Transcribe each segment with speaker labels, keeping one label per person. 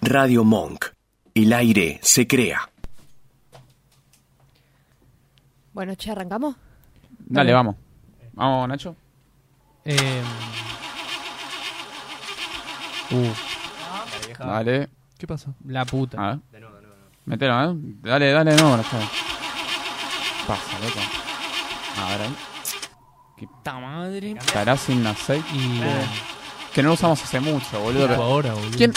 Speaker 1: Radio Monk. El aire se crea.
Speaker 2: Bueno, che, arrancamos.
Speaker 3: Dale, vamos. Vamos, Nacho.
Speaker 4: Eh, uh,
Speaker 3: Dale.
Speaker 4: ¿Qué pasó? La puta.
Speaker 3: A ver. Metelo, ¿eh? Dale, dale, no, Nacho. Pasa, loco. A ver ahí.
Speaker 4: Puta madre.
Speaker 3: Estará sin aceite. eh,
Speaker 4: Y
Speaker 3: Que no lo usamos hace mucho, boludo.
Speaker 4: Ah. tipo ahora, boludo.
Speaker 3: ¿Quién?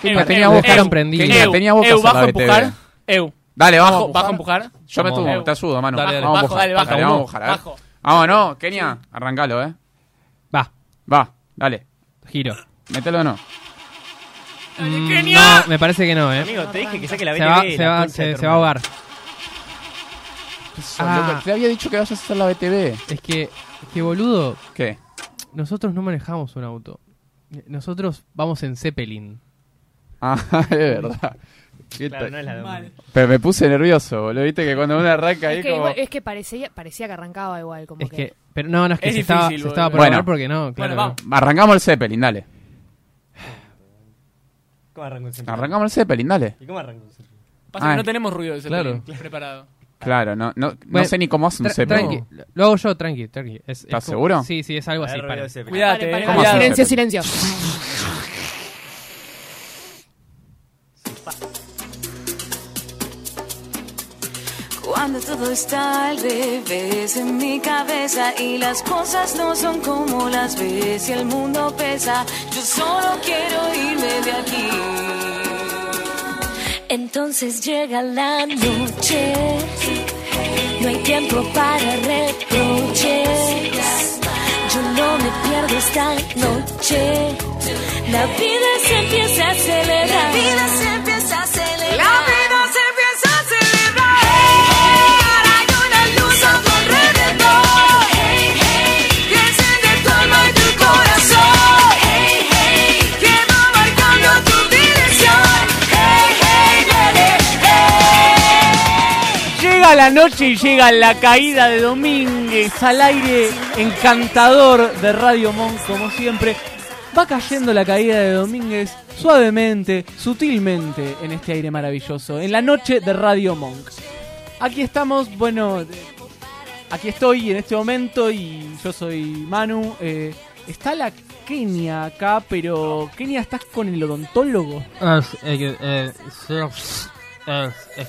Speaker 3: ¿Quién la
Speaker 5: Eu,
Speaker 3: tenía
Speaker 5: eu,
Speaker 3: vos?
Speaker 5: eu,
Speaker 3: Carlos?
Speaker 4: prendida.
Speaker 3: ¿Quién la
Speaker 5: eu,
Speaker 3: tenía vos?
Speaker 5: eu, bajo a
Speaker 3: Casablanca,
Speaker 5: empujar.
Speaker 3: TV?
Speaker 5: Eu.
Speaker 3: Dale, vamos. a
Speaker 5: Bajo, bajo a
Speaker 3: empujar.
Speaker 5: empujar.
Speaker 3: Yo me
Speaker 4: Vamos,
Speaker 3: tuvo,
Speaker 4: eu.
Speaker 3: te ayudo, mano.
Speaker 4: Dale, dale.
Speaker 3: vamos a
Speaker 5: Bajo,
Speaker 3: empujar.
Speaker 5: dale, baja,
Speaker 3: vamos a
Speaker 5: uno.
Speaker 3: empujar, a ver.
Speaker 5: Bajo.
Speaker 3: Vamos, no, Kenia, arrancalo, eh.
Speaker 4: Va,
Speaker 3: Va, dale.
Speaker 4: giro.
Speaker 3: Mételo o no.
Speaker 4: Mm,
Speaker 5: Kenia.
Speaker 4: no, me parece que no, eh.
Speaker 6: Amigo, te dije que saque la
Speaker 4: Se va,
Speaker 6: BTV,
Speaker 4: se,
Speaker 6: la
Speaker 4: va,
Speaker 6: concha de
Speaker 4: se,
Speaker 6: tu
Speaker 4: se va a ahogar. Ah.
Speaker 3: Loco, Te había dicho que vas a hacer la BTV.
Speaker 4: Es que, es que boludo,
Speaker 3: ¿Qué?
Speaker 4: nosotros no manejamos un auto. Nosotros vamos en Zeppelin.
Speaker 3: Ah, es verdad. Qué
Speaker 6: hermano. Claro,
Speaker 3: ta-
Speaker 6: no es la de
Speaker 5: Mal.
Speaker 3: Pero me puse nervioso, boludo. Viste que cuando uno arranca ahí
Speaker 2: Es que,
Speaker 3: como.
Speaker 2: igual- es que parecía, parecía que arrancaba igual. Como
Speaker 4: Es
Speaker 2: que,
Speaker 4: que, pero no, no, es que
Speaker 5: Es
Speaker 4: se, estaba,
Speaker 5: difícil,
Speaker 4: se estaba por
Speaker 3: boludo.
Speaker 4: ahogar
Speaker 3: Bueno.
Speaker 4: porque no, claro.
Speaker 5: vamos.
Speaker 3: Arrancamos el Zeppelin, dale.
Speaker 6: ¿Cómo arrancó el centro?
Speaker 3: Arrancamos el Zeppelin, dale.
Speaker 6: ¿Y cómo arrancó el centro?
Speaker 5: Pasa que
Speaker 3: Ay.
Speaker 5: no tenemos ruido de ese
Speaker 4: Claro.
Speaker 5: pelín preparado.
Speaker 3: Claro, no, no, no
Speaker 4: Bueno,
Speaker 3: sé ni cómo hace un
Speaker 4: Tra-
Speaker 3: Zeppelin.
Speaker 4: tranqui, lo- lo hago yo, tranqui, tranqui. Es- es
Speaker 3: ¿Estás
Speaker 4: como-
Speaker 3: seguro?
Speaker 4: Sí, sí, es algo así.
Speaker 6: Agarro
Speaker 4: para.
Speaker 6: el ese, pero-
Speaker 5: Cuidado,
Speaker 2: Pare, pare,
Speaker 3: ¿Cómo
Speaker 2: pare.
Speaker 3: hacer
Speaker 2: silencio,
Speaker 3: eso?
Speaker 2: silencio.
Speaker 7: Cuando todo está al revés en mi cabeza y las cosas no son como las ves y el mundo pesa, yo solo quiero irme de aquí. Entonces llega la noche, no hay tiempo para reproches. Yo no me pierdo esta noche. La vida se empieza a acelerar. La vida se empieza a acelerar. La vida se empieza a acelerar. Hay una luz a tu alrededor. Hey, hey. Que enciende tu alma y tu corazón. Hey, hey. Que va marcando tu dirección. Hey, hey, nene, hey.
Speaker 5: Llega la noche y llega la caída de Domínguez al aire encantador de Radio Monk, como siempre. Va cayendo la caída de Domínguez suavemente, sutilmente, en este aire maravilloso, en la noche de Radio Monk. Aquí estamos, bueno, de- aquí estoy en este momento y yo soy Manu. eh, está la Kenia acá, pero Kenia, ¿estás con el odontólogo?
Speaker 4: Es, que, eh,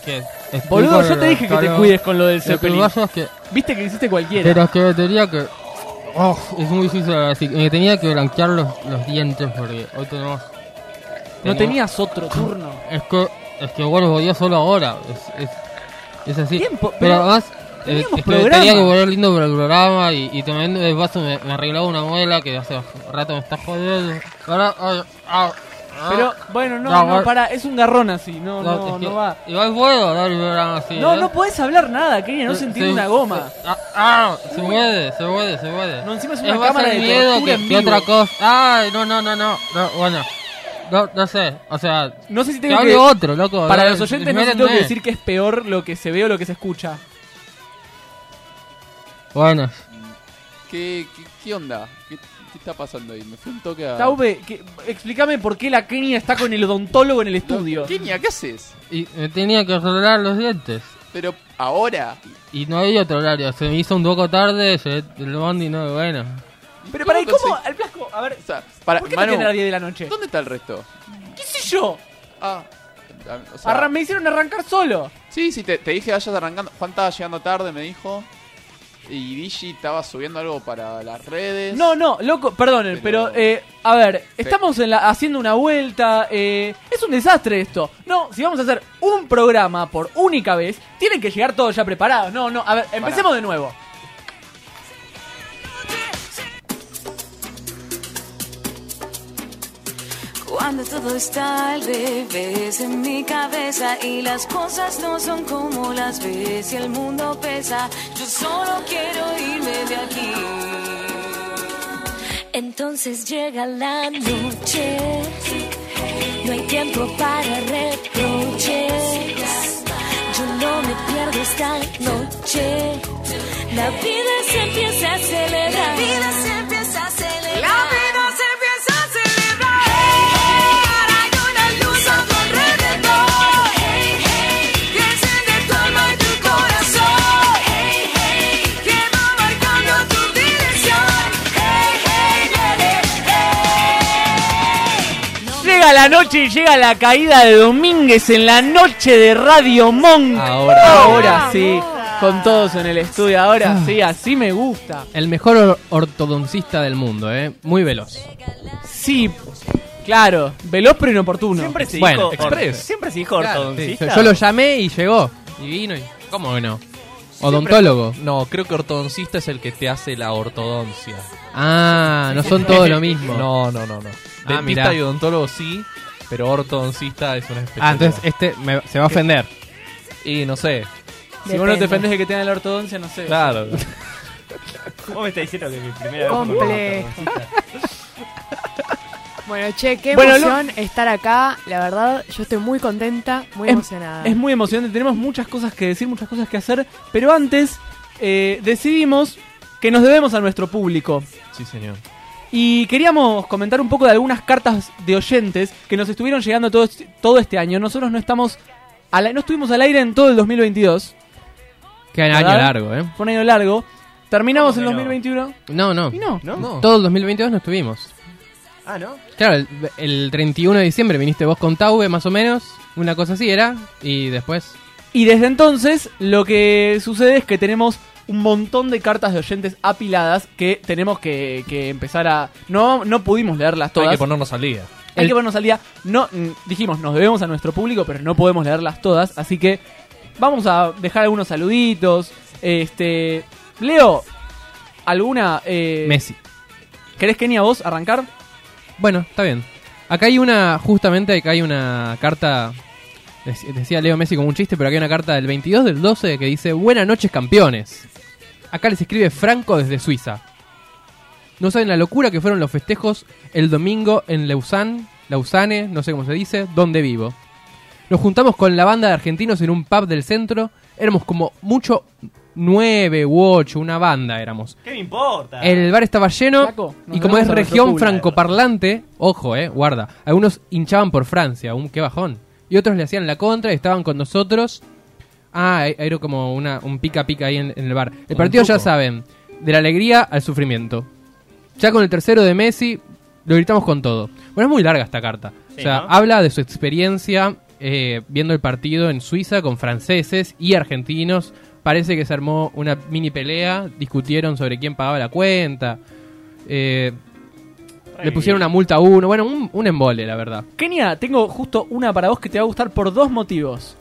Speaker 4: que.
Speaker 5: Boludo, yo te dije que te cuides con lo del Zeppelin.
Speaker 4: es que.
Speaker 5: Viste que hiciste cualquiera.
Speaker 4: Pero es que tenía que. Oh, es muy difícil así. Me tenía que blanquear los, los dientes porque hoy tenemos.
Speaker 5: No
Speaker 4: tenemos-
Speaker 5: tenías otro turno.
Speaker 4: Es que, es que bueno, volví solo ahora. Es, es, es así.
Speaker 5: Tiempo,
Speaker 4: pero
Speaker 5: pero
Speaker 4: además, eh,
Speaker 5: teníamos
Speaker 4: es que
Speaker 5: programa.
Speaker 4: tenía que volver lindo para el programa y, y también de paso me, me arreglaba una muela que hace rato me está jodiendo. Ahora, ay, ah, ah.
Speaker 5: Pero bueno, no,
Speaker 4: No,
Speaker 5: no,
Speaker 4: bueno.
Speaker 5: para, es un garrón así, no, no, no,
Speaker 4: es que-
Speaker 5: va.
Speaker 4: Igual puedo dar el programa así.
Speaker 5: No,
Speaker 4: ¿eh?
Speaker 5: no podés hablar nada, Kenia, no se entiende una goma.
Speaker 4: se- Eh, ah, ah, se mueve, se mueve, se mueve.
Speaker 5: No, encima es
Speaker 4: Es
Speaker 5: una
Speaker 4: más
Speaker 5: cámara
Speaker 4: el
Speaker 5: de
Speaker 4: miedo
Speaker 5: tortura
Speaker 4: que,
Speaker 5: en
Speaker 4: que
Speaker 5: vivo.
Speaker 4: otra cosa. Ay, no, no, no, no. no bueno, no, no sé. O sea,
Speaker 5: No sé si
Speaker 4: que
Speaker 5: tengo
Speaker 4: hable
Speaker 5: que...
Speaker 4: otro, loco.
Speaker 5: Para
Speaker 4: dale,
Speaker 5: los oyentes no sé si tengo que
Speaker 4: esmérenme.
Speaker 5: decir que es peor lo que se ve o lo que se escucha.
Speaker 4: Bueno,
Speaker 3: ¿Qué, qué, qué onda? ¿Qué, qué está pasando ahí? Me fui un toque a.
Speaker 5: Taube, que- explícame por qué la Kenia está con el odontólogo en el estudio.
Speaker 3: Kenia, ¿qué haces?
Speaker 4: y me tenía que arreglar los dientes.
Speaker 3: Pero ahora.
Speaker 4: Y no había otro horario. Se me hizo un poco tarde, llegué el bondi, no, bueno.
Speaker 5: Pero para, ¿y
Speaker 3: ¿Cómo
Speaker 5: cómo?
Speaker 3: conseguí-
Speaker 5: Al plasco, a ver,
Speaker 3: O sea, para,
Speaker 5: ¿por qué no
Speaker 3: Manu,
Speaker 5: tiene a las 10 de la noche?
Speaker 3: ¿dónde está el resto?
Speaker 5: ¿Qué sé yo?
Speaker 3: Ah. O sea,
Speaker 5: Arran- me hicieron arrancar solo.
Speaker 3: Sí, sí, te, te dije vayas arrancando. Juan estaba llegando tarde, me dijo. Y Digi estaba subiendo algo para las redes.
Speaker 5: No, no, loco, perdonen, pero,
Speaker 3: Pero-
Speaker 5: eh, a ver, estamos en la- haciendo una vuelta, eh, es un desastre esto. No, si vamos a hacer un programa por única vez, tienen que llegar todos ya preparados. No, no, a ver, empecemos de nuevo.
Speaker 7: Cuando todo está al revés en mi cabeza y las cosas no son como las ves y el mundo pesa, yo solo quiero irme de aquí. Entonces llega la noche, no hay tiempo para reproches. Yo no me pierdo esta noche. La vida se empieza a acelerar. La vida se empieza a acelerar. La vida se empieza a acelerar. Hey, hey. Hay una luz a tu
Speaker 5: la noche y llega la caída de Domínguez en la noche de Radio Monk.
Speaker 4: Ahora.
Speaker 5: Ahora sí, con todos en el estudio, ahora sí, así me gusta.
Speaker 4: El mejor or- ortodoncista del mundo, ¿eh? Muy veloz.
Speaker 5: Sí, claro, veloz pero inoportuno.
Speaker 6: Siempre se
Speaker 4: Bueno,
Speaker 6: dijo. orto-
Speaker 4: express.
Speaker 6: Siempre se dijo
Speaker 4: Claro, sí.
Speaker 6: ortodoncista.
Speaker 4: Yo lo llamé y llegó. Y vino y... ¿Cómo que no? Odontólogo.
Speaker 8: No, creo que ortodoncista es el que te hace la ortodoncia.
Speaker 4: Ah, no son todos lo mismo.
Speaker 8: No, no, no, no.
Speaker 4: Ah,
Speaker 8: Dentista
Speaker 4: mirá.
Speaker 8: y odontólogo sí, pero ortodoncista es una especialidad.
Speaker 4: Ah, entonces este me- se va a ofender.
Speaker 8: Y no sé,
Speaker 5: Si vos no te
Speaker 2: Depende.
Speaker 5: ofendés de que tenga la ortodoncia, no sé.
Speaker 8: claro.
Speaker 6: Vos me estás diciendo que mi primera vez fue
Speaker 2: Complejo.
Speaker 6: ortodoncista.
Speaker 2: Bueno, che, qué
Speaker 5: Bueno,
Speaker 2: emoción estar acá. La verdad, yo estoy muy contenta, muy
Speaker 5: Es-
Speaker 2: emocionada.
Speaker 5: Es muy emocionante, tenemos muchas cosas que decir, muchas cosas que hacer, pero antes eh, decidimos que nos debemos a nuestro público.
Speaker 8: Sí, señor.
Speaker 5: Y queríamos comentar un poco de algunas cartas de oyentes que nos estuvieron llegando todo, todo este año. Nosotros no estamos al a- no estuvimos al aire en todo el 2022,
Speaker 4: Que año
Speaker 5: ¿Verdad?
Speaker 4: largo, ¿eh?
Speaker 5: fue un año largo. Terminamos el
Speaker 6: ¿Cómo que no?
Speaker 5: 2021
Speaker 4: No, no.
Speaker 5: y no.
Speaker 6: ¿No?
Speaker 8: No.
Speaker 4: Todo el 2022 no estuvimos.
Speaker 6: Ah, ¿no?
Speaker 4: Claro, el, el 31 de diciembre viniste vos con Taube, más o menos. Una cosa así era. Y después...
Speaker 5: Y desde entonces lo que sucede es que tenemos un montón de cartas de oyentes apiladas que tenemos que, que empezar a... No, no pudimos leerlas todas.
Speaker 8: Hay que ponernos al día.
Speaker 5: Hay
Speaker 4: El-
Speaker 5: que ponernos al día. No, mm, dijimos, nos debemos a nuestro público, pero no podemos leerlas todas. Así que vamos a dejar algunos saluditos. Este. Leo, ¿alguna. eh,
Speaker 4: Messi.
Speaker 5: ¿Querés Kenia vos arrancar?
Speaker 4: Bueno, está bien. Acá hay una, justamente acá hay una carta, dec- decía Leo Messi como un chiste, pero acá hay una carta del 22 del 12 que dice, buenas noches campeones. Acá les escribe Franco desde Suiza. No saben la locura que fueron los festejos el domingo en Lausanne, Lausanne, no sé cómo se dice, donde vivo. Nos juntamos con la banda de argentinos en un pub del centro. Éramos como mucho nueve u ocho, una banda éramos.
Speaker 6: ¿Qué me importa?
Speaker 4: El bar estaba lleno
Speaker 5: Flaco, nos
Speaker 4: y como es
Speaker 5: debemos a eh. nuestro
Speaker 4: región
Speaker 5: público.
Speaker 4: francoparlante, ojo, eh, guarda, algunos hinchaban por Francia, un qué bajón. Y otros le hacían la contra y estaban con nosotros. Ah, eh, era como una, un pica pica ahí en, en el bar. El partido ya
Speaker 8: truco.
Speaker 4: saben, de la alegría al sufrimiento. Ya con el tercero de Messi, lo gritamos con todo. Bueno, es muy larga esta carta.
Speaker 6: Sí,
Speaker 4: o sea,
Speaker 6: ¿no?
Speaker 4: habla de su experiencia eh, viendo el partido en Suiza con franceses y argentinos. Parece que se armó una mini pelea, discutieron sobre quién pagaba la cuenta, eh, le pusieron una multa a uno, bueno, un, un embole, la verdad.
Speaker 5: Kenia, tengo justo una para vos que te va a gustar por dos motivos.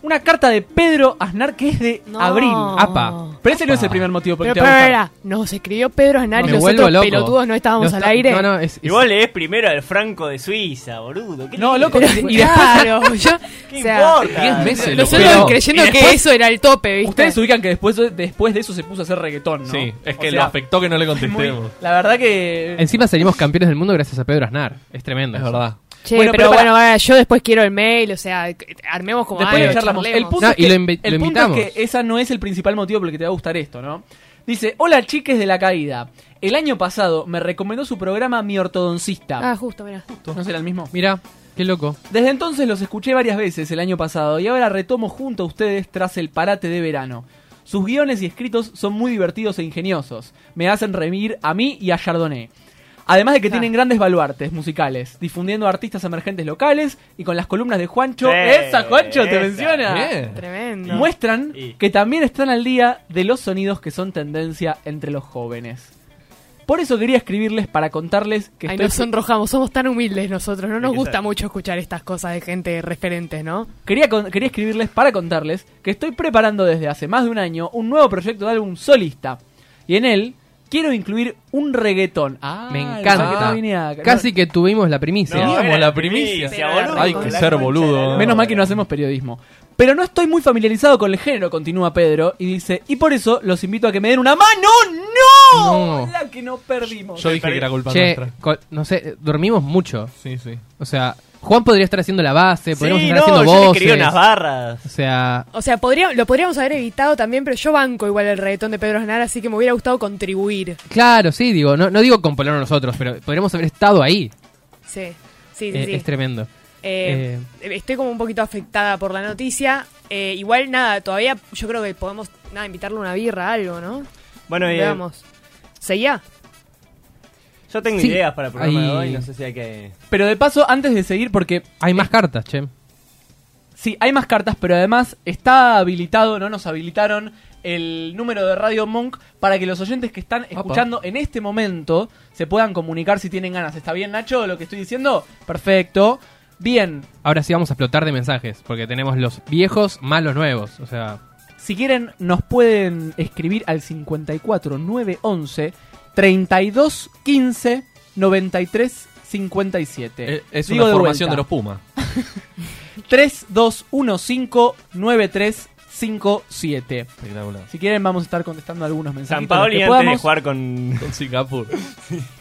Speaker 5: Una carta de Pedro Aznar que es de
Speaker 2: No.
Speaker 5: abril.
Speaker 4: apa.
Speaker 5: Pero ese no es el primer motivo por el
Speaker 2: Pero,
Speaker 5: que te va a gustar.
Speaker 2: espera, nos escribió Pedro Aznar y
Speaker 4: Me vuelvo
Speaker 2: nosotros
Speaker 4: loco.
Speaker 2: pelotudos no estábamos
Speaker 4: No
Speaker 2: al
Speaker 4: está-
Speaker 2: aire.
Speaker 4: No, no, es, es-
Speaker 6: Y vos lees primero al Franco de Suiza, boludo. ¿Qué
Speaker 5: No,
Speaker 6: le-
Speaker 5: loco, y, y después.
Speaker 2: Claro, yo,
Speaker 6: ¿Qué
Speaker 2: o sea,
Speaker 6: importa?
Speaker 8: Diez meses, lo
Speaker 2: nosotros
Speaker 8: peor.
Speaker 2: creyendo
Speaker 5: Y
Speaker 2: que
Speaker 5: después-
Speaker 2: eso era el tope, ¿viste?
Speaker 5: Ustedes se ubican que después, después de eso se puso a hacer reggaetón, ¿no?
Speaker 8: Sí, es
Speaker 5: O
Speaker 8: que
Speaker 5: sea,
Speaker 8: lo afectó que no le
Speaker 5: muy-
Speaker 8: contestemos.
Speaker 5: La verdad que.
Speaker 4: Encima salimos campeones del mundo gracias a Pedro Aznar. Es tremendo.
Speaker 8: Es
Speaker 4: eso.
Speaker 8: verdad.
Speaker 2: Che,
Speaker 5: Bueno,
Speaker 2: pero,
Speaker 5: pero para-
Speaker 2: bueno, ahora yo después quiero el mail, o sea, que- armemos como
Speaker 5: Después
Speaker 2: algo,
Speaker 5: lo charlamos. El
Speaker 2: charlemos.
Speaker 5: punto,
Speaker 4: No,
Speaker 5: es
Speaker 4: y
Speaker 5: que,
Speaker 4: lo invi-
Speaker 5: el
Speaker 4: lo
Speaker 5: punto es
Speaker 4: invitamos.
Speaker 5: que esa no es el principal motivo por el que te va a gustar esto, ¿no? Dice, hola chiques de la caída. El año pasado me recomendó su programa Mi Ortodoncista.
Speaker 2: Ah, justo, mirá.
Speaker 5: ¿No será el mismo?
Speaker 4: Mira, qué loco.
Speaker 5: Desde entonces los escuché varias veces el año pasado y ahora retomo junto a ustedes tras el parate de verano. Sus guiones y escritos son muy divertidos e ingeniosos. Me hacen remir a mí y a Chardonnay. Además de que
Speaker 2: Ah.
Speaker 5: tienen grandes baluartes musicales, difundiendo artistas emergentes locales y con las columnas de Juancho.
Speaker 6: Sí,
Speaker 5: ¡Esa, Juancho, te
Speaker 6: esa.
Speaker 5: menciona!
Speaker 8: Bien.
Speaker 2: Tremendo.
Speaker 5: muestran
Speaker 6: Y-
Speaker 5: que también están al día de los sonidos que son tendencia entre los jóvenes. Por eso quería escribirles para contarles que
Speaker 2: Ay,
Speaker 5: estoy-
Speaker 2: nos sonrojamos, somos tan humildes nosotros, no nos
Speaker 6: Hay que
Speaker 2: gusta
Speaker 6: ser.
Speaker 2: mucho escuchar estas cosas de gente referentes, ¿no?
Speaker 5: quería, con- quería escribirles para contarles que estoy preparando desde hace más de un año un nuevo proyecto de álbum solista y en él quiero incluir un reggaetón. Ah,
Speaker 4: Me
Speaker 5: el
Speaker 4: encanta.
Speaker 5: reggaetón venía acá.
Speaker 4: Casi que tuvimos la primicia.
Speaker 8: No. Teníamos
Speaker 6: era
Speaker 8: la primicia.
Speaker 6: boludo.
Speaker 8: Hay que ser boludo.
Speaker 5: Menos mal que no hacemos periodismo. Pero no estoy muy familiarizado con el género, continúa Pedro, y dice, y por eso los invito a que me den una mano. ¡No!
Speaker 4: No.
Speaker 5: La que no perdimos.
Speaker 8: Yo dije que era culpa
Speaker 4: Che,
Speaker 8: nuestra.
Speaker 4: co- no sé, eh, dormimos mucho.
Speaker 8: Sí, sí.
Speaker 4: O sea, Juan podría estar haciendo la base, podríamos
Speaker 6: Sí,
Speaker 4: estar
Speaker 6: no,
Speaker 4: haciendo
Speaker 6: yo le
Speaker 4: voces.
Speaker 6: escribí unas barras.
Speaker 4: o sea,
Speaker 2: O sea, podría, lo podríamos haber evitado también, pero yo banco igual el reggaetón de Pedro Aznar, así que me hubiera gustado contribuir.
Speaker 4: claro, sí, digo, no, no digo componerlo nosotros, pero podríamos haber estado ahí.
Speaker 2: Sí, sí, sí.
Speaker 4: Eh,
Speaker 2: sí.
Speaker 4: Es tremendo.
Speaker 2: Eh, Estoy como un poquito afectada por la noticia. Eh, igual nada, todavía yo creo que podemos nada, invitarle una birra, algo, ¿no?
Speaker 6: Bueno, eh,
Speaker 2: Veamos. ¿Seguía?
Speaker 6: Yo tengo
Speaker 4: Sí.
Speaker 6: ideas para el programa de
Speaker 4: Ahí-
Speaker 6: hoy, no sé si hay que. Eh.
Speaker 5: Pero de paso, antes de seguir, porque
Speaker 4: Hay más cartas, che.
Speaker 5: Sí, hay más cartas, pero además está habilitado, no nos habilitaron el número de Radio Monk para que los oyentes que están escuchando en este momento se puedan comunicar si tienen ganas. ¿Está bien, Nacho, lo que estoy diciendo? Perfecto. Bien,
Speaker 4: Ahora sí vamos a explotar de mensajes, porque tenemos los viejos más los nuevos. O sea,
Speaker 5: si quieren nos pueden escribir al 54 911 32 15 93 57.
Speaker 8: Eh, Es
Speaker 5: Digo
Speaker 8: una
Speaker 5: de
Speaker 8: formación de,
Speaker 5: vuelta.
Speaker 8: los Pumas.
Speaker 5: 32159357.
Speaker 8: Espectacular.
Speaker 5: Si quieren vamos a estar contestando algunos mensajes.
Speaker 6: San Paoli antes de jugar con.
Speaker 8: Con Singapur.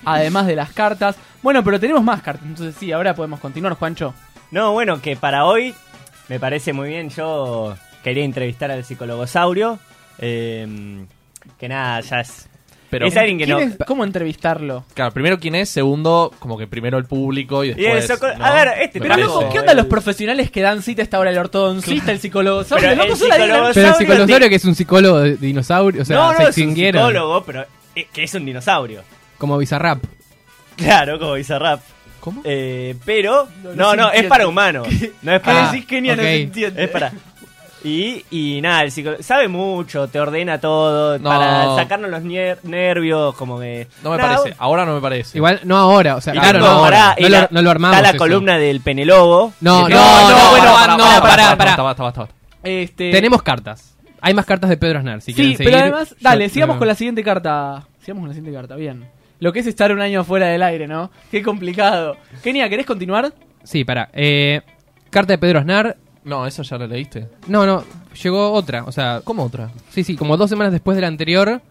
Speaker 5: Además de las cartas. Bueno, pero tenemos más cartas, entonces sí, ahora podemos continuar, Juancho.
Speaker 6: No, bueno, que para hoy me parece muy bien. Yo quería entrevistar al psicólogosaurio. eh, que nada, ya es.
Speaker 8: Pero,
Speaker 6: es alguien que no.
Speaker 5: ¿Quién es- ¿Cómo entrevistarlo?
Speaker 8: claro, primero quién es, segundo, como que primero el público y
Speaker 6: Y
Speaker 8: después.
Speaker 6: eso, co-
Speaker 8: ¿no?
Speaker 6: a ver, este,
Speaker 8: Me
Speaker 5: Pero
Speaker 8: parece.
Speaker 5: loco, ¿qué onda los profesionales que dan cita a esta hora? El ortodoncista, el psicólogo. ¿Sabes?
Speaker 6: Pero
Speaker 5: Loco,
Speaker 6: el
Speaker 5: son la
Speaker 6: psicólogo-
Speaker 4: Pero
Speaker 5: misma-
Speaker 4: el
Speaker 6: Dinosaurio
Speaker 4: psicosaurio
Speaker 6: te-
Speaker 4: que es un psicólogo de dinosaurio, o sea,
Speaker 6: no,
Speaker 4: se
Speaker 6: no, es un
Speaker 4: extinguieron
Speaker 6: psicólogo, pero eh, que es un dinosaurio.
Speaker 4: como Bizarrap.
Speaker 6: Claro, como dice Rap.
Speaker 4: ¿Cómo?
Speaker 6: Eh, pero,
Speaker 5: No, no
Speaker 6: no,
Speaker 5: se
Speaker 6: no, es
Speaker 5: entiende.
Speaker 6: para humanos. No es para.
Speaker 4: Ah,
Speaker 5: genial,
Speaker 4: ok.
Speaker 6: Es para. Y, y nada, el psicólogo sabe mucho, te ordena todo,
Speaker 8: No.
Speaker 6: para sacarnos los nier- nervios, como que...
Speaker 8: No me
Speaker 6: Nada,
Speaker 8: parece, ahora no me parece.
Speaker 4: Igual no ahora, o sea,
Speaker 6: Y
Speaker 4: claro,
Speaker 6: tengo-
Speaker 4: no ahora.
Speaker 6: pará,
Speaker 4: No
Speaker 6: y
Speaker 4: lo,
Speaker 6: la-
Speaker 4: no lo armamos.
Speaker 6: Está la
Speaker 4: eso.
Speaker 6: columna del Penelobo.
Speaker 4: No,
Speaker 6: Que-
Speaker 4: no, no, bueno, no,
Speaker 8: pará, pará,
Speaker 4: pará,
Speaker 8: pará,
Speaker 4: pará.
Speaker 8: basta, basta, basta, basta.
Speaker 5: Este...
Speaker 4: Tenemos cartas. Hay más cartas de Pedro Aznar, si
Speaker 5: Sí,
Speaker 4: quieren
Speaker 5: pero
Speaker 4: seguir.
Speaker 5: además, dale,
Speaker 4: Yo-
Speaker 5: sigamos
Speaker 4: no.
Speaker 5: con la siguiente carta. Sigamos con la siguiente carta, bien. Lo que es estar un año fuera del aire, ¿no? Qué complicado. Kenia, ¿querés continuar?
Speaker 4: Sí, pará. Eh, carta de Pedro Aznar.
Speaker 8: No, eso ya lo leíste.
Speaker 4: No, no, llegó otra, o sea,
Speaker 8: ¿Cómo otra?
Speaker 4: Sí, sí, como dos semanas después de la anterior,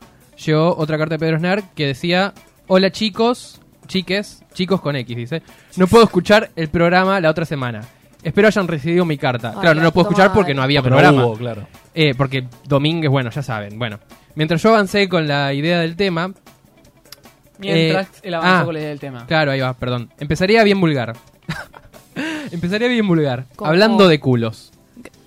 Speaker 4: llegó otra carta de Pedro Aznar que decía: Hola chicos, chiques, chicos con X, dice. No puedo escuchar el programa la otra semana. Espero hayan recibido mi carta.
Speaker 9: Ay,
Speaker 4: claro, no
Speaker 9: la
Speaker 4: lo puedo
Speaker 9: puta
Speaker 4: escuchar
Speaker 9: madre.
Speaker 4: porque no había
Speaker 8: Porque no
Speaker 4: programa.
Speaker 8: hubo, claro.
Speaker 4: Eh, porque Domínguez, bueno, ya saben. Bueno, mientras yo avancé con la idea del tema,
Speaker 5: Mientras
Speaker 4: Eh,
Speaker 5: él avanza
Speaker 4: ah,
Speaker 5: con la idea del tema.
Speaker 4: Claro, ahí va, perdón. Empezaría bien vulgar. Empezaría bien vulgar.
Speaker 9: ¿Cómo?
Speaker 4: Hablando de culos.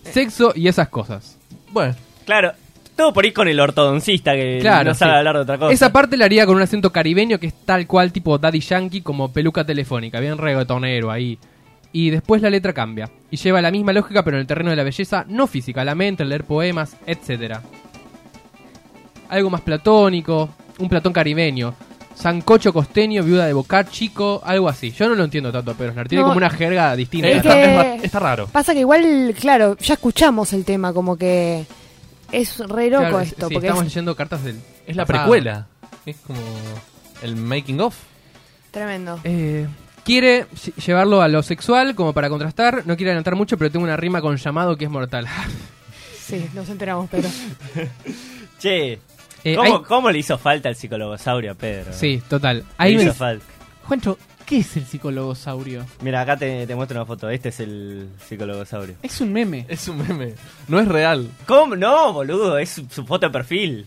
Speaker 4: Sexo y esas cosas.
Speaker 8: Bueno,
Speaker 6: Claro, todo por ir con el ortodoncista que
Speaker 4: Claro,
Speaker 6: no sabe
Speaker 4: sí.
Speaker 6: hablar de otra cosa.
Speaker 4: Esa parte la haría con un acento caribeño que es tal cual tipo Daddy Yankee como peluca telefónica, bien reggaetonero ahí. Y después la letra cambia y lleva la misma lógica pero en el terreno de la belleza, no física, la mente, el leer poemas, etcétera. Algo más platónico, un platón caribeño. Sancocho costeño, viuda de Boca Chico, algo así. Yo no lo entiendo tanto, pero Aznar tiene
Speaker 9: No.
Speaker 4: como una jerga distinta.
Speaker 9: Es
Speaker 8: está,
Speaker 9: que-
Speaker 8: es ra- está raro.
Speaker 9: Pasa que igual, claro, ya escuchamos el tema, como que es re loco
Speaker 4: Claro, es-
Speaker 9: esto.
Speaker 4: sí,
Speaker 9: porque
Speaker 4: estamos
Speaker 9: es
Speaker 4: leyendo cartas del.
Speaker 8: Es la
Speaker 4: pasado.
Speaker 8: precuela. Es como el making of.
Speaker 9: tremendo.
Speaker 4: Eh, quiere lle- llevarlo a lo sexual como para contrastar. No quiere adelantar mucho, pero tengo una rima con llamado que es mortal.
Speaker 9: Sí, nos enteramos, pero.
Speaker 6: Che,
Speaker 4: Eh,
Speaker 6: ¿cómo,
Speaker 4: hay-
Speaker 6: cómo le hizo falta al psicologosaurio a Pedro?
Speaker 4: sí, total.
Speaker 6: Ahí
Speaker 4: Ahí me-
Speaker 6: hizo falta.
Speaker 5: Juancho, ¿qué es el psicólogo saurio?
Speaker 6: Mira, acá te, te muestro una foto. Este es el psicologosaurio.
Speaker 5: Es un meme.
Speaker 8: Es un meme. No es real.
Speaker 6: ¿Cómo? No, boludo, es su, su foto de perfil.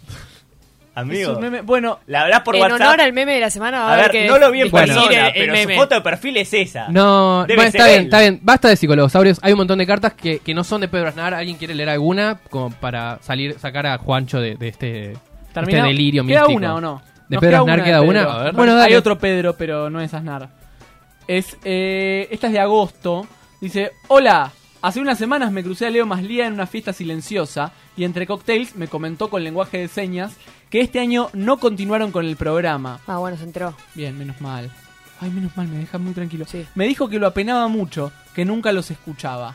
Speaker 6: Amigo.
Speaker 5: Es un meme. Bueno,
Speaker 6: La hablas por
Speaker 2: en
Speaker 6: WhatsApp.
Speaker 2: honor al meme de la semana va a,
Speaker 6: A ver,
Speaker 2: que
Speaker 6: no lo vi en
Speaker 2: distinguir
Speaker 6: persona,
Speaker 2: el- el
Speaker 6: pero
Speaker 2: meme.
Speaker 6: su foto de perfil es esa.
Speaker 4: No,
Speaker 6: Debe
Speaker 4: bueno,
Speaker 6: ser
Speaker 4: está bien,
Speaker 6: él.
Speaker 4: está bien. Basta de psicologosaurios. Hay un montón de cartas que, que no son de Pedro Aznar. ¿Alguien quiere leer alguna? Como para salir, sacar a Juancho de, de este,
Speaker 5: termina.
Speaker 4: este delirio
Speaker 5: ¿Queda
Speaker 4: místico.
Speaker 5: una o no?
Speaker 4: ¿De
Speaker 5: Nos
Speaker 4: Pedro Aznar
Speaker 5: de
Speaker 4: queda
Speaker 5: Pedro.
Speaker 4: una? A ver.
Speaker 5: Bueno,
Speaker 4: Bueno, dale.
Speaker 5: Hay otro Pedro, pero no es Aznar. Es, eh, esta es de agosto. Dice, hola, hace unas semanas me crucé a Leo Maslía en una fiesta silenciosa y entre cocktails me comentó con lenguaje de señas que este año no continuaron con el programa.
Speaker 9: Ah, bueno, se enteró.
Speaker 5: Bien, menos mal. Ay, menos mal, me deja muy tranquilo.
Speaker 9: Sí.
Speaker 5: Me dijo que lo apenaba mucho, que nunca los escuchaba.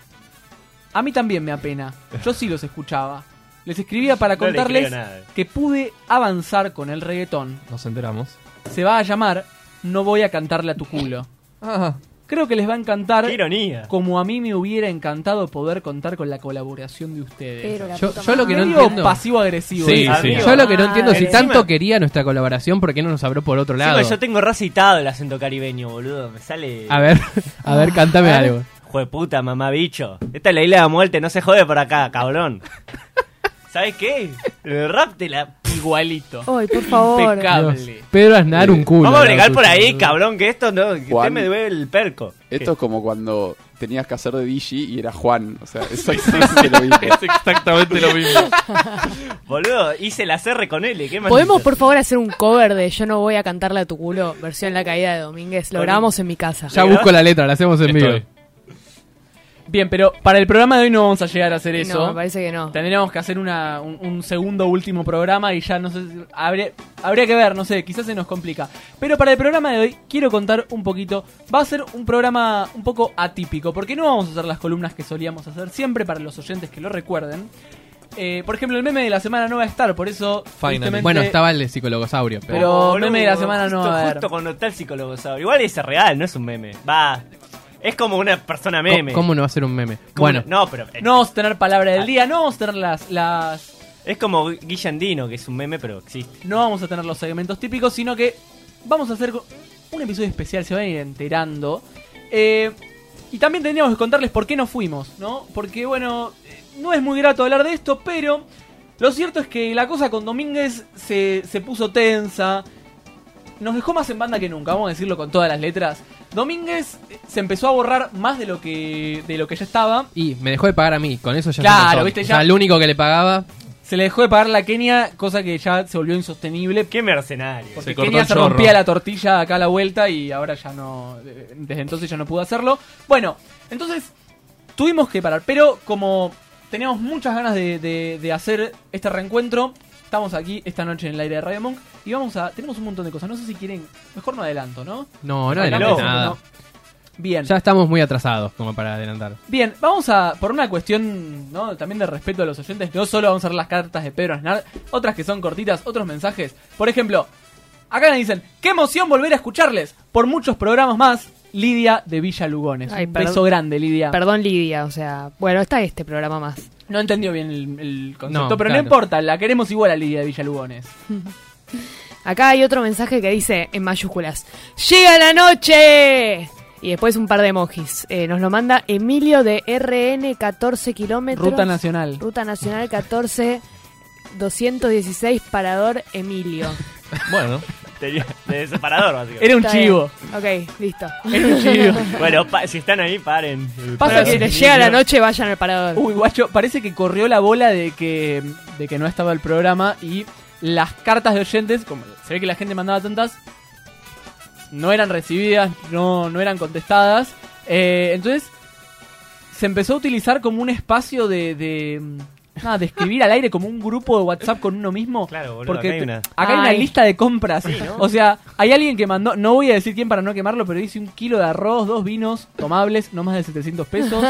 Speaker 5: A mí también me apena. Yo sí los escuchaba. Les escribía para
Speaker 6: No le creo
Speaker 5: contarles
Speaker 6: nada.
Speaker 5: que pude avanzar con el reggaetón.
Speaker 8: Nos enteramos.
Speaker 5: Se va a llamar No voy a cantarle a tu culo.
Speaker 8: Ah,
Speaker 5: Creo que les va a encantar
Speaker 6: Qué ironía.
Speaker 5: como a mí me hubiera encantado poder contar con la colaboración de ustedes.
Speaker 9: Pero la
Speaker 4: Yo-
Speaker 9: puta
Speaker 4: yo lo
Speaker 9: madre.
Speaker 4: que no
Speaker 5: Medio
Speaker 4: entiendo-
Speaker 5: pasivo-agresivo.
Speaker 8: Sí,
Speaker 5: ¿eh?
Speaker 8: sí.
Speaker 6: Amigo.
Speaker 4: Yo lo que no entiendo es si
Speaker 6: Ah,
Speaker 4: tanto
Speaker 6: encima-
Speaker 4: quería nuestra colaboración, ¿por qué no nos habló por otro lado?
Speaker 6: Encima yo tengo recitado el acento caribeño, boludo. Me sale.
Speaker 4: A ver, a ver, cántame algo.
Speaker 6: Jueputa, mamá bicho. Esta es la isla de la muerte, no se jode por acá, cabrón. ¿Sabes qué? El rap te la.
Speaker 5: Igualito.
Speaker 9: Ay, por favor.
Speaker 5: Impecable.
Speaker 4: Dios, Pedro Aznar un culo.
Speaker 6: Vamos a
Speaker 4: la
Speaker 6: bregar por
Speaker 4: puta.
Speaker 6: ahí, cabrón, que esto no. Que
Speaker 10: Juan.
Speaker 6: usted me duele el perco.
Speaker 10: Esto es como cuando tenías que hacer de DJ y era Juan. O sea, eso exactamente lo mismo.
Speaker 8: Es exactamente lo mismo.
Speaker 6: Boludo, hice la CR con L. ¿qué más
Speaker 2: ¿Podemos,
Speaker 6: hice?
Speaker 2: por favor, hacer un cover de Yo no voy a cantarle a tu culo, versión La Caída de Domínguez? Lo
Speaker 6: Con-
Speaker 2: grabamos en mi casa.
Speaker 4: Ya busco la letra, la hacemos en vivo.
Speaker 8: Estoy.
Speaker 5: Bien, pero para el programa de hoy no vamos a llegar a hacer
Speaker 2: No,
Speaker 5: eso.
Speaker 2: me parece que no.
Speaker 5: Tendríamos que hacer una, un, un segundo último programa y ya no sé, si- habría, habría que ver, no sé, quizás se nos complica. Pero para el programa de hoy quiero contar un poquito, va a ser un programa un poco atípico, porque no vamos a hacer las columnas que solíamos hacer siempre para los oyentes que lo recuerden. Eh, por ejemplo, el meme de la semana no va a estar, por eso...
Speaker 8: Finally.
Speaker 5: tristemente,
Speaker 4: Bueno, estaba el de psicologosaurio, pero...
Speaker 5: Pero
Speaker 6: Boludo,
Speaker 5: meme de la semana no
Speaker 6: justo-
Speaker 5: va a haber.
Speaker 6: Justo cuando está el psicólogo ¿sabes? Igual es real, no es un meme. Va. Es como una persona meme.
Speaker 4: ¿Cómo no va a ser un meme?
Speaker 6: Como-
Speaker 4: Bueno,
Speaker 6: No, pero. eh,
Speaker 5: No vamos a tener palabra del día, no vamos a tener las... las
Speaker 6: Es como Guillandino, que es un meme, pero existe.
Speaker 5: no vamos a tener los segmentos típicos, sino que vamos a hacer un episodio especial, se van a ir enterando. Eh, y también tendríamos que contarles por qué no fuimos, ¿no? Porque, bueno, eh, no es muy grato hablar de esto, pero lo cierto es que la cosa con Domínguez se, se puso tensa. Nos dejó más en banda que nunca, vamos a decirlo con todas las letras. Domínguez eh, se empezó a borrar más de lo que, de lo que ya estaba.
Speaker 4: y me dejó de pagar a mí, con eso ya... es un
Speaker 5: Claro,
Speaker 4: montón.
Speaker 5: viste,
Speaker 4: O sea,
Speaker 5: ya-
Speaker 4: el único que le pagaba...
Speaker 5: Se le dejó de pagar la Kenia, cosa que ya se volvió insostenible.
Speaker 6: Qué mercenario.
Speaker 5: Porque
Speaker 8: Se cortó
Speaker 5: Kenia
Speaker 8: el
Speaker 5: se
Speaker 8: chorro.
Speaker 5: rompía la tortilla acá a la vuelta y ahora ya no. eh, Desde entonces ya no pudo hacerlo. Bueno, entonces tuvimos que parar. Pero como teníamos muchas ganas de, de- de hacer este reencuentro, estamos aquí esta noche en el aire de Radio Monk y vamos a. Tenemos un montón de cosas. No sé si quieren. Mejor no adelanto, ¿no?
Speaker 4: No, no
Speaker 6: Bailó.
Speaker 4: adelanté nada.
Speaker 5: No. Bien.
Speaker 4: Ya estamos muy atrasados como para adelantar.
Speaker 5: Bien, vamos a, por una cuestión ¿no? también de respeto a los oyentes, no solo vamos a ver las cartas de Pedro Aznar, otras que son cortitas, otros mensajes. Por ejemplo, acá nos dicen, qué emoción volver a escucharles por muchos programas más, Lidia de Villa Lugones.
Speaker 2: Ay,
Speaker 5: Un
Speaker 2: perdón.
Speaker 5: beso grande, Lidia.
Speaker 2: Perdón, Lidia, o sea, bueno, está este programa más.
Speaker 5: No entendió bien el, el concepto,
Speaker 4: No,
Speaker 5: pero no
Speaker 4: claro.
Speaker 5: importa, la queremos igual a Lidia de Villa Lugones.
Speaker 2: Acá hay otro mensaje que dice en mayúsculas: ¡Llega la noche! Y después un par de emojis. Eh, nos lo manda Emilio de RN 14 kilómetros.
Speaker 5: Ruta Nacional.
Speaker 2: Ruta Nacional 14 216 Parador Emilio.
Speaker 8: Bueno,
Speaker 6: Tenía- De separador, básicamente.
Speaker 5: Era un
Speaker 2: Está
Speaker 5: chivo.
Speaker 2: bien. Ok, listo.
Speaker 5: Era un chivo.
Speaker 6: Bueno, pa- si están ahí, paren.
Speaker 5: Pasa
Speaker 2: Pero
Speaker 5: que-
Speaker 2: si les llega la noche, vayan al parador.
Speaker 5: Uy, guacho, parece que corrió la bola de que, de que no estaba el programa y las cartas de oyentes, como se ve que la gente mandaba tantas, no eran recibidas, no, no eran contestadas. Eh, entonces, se empezó a utilizar como un espacio de... de, mm, nada, de escribir al aire como un grupo de WhatsApp con uno mismo.
Speaker 6: Claro, boludo,
Speaker 5: porque
Speaker 6: acá hay
Speaker 5: te-
Speaker 6: una.
Speaker 5: acá hay una
Speaker 2: Ay.
Speaker 5: lista de compras. O sea, hay alguien que mandó, no voy a decir quién para no quemarlo, pero dice un kilo de arroz, dos vinos tomables, no más de 700 pesos,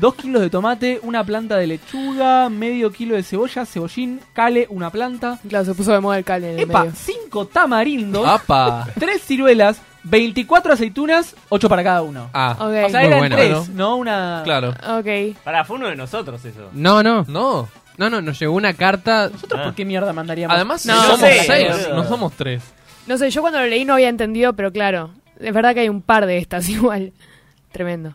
Speaker 5: dos kilos de tomate, una planta de lechuga, medio kilo de cebolla, cebollín, cale, una planta.
Speaker 2: Claro, se puso de moda el cable en el
Speaker 5: Epa,
Speaker 2: medio.
Speaker 5: cinco tamarindos,
Speaker 8: apa.
Speaker 5: tres ciruelas, 24 aceitunas, ocho para cada uno.
Speaker 8: Ah,
Speaker 2: Ok.
Speaker 5: O sea,
Speaker 4: Muy
Speaker 5: eran
Speaker 4: bueno,
Speaker 5: tres, ¿no? Una...
Speaker 8: claro.
Speaker 2: Ok.
Speaker 6: Pará, fue uno de nosotros eso.
Speaker 4: No, no,
Speaker 8: No.
Speaker 4: no, no, nos llegó una carta...
Speaker 5: ¿Nosotros
Speaker 6: Ah.
Speaker 5: por qué mierda mandaríamos?
Speaker 8: Además,
Speaker 2: No,
Speaker 8: somos
Speaker 2: sí,
Speaker 8: seis,
Speaker 6: boludo.
Speaker 8: no somos tres.
Speaker 2: No sé, yo cuando lo leí no había entendido, pero claro. Es verdad que hay un par de estas igual. Tremendo.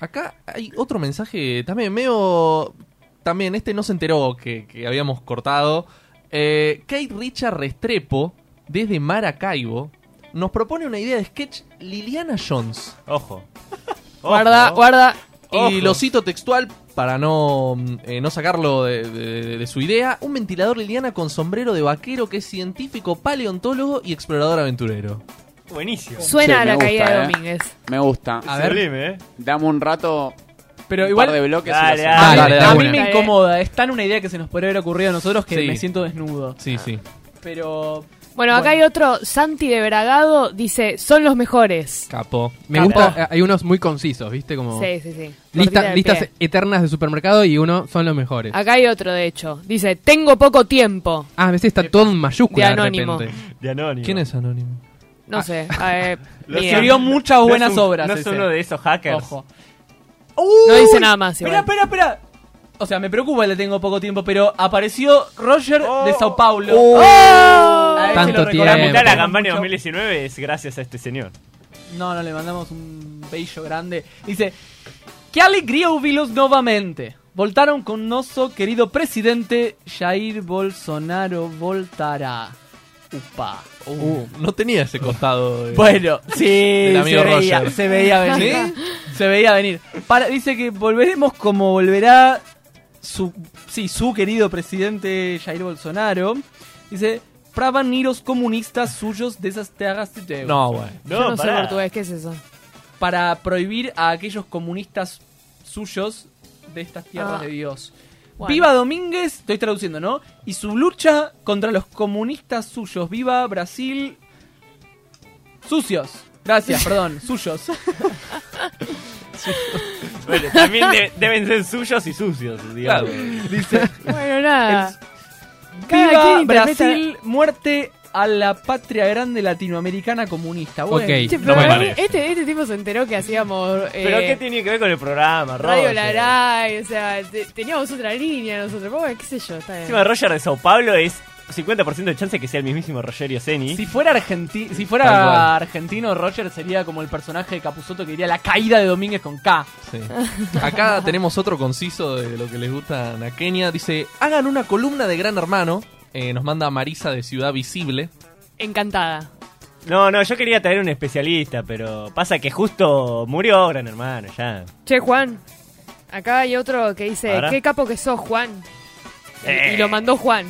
Speaker 8: Acá hay otro mensaje también medio... También este no se enteró que, que habíamos cortado. Eh, Kate Richard Restrepo, desde Maracaibo, nos propone una idea de sketch Liliana Jones.
Speaker 6: Ojo. Ojo.
Speaker 2: Guarda, guarda.
Speaker 8: Y lo cito textual para no, mm, eh, no sacarlo de, de- de su idea. Un ventilador Liliana con sombrero de vaquero que es científico, paleontólogo y explorador aventurero.
Speaker 6: Buenísimo.
Speaker 10: Che,
Speaker 2: Suena a
Speaker 10: me
Speaker 2: la
Speaker 10: gusta,
Speaker 2: caída de
Speaker 10: eh.
Speaker 2: Domínguez.
Speaker 10: Me gusta.
Speaker 4: A ver.
Speaker 6: Sublime, eh.
Speaker 10: Dame un rato,
Speaker 5: Pero
Speaker 10: un
Speaker 5: igual...
Speaker 10: par de bloques. y
Speaker 6: Dale,
Speaker 10: lo
Speaker 6: dale.
Speaker 3: Ah,
Speaker 10: hacemos.
Speaker 8: Dale,
Speaker 4: dale,
Speaker 5: a
Speaker 4: dale.
Speaker 5: mí
Speaker 2: Está
Speaker 5: me
Speaker 2: bien.
Speaker 5: incomoda, es tan una idea que se nos podría haber ocurrido a nosotros que
Speaker 8: Sí.
Speaker 5: me siento desnudo.
Speaker 8: Sí, sí.
Speaker 5: Pero bueno,
Speaker 2: Bueno, acá hay otro. Santi de Bragado dice: son los mejores.
Speaker 8: Capo.
Speaker 4: Me
Speaker 2: Capo.
Speaker 4: gusta, eh, hay unos muy concisos, ¿viste? Como
Speaker 2: Sí, sí, sí.
Speaker 4: lista-
Speaker 2: Cortita del
Speaker 4: listas
Speaker 2: pie.
Speaker 4: eternas de supermercado y uno son los mejores.
Speaker 2: Acá hay otro, de hecho. Dice: tengo poco tiempo.
Speaker 4: Ah, a veces está todo en mayúscula
Speaker 2: De
Speaker 4: de,
Speaker 2: anónimo.
Speaker 4: repente.
Speaker 6: De anónimo.
Speaker 8: ¿Quién es anónimo?
Speaker 2: No
Speaker 6: Ah.
Speaker 2: sé. a ver,
Speaker 6: Lo
Speaker 2: bien.
Speaker 5: escribió muchas
Speaker 6: No es
Speaker 5: buenas
Speaker 6: un-
Speaker 5: obras.
Speaker 6: No es
Speaker 5: ese.
Speaker 6: uno de esos hackers.
Speaker 5: Ojo.
Speaker 2: No dice nada más.
Speaker 5: Espera,
Speaker 2: Igual.
Speaker 5: espera, espera. O sea, me preocupa, le tengo poco tiempo, pero apareció Roger
Speaker 6: Oh.
Speaker 5: de Sao Paulo. A ese
Speaker 4: Tanto
Speaker 5: lo recordamos.
Speaker 6: La mitad de la
Speaker 4: Tiempo.
Speaker 6: campaña 2019 es gracias a este señor.
Speaker 5: No, no, le mandamos un bello grande. Dice, qué alegría hubilos nuevamente. Voltaron con nuestro querido presidente Jair Bolsonaro Voltará. Upa.
Speaker 8: Uh, no tenía ese costado. eh.
Speaker 5: Bueno, sí,
Speaker 8: Del
Speaker 5: se
Speaker 8: amigo
Speaker 5: veía,
Speaker 8: Roger.
Speaker 5: se veía venir.
Speaker 8: ¿Sí?
Speaker 5: Se veía venir. Para, dice que volveremos como volverá su, sí, su querido presidente Jair Bolsonaro. Dice, pravaniros comunistas suyos de esas terras de Deus".
Speaker 8: No, bueno.
Speaker 6: No,
Speaker 2: Yo no
Speaker 6: pará.
Speaker 2: sé portugués, ¿qué es eso?
Speaker 5: Para prohibir a aquellos comunistas suyos de estas tierras
Speaker 2: Ah.
Speaker 5: de Dios.
Speaker 2: Bueno.
Speaker 5: Viva Domínguez, estoy traduciendo, ¿no? Y su lucha contra los comunistas suyos. Viva Brasil. Sucios. Gracias, perdón, suyos.
Speaker 6: Bueno, también de- deben ser suyos y sucios, digamos.
Speaker 5: Dice,
Speaker 2: Bueno, nada. Cada
Speaker 5: Viva
Speaker 2: quien interpreta-
Speaker 5: Brasil, muerte a la patria grande latinoamericana comunista. Bueno,
Speaker 4: Ok.
Speaker 2: Che,
Speaker 4: No
Speaker 2: pero
Speaker 4: me
Speaker 2: a mí
Speaker 4: parece.
Speaker 2: este, este tipo se enteró que hacíamos eh,
Speaker 6: ¿Pero qué tiene que ver con el programa,
Speaker 2: Radio
Speaker 6: Roger?
Speaker 2: Laray, o sea, te- teníamos otra línea nosotros. Pero Bueno, qué sé yo, está bien.
Speaker 6: Encima Roger de Sao Paulo es 50% de chance que sea el mismísimo Rogerio Seni.
Speaker 5: Si fuera, argenti-
Speaker 4: Tal cual.
Speaker 5: si fuera argentino, Roger sería como el personaje de Capuzoto que diría la caída de Domínguez con K.
Speaker 8: Sí. Acá tenemos otro conciso de lo que les gusta a Kenia. Dice, hagan una columna de Gran Hermano. Eh, nos manda Marisa de Ciudad Visible.
Speaker 2: Encantada.
Speaker 6: No, no, yo quería traer un especialista, pero pasa que justo murió Gran Hermano, ya.
Speaker 2: Che, Juan. Acá hay otro que dice,
Speaker 6: Ahora.
Speaker 2: qué capo que sos, Juan. Y-
Speaker 6: Eh.
Speaker 2: Y lo mandó Juan.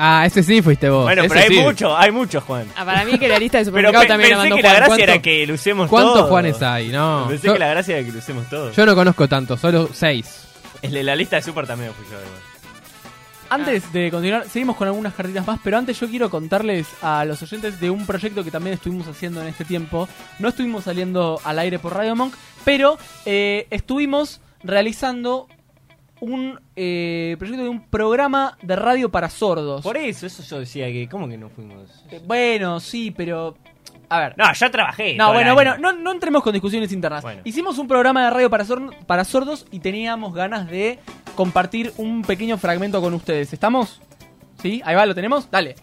Speaker 4: Ah, ese sí fuiste vos.
Speaker 6: Bueno,
Speaker 4: Ese
Speaker 6: pero hay
Speaker 4: sí.
Speaker 6: mucho, hay muchos, Juan.
Speaker 2: Ah, para mí que la lista de
Speaker 6: Pero
Speaker 2: supermercado
Speaker 6: pe-
Speaker 2: también la
Speaker 6: pensé
Speaker 2: mandó
Speaker 6: que la
Speaker 2: Juan.
Speaker 6: gracia
Speaker 4: ¿Cuánto-
Speaker 6: era que lo usemos
Speaker 4: ¿Cuántos
Speaker 6: todo.
Speaker 4: Juanes hay? No.
Speaker 6: Pensé
Speaker 4: yo,
Speaker 6: que la gracia era que lo usemos todo.
Speaker 4: yo no conozco tanto, solo seis.
Speaker 6: El de la lista de Super también fui yo. igual.
Speaker 5: Antes de continuar, seguimos con algunas cartitas más, pero antes yo quiero contarles a los oyentes de un proyecto que también estuvimos haciendo en este tiempo. No estuvimos saliendo al aire por Radio Monk, pero eh, estuvimos realizando un eh, proyecto de un programa de radio para sordos.
Speaker 6: Por eso, eso yo decía que, ¿cómo que no fuimos?
Speaker 5: Eh, Bueno, sí, pero... A ver,
Speaker 6: No, yo trabajé.
Speaker 5: No,
Speaker 6: todo el
Speaker 5: bueno,
Speaker 6: año.
Speaker 5: bueno, no, no entremos con discusiones internas.
Speaker 6: Bueno.
Speaker 5: Hicimos un programa de radio para, sor- para sordos y teníamos ganas de compartir un pequeño fragmento con ustedes. ¿Estamos? ¿Sí? Ahí va, ¿lo tenemos? Dale.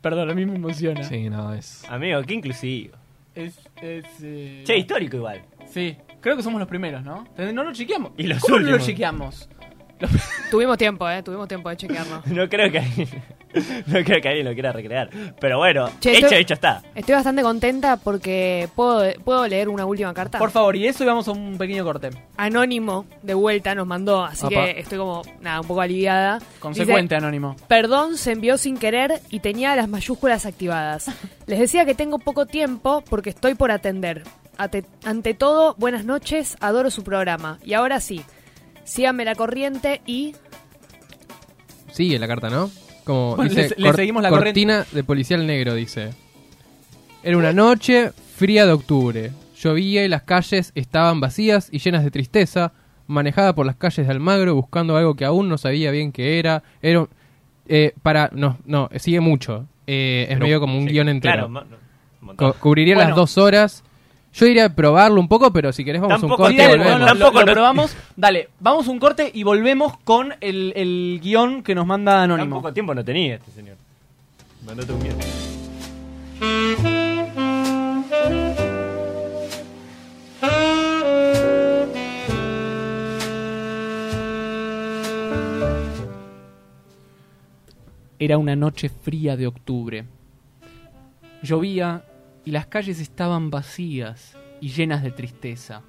Speaker 5: Perdón, a mí me emociona.
Speaker 8: Sí, no, es...
Speaker 6: Amigo, qué inclusivo.
Speaker 5: Es, es, eh,
Speaker 6: Che, histórico igual.
Speaker 5: Sí, creo que somos los primeros, ¿no? No lo chequeamos.
Speaker 6: Y los
Speaker 5: ¿Cómo no
Speaker 6: últimos.
Speaker 5: lo chequeamos?
Speaker 2: Tuvimos tiempo, eh, tuvimos tiempo de chequearnos.
Speaker 6: No creo que alguien, no creo que alguien lo quiera recrear. Pero bueno,
Speaker 2: Che,
Speaker 6: hecho,
Speaker 2: esto-
Speaker 6: hecho está.
Speaker 2: Estoy bastante contenta porque puedo, puedo leer una última carta.
Speaker 5: Por favor, y eso y vamos a un pequeño corte.
Speaker 2: Anónimo de vuelta nos mandó, así
Speaker 5: Apa.
Speaker 2: que estoy como, nada, un poco aliviada.
Speaker 5: Consecuente,
Speaker 2: Dice,
Speaker 5: Anónimo.
Speaker 2: Perdón, se envió sin querer y tenía las mayúsculas activadas. Les decía que tengo poco tiempo porque estoy por atender. Ate- ante todo, buenas noches, adoro su programa. Y ahora sí, síganme la corriente y...
Speaker 4: Sigue la carta, ¿no? Como
Speaker 5: Bueno,
Speaker 4: dice,
Speaker 5: le- le seguimos la
Speaker 4: cortina de policial negro, dice. Era una noche fría de octubre. Llovía y las calles estaban vacías y llenas de tristeza. Manejada por las calles de Almagro buscando algo que aún no sabía bien qué era. Era un- eh, para no no sigue mucho. Eh, es
Speaker 6: Pero-
Speaker 4: medio como un
Speaker 6: sí,
Speaker 4: guión entero.
Speaker 6: Claro, ma- un montón.
Speaker 4: Co- cubriría
Speaker 5: Bueno.
Speaker 4: las dos horas. Yo iría a probarlo un poco, pero si querés vamos a un
Speaker 6: Tampoco
Speaker 4: corte y
Speaker 6: tiene-
Speaker 4: volvemos.
Speaker 6: no, no, Tampoco
Speaker 5: lo,
Speaker 6: no-
Speaker 5: probamos. Dale, vamos a un corte y volvemos con el, el guión que nos manda Anónimo.
Speaker 6: Tampoco tiempo no tenía este señor. Mandate un miedo.
Speaker 5: Era una noche fría de octubre. Llovía y las calles estaban vacías y llenas de tristeza.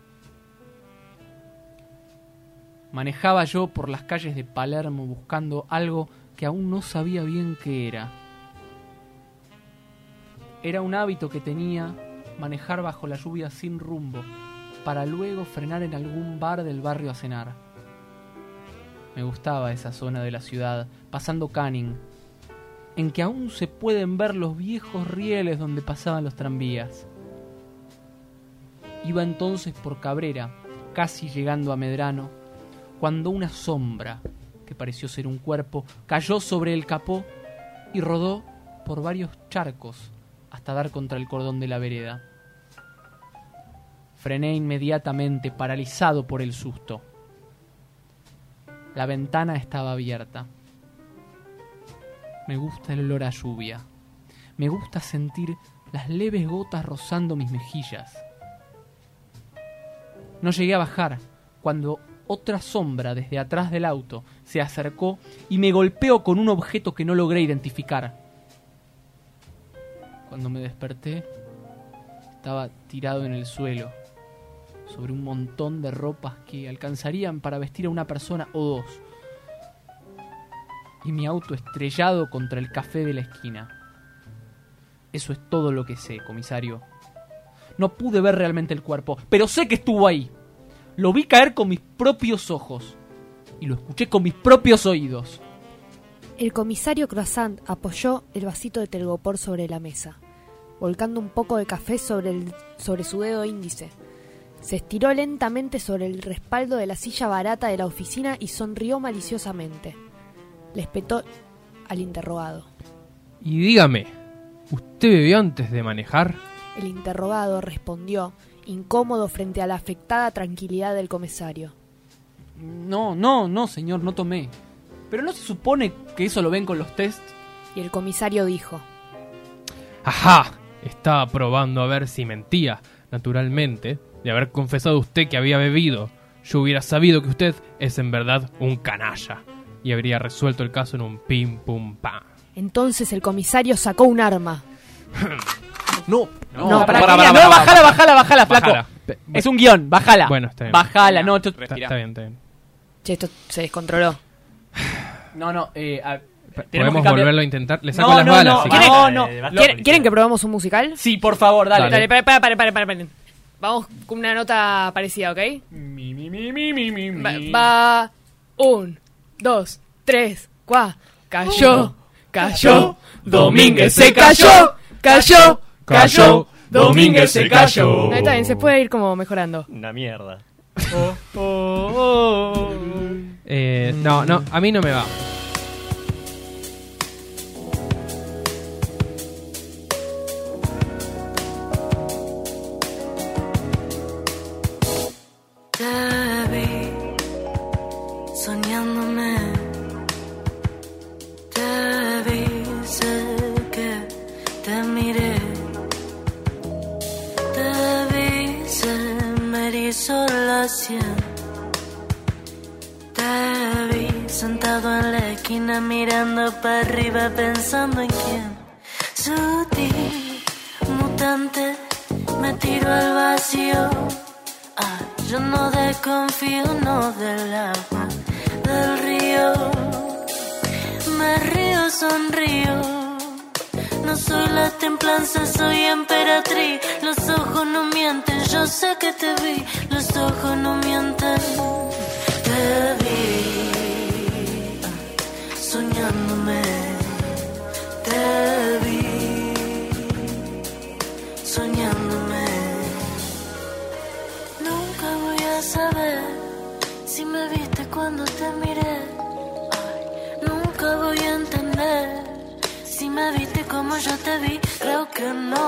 Speaker 5: Manejaba yo por las calles de Palermo buscando algo que aún no sabía bien qué era. Era un hábito que tenía manejar bajo la lluvia sin rumbo, para luego frenar en algún bar del barrio a cenar. Me gustaba esa zona de la ciudad, pasando Canning, en que aún se pueden ver los viejos rieles donde pasaban los tranvías. Iba entonces por Cabrera, casi llegando a Medrano, cuando una sombra, que pareció ser un cuerpo, cayó sobre el capó y rodó por varios charcos hasta dar contra el cordón de la vereda. Frené inmediatamente, paralizado por el susto. La ventana estaba abierta. Me gusta el olor a lluvia. Me gusta sentir las leves gotas rozando mis mejillas. No llegué a bajar cuando otra sombra desde atrás del auto se acercó y me golpeó con un objeto que no logré identificar. Cuando me desperté, estaba tirado en el suelo, sobre un montón de ropas que alcanzarían para vestir a una persona o dos, y mi auto estrellado contra el café de la esquina. Eso es todo lo que sé, comisario. No pude ver realmente el cuerpo, pero sé que estuvo ahí. Lo vi caer con mis propios ojos y lo escuché con mis propios oídos.
Speaker 2: El comisario Croissant apoyó el vasito de telgopor sobre la mesa, volcando un poco de café sobre, el- sobre su dedo índice. Se estiró lentamente sobre el respaldo de la silla barata de la oficina y sonrió maliciosamente. Le espetó al interrogado.
Speaker 4: Y dígame, ¿usted bebió antes de manejar?
Speaker 2: El interrogado respondió, incómodo frente a la afectada tranquilidad del comisario.
Speaker 5: No, no, no, señor, no tomé. Pero no se supone que eso lo ven con los tests.
Speaker 2: Y el comisario dijo,
Speaker 4: ¡Ajá! Estaba probando a ver si mentía. Naturalmente, de haber confesado usted que había bebido, yo hubiera sabido que usted es en verdad un canalla. Y habría resuelto el caso en un pim pum pam.
Speaker 2: entonces el comisario sacó un arma.
Speaker 8: No,
Speaker 4: No,
Speaker 5: No,
Speaker 4: pará,
Speaker 5: para,
Speaker 4: pará,
Speaker 5: no,
Speaker 4: pará, pará,
Speaker 5: bajala, bajala, bajala, flaco.
Speaker 4: Bájala.
Speaker 5: Es un guión, bajala.
Speaker 4: Bueno, está bien.
Speaker 5: Bajala, no, yo-
Speaker 4: Está, está bien, está bien.
Speaker 2: Che, esto se descontroló.
Speaker 5: no, no, eh, a- tenemos
Speaker 4: Podemos
Speaker 5: que cambiar-
Speaker 4: volverlo a intentar. Le saco
Speaker 5: No,
Speaker 4: las
Speaker 5: no,
Speaker 4: balas.
Speaker 5: no,
Speaker 4: si
Speaker 5: no,
Speaker 4: quiere.
Speaker 5: no, no.
Speaker 2: ¿Quieren, quieren que probamos un musical?
Speaker 5: Sí, por favor, dale.
Speaker 4: Dale.
Speaker 11: Dale, pare, pare, pare, pare, pare, pare. Vamos con una nota parecida, ¿ok? Va, va- un, dos, tres, cuá. Cayó, cayó, Domínguez se cayó, cayó, cayó, Domínguez se cayó. Ahí está bien, se puede ir como mejorando. Oh,
Speaker 12: Una mierda.
Speaker 4: Eh, no, no, a mí no me va.
Speaker 13: Te vi soñándome. Te vi, sé que te miré. Te vi, se me erizó la sien. Te vi sentado en la esquina mirando para arriba pensando en quién. Sutil, mutante, me tiro al vacío. Ah, yo no desconfío, no del agua, del río. Me río, sonrío. No soy la templanza, soy emperatriz. Los ojos no mienten, yo sé que te vi. Los ojos no mienten, te vi. ah, Soñándome, te vi. Soñándome. Nunca voy a saber si me viste cuando te miré. Ay, nunca voy a entender si me viste como yo te vi. Creo que no.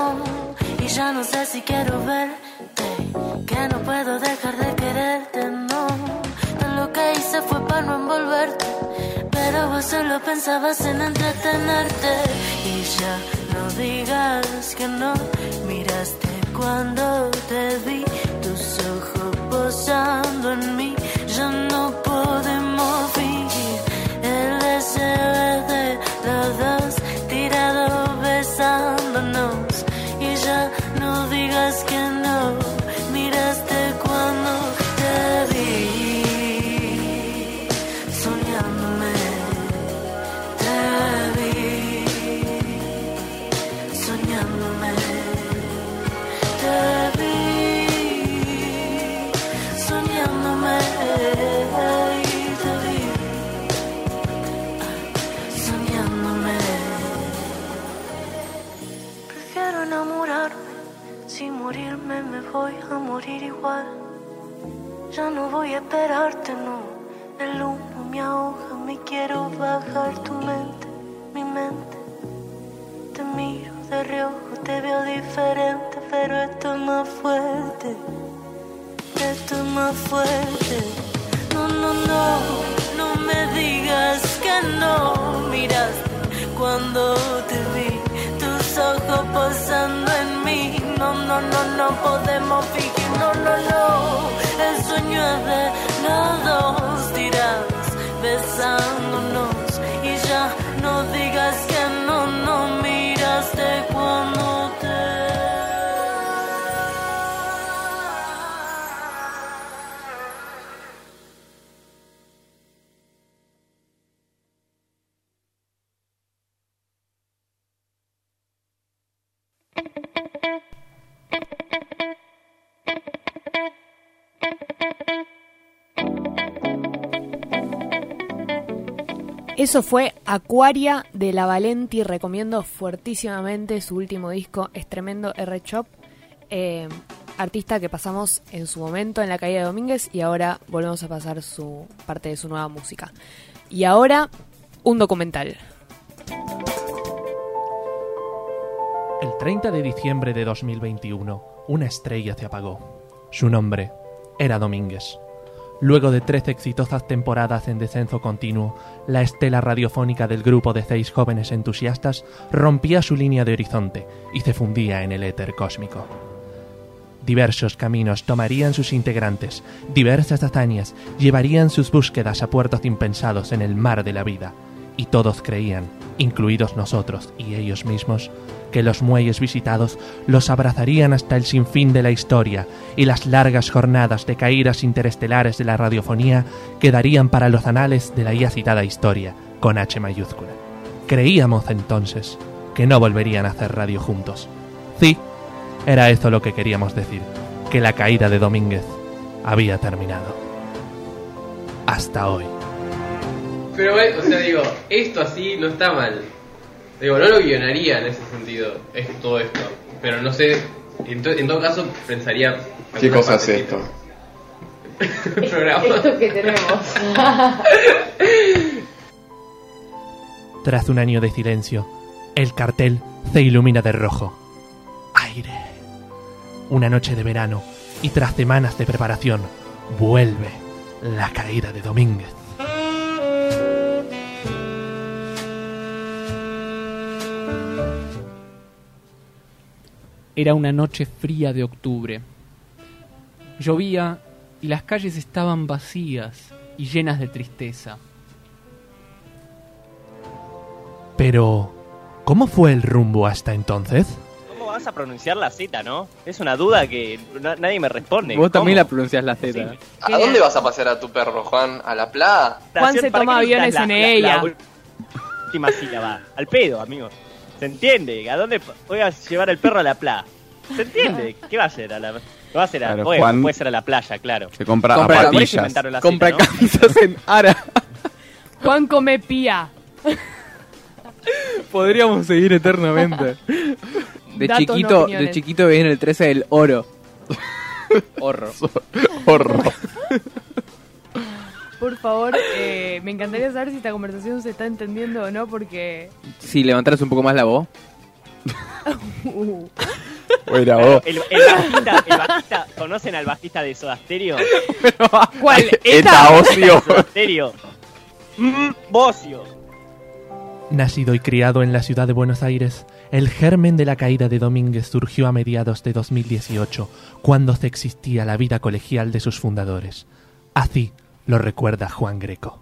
Speaker 13: Y ya no sé si quiero verte. Que no puedo dejar de quererte, no. Todo lo que hice fue para no envolverte. Pero vos solo pensabas en entretenerte. Y ya no digas que no miraste cuando te vi tus ojos posando en mí, ya no podemos fingir. El deseo es de los dos tirados besándonos y ya no digas que no. Miraste cuando te vi soñándome, te vi soñándome te vi soñándome y te vi soñándome. Prefiero enamorarme, si morirme me voy a morir igual. Ya no voy a esperarte, no. El humo me ahoga, me quiero bajar tu mente, mi mente. Te miro de reojo, te veo diferente, pero esto es más fuerte. Esto es más fuerte. No, no, no, no me digas que no. Miraste cuando te vi, tus ojos posando
Speaker 2: Eso fue Acuaria de la Valenti. Recomiendo fuertísimamente su último disco. Es tremendo R Chop. Eh, artista que pasamos en su momento en la calle de Domínguez y ahora volvemos a pasar su parte de su nueva música. Y ahora, un documental.
Speaker 8: El 30 de diciembre de 2021, una estrella se apagó. Su nombre era Domínguez. Luego de tres exitosas temporadas en descenso continuo, la estela radiofónica del grupo de seis jóvenes entusiastas rompía su línea de horizonte y se fundía en el éter cósmico. Diversos caminos tomarían sus integrantes, diversas hazañas llevarían sus búsquedas a puertos impensados en el mar de la vida, y todos creían, incluidos nosotros y ellos mismos, que los muelles visitados los abrazarían hasta el sinfín de la historia y las largas jornadas de caídas interestelares de la radiofonía quedarían para los anales de la ya citada historia, con H mayúscula. Creíamos entonces que no volverían a hacer radio juntos. Sí, era esto lo que queríamos decir, que la caída de Domínguez había terminado. Hasta hoy.
Speaker 14: Pero, eh, o sea, digo, esto así no está mal. Digo, no lo guionaría en ese sentido, es todo esto. Pero no sé, en, to- en todo caso pensaría...
Speaker 10: ¿Qué
Speaker 14: alguna
Speaker 10: cosa es
Speaker 14: partecita.
Speaker 10: esto?
Speaker 14: Programa.
Speaker 3: Esto que tenemos.
Speaker 8: Tras un año de silencio, el cartel se ilumina de rojo. Aire. Una noche de verano y tras semanas de preparación, vuelve la caída de Domínguez.
Speaker 5: Era una noche fría de octubre. Llovía y las calles estaban vacías y llenas de tristeza.
Speaker 8: Pero, ¿cómo fue el rumbo hasta entonces?
Speaker 6: ¿Cómo vas a pronunciar la Z, no? Es una duda que na- nadie me responde.
Speaker 11: Vos también la
Speaker 6: ¿Cómo?
Speaker 11: pronuncias la Z.
Speaker 14: ¿A dónde vas a pasear a tu perro, Juan? ¿A la playa?
Speaker 2: Juan se
Speaker 6: ¿Para qué
Speaker 2: toma aviones
Speaker 6: necesitas
Speaker 2: en
Speaker 6: la- la-
Speaker 2: ella.
Speaker 6: la última sílaba. Al pedo, amigo. ¿Se entiende? ¿A dónde p- voy a llevar el perro a la playa? ¿Se entiende? ¿Qué va a hacer? A la... ¿Lo va a hacer a...
Speaker 11: Claro,
Speaker 6: bueno,
Speaker 11: Juan-
Speaker 6: puede ser a la playa, claro.
Speaker 11: Se compra,
Speaker 6: Compra-
Speaker 11: a
Speaker 6: Por
Speaker 11: patillas.
Speaker 6: eso inventaron la
Speaker 11: compra
Speaker 6: cita, ¿no?
Speaker 11: camisas en Ara.
Speaker 2: Juan come pía.
Speaker 11: Podríamos seguir eternamente. De
Speaker 2: Datos, no
Speaker 11: chiquito, de
Speaker 2: opiniones.
Speaker 11: chiquito veía en el 13 del oro. Horro.
Speaker 10: Horror.
Speaker 2: Por favor, eh, me encantaría saber si esta conversación se está entendiendo o no, porque.
Speaker 11: Si levantaras un poco más la voz.
Speaker 2: Uh,
Speaker 11: Era
Speaker 6: Claro, el, el bajista, el bajista, ¿conocen al bajista de Soda Stereo?
Speaker 2: ¿Cuál?
Speaker 11: Eta ocio.
Speaker 6: Soda Stereo. Mm, bocio.
Speaker 8: Nacido y criado en la ciudad de Buenos Aires, el germen de la caída de Domínguez surgió a mediados de 2018, cuando se existía la vida colegial de sus fundadores. Así lo recuerda Juan Greco.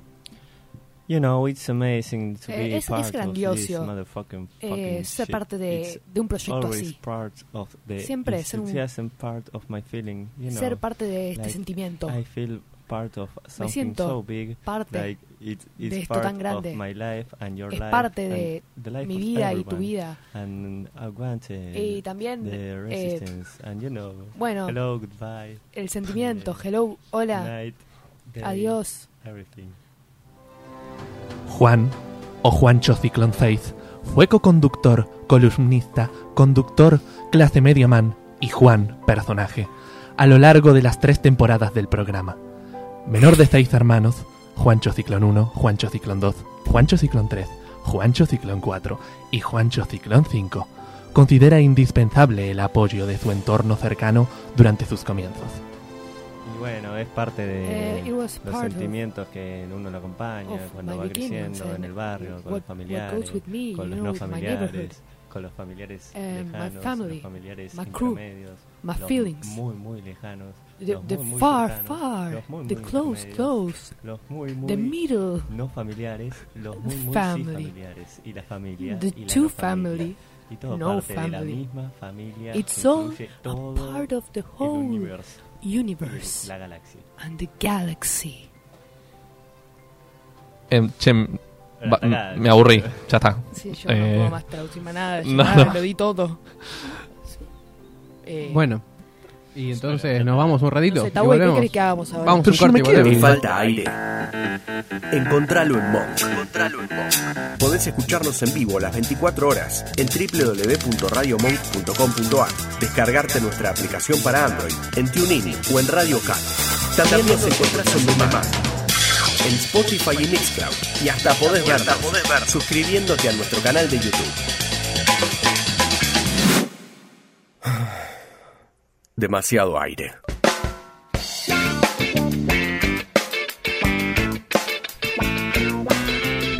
Speaker 6: You know, it's amazing to
Speaker 2: Eh, be es- part es of grandioso, this
Speaker 6: motherfucking
Speaker 2: eh, fucking ser shit. parte de- It's de un proyecto always así.
Speaker 6: Part of the
Speaker 2: Siempre ser un- enthusiasm,
Speaker 6: part of my feeling,
Speaker 2: Ser parte de este
Speaker 6: like,
Speaker 2: sentimiento.
Speaker 6: I feel part of something
Speaker 2: siento
Speaker 6: so big,
Speaker 2: parte
Speaker 6: like it is
Speaker 2: de esto
Speaker 6: part
Speaker 2: tan grande.
Speaker 6: Of my life and your
Speaker 2: Es
Speaker 6: life
Speaker 2: parte
Speaker 6: and
Speaker 2: de
Speaker 6: the life
Speaker 2: Mi
Speaker 6: of
Speaker 2: vida y
Speaker 6: everyone.
Speaker 2: tu vida.
Speaker 6: And aguante
Speaker 2: Y también,
Speaker 6: the
Speaker 2: eh,
Speaker 6: resistance and you know.
Speaker 2: bueno,
Speaker 6: Hello, goodbye.
Speaker 2: el sentimiento. Hello, hola,
Speaker 6: Night, day,
Speaker 2: adiós.
Speaker 6: Everything.
Speaker 8: Juan, o Juancho Ciclón 6, fue coconductor, columnista, conductor, clase media man y Juan, personaje, a lo largo de las tres temporadas del programa. Menor de seis hermanos, Juancho Ciclón 1, Juancho Ciclón 2, Juancho Ciclón 3, Juancho Ciclón 4 y Juancho Ciclón 5, considera indispensable el apoyo de su entorno cercano durante sus comienzos.
Speaker 6: Y bueno, es parte de
Speaker 2: Eh, it was
Speaker 6: los
Speaker 2: part of-
Speaker 6: sentimientos que uno lo acompaña
Speaker 2: of
Speaker 6: cuando
Speaker 2: my
Speaker 6: va
Speaker 2: beginnings
Speaker 6: creciendo
Speaker 2: and
Speaker 6: en el barrio, con
Speaker 2: what-
Speaker 6: los
Speaker 2: what
Speaker 6: familiares,
Speaker 2: goes with me,
Speaker 6: con
Speaker 2: you
Speaker 6: los
Speaker 2: know,
Speaker 6: no
Speaker 2: with my
Speaker 6: familiares,
Speaker 2: neighborhood.
Speaker 6: con los familiares
Speaker 2: Eh, my
Speaker 6: lejanos,
Speaker 2: family,
Speaker 6: los familiares
Speaker 2: my crew,
Speaker 6: intermedios,
Speaker 2: my
Speaker 6: los
Speaker 2: feelings.
Speaker 6: muy muy lejanos,
Speaker 2: The,
Speaker 6: los
Speaker 2: the
Speaker 6: muy, muy
Speaker 2: far,
Speaker 6: cercanos,
Speaker 2: far,
Speaker 6: los muy,
Speaker 2: the
Speaker 6: muy
Speaker 2: close,
Speaker 6: intermedios,
Speaker 2: close,
Speaker 6: los muy muy
Speaker 2: the middle,
Speaker 6: no familiares, los muy muy sí
Speaker 2: family,
Speaker 6: familiares y la familia
Speaker 2: the
Speaker 6: y la
Speaker 2: two
Speaker 6: no familia,
Speaker 2: family.
Speaker 6: y todo
Speaker 2: no
Speaker 6: parte de la
Speaker 2: family.
Speaker 6: misma familia,
Speaker 2: It's
Speaker 6: que
Speaker 2: all
Speaker 6: incluye
Speaker 2: a
Speaker 6: todo
Speaker 2: part of the
Speaker 6: el
Speaker 2: whole
Speaker 6: universo,
Speaker 2: universe
Speaker 6: la galaxia.
Speaker 2: and the galaxy.
Speaker 6: Pero hasta acá,
Speaker 8: Em, me aburrí, ya está.
Speaker 2: Sí, yo
Speaker 8: Eh,
Speaker 2: no puedo más traducir más nada. yo
Speaker 8: no,
Speaker 2: nada,
Speaker 8: no.
Speaker 2: lo di todo. Eh,
Speaker 4: Bueno, y entonces nos vamos un ratito.
Speaker 2: no sé,
Speaker 4: y
Speaker 2: Tahuel, ¿qué
Speaker 4: volvemos.
Speaker 2: querés que hagamos ahora?
Speaker 4: Vamos a un corte y volvemos.
Speaker 1: Me falta aire. Encontralo en Monk. Podés escucharnos en vivo las 24 horas en www.radiomonk.com.ar. Descargarte nuestra aplicación para Android en TuneIn o en Radio Cat. También nos encontrás en Mamá. En Spotify y Mixcloud. Y hasta podés
Speaker 3: Y
Speaker 1: ver
Speaker 3: hasta podés vernos.
Speaker 1: suscribiéndote a nuestro canal de YouTube. Demasiado aire.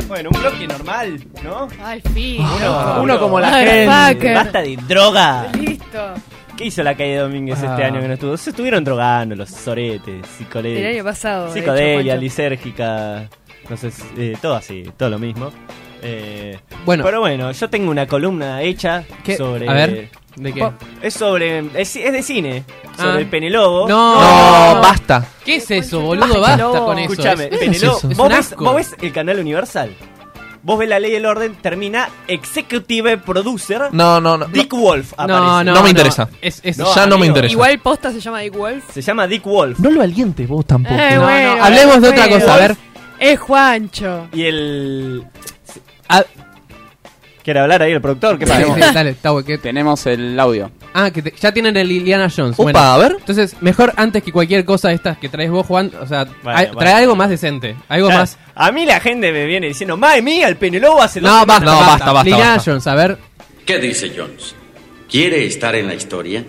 Speaker 6: Bueno, un bloque normal, ¿no?
Speaker 2: Al fin.
Speaker 4: Ah.
Speaker 6: Uno,
Speaker 5: uno como la
Speaker 2: Motherfucker.
Speaker 6: Basta de droga.
Speaker 2: Listo.
Speaker 6: ¿Qué hizo la calle Domínguez este
Speaker 2: Ah.
Speaker 6: año que no estuvo? Se estuvieron drogando los soretes,
Speaker 2: El año
Speaker 6: psicodelia.
Speaker 2: pasado. de hecho,
Speaker 6: Psicodelia,
Speaker 2: Pancho.
Speaker 6: lisérgica, no sé, si- eh, todo así, todo lo mismo. Eh,
Speaker 4: Bueno.
Speaker 6: Pero bueno, yo tengo una columna hecha
Speaker 4: ¿Qué?
Speaker 6: sobre.
Speaker 4: A ver, ¿de qué?
Speaker 6: Es sobre. Es, es de cine. Sobre
Speaker 4: Ah.
Speaker 6: el Penelobo.
Speaker 4: No, basta. ¿Qué es eso, boludo? Basta, con eso.
Speaker 6: Escúchame,
Speaker 4: ¿Qué es
Speaker 6: Penelobo.
Speaker 4: eso? Es
Speaker 6: ¿vos,
Speaker 4: un
Speaker 6: ves,
Speaker 4: asco.
Speaker 6: vos ves el canal Universal? Vos ves la ley y el orden, termina Executive Producer.
Speaker 8: No, no, no.
Speaker 6: Dick Wolf
Speaker 4: No,
Speaker 6: aparece.
Speaker 8: no, No me no. interesa.
Speaker 4: Es- es-
Speaker 8: Ya no me interesa.
Speaker 2: Igual posta se llama Dick Wolf.
Speaker 6: Se llama Dick Wolf.
Speaker 8: No lo alientes vos tampoco.
Speaker 2: Eh,
Speaker 8: No,
Speaker 2: bueno,
Speaker 8: no, Hablemos de otra
Speaker 2: bueno.
Speaker 8: cosa, a ver.
Speaker 2: Es Juancho.
Speaker 6: Y el.
Speaker 8: Ah.
Speaker 6: ¿Quiere hablar ahí el productor? ¿Qué pasa?
Speaker 4: Sí, sí, dale, está bueno, que-
Speaker 11: Tenemos el audio.
Speaker 4: Ah, que te- ya tienen el Liliana Jones.
Speaker 11: Opa,
Speaker 4: bueno,
Speaker 11: a ver.
Speaker 4: Entonces, mejor antes que cualquier cosa de estas que traes vos, Juan, o sea,
Speaker 6: Bueno,
Speaker 4: hay-
Speaker 6: bueno.
Speaker 4: trae algo más decente. Algo
Speaker 6: Claro,
Speaker 4: más.
Speaker 6: A mí la gente me viene diciendo, madre mía, el Penelobo hace dos
Speaker 4: No,
Speaker 6: semanas".
Speaker 4: basta, basta, Liliana Jones, a ver.
Speaker 15: ¿Qué dice Jones? ¿Quiere estar en la historia?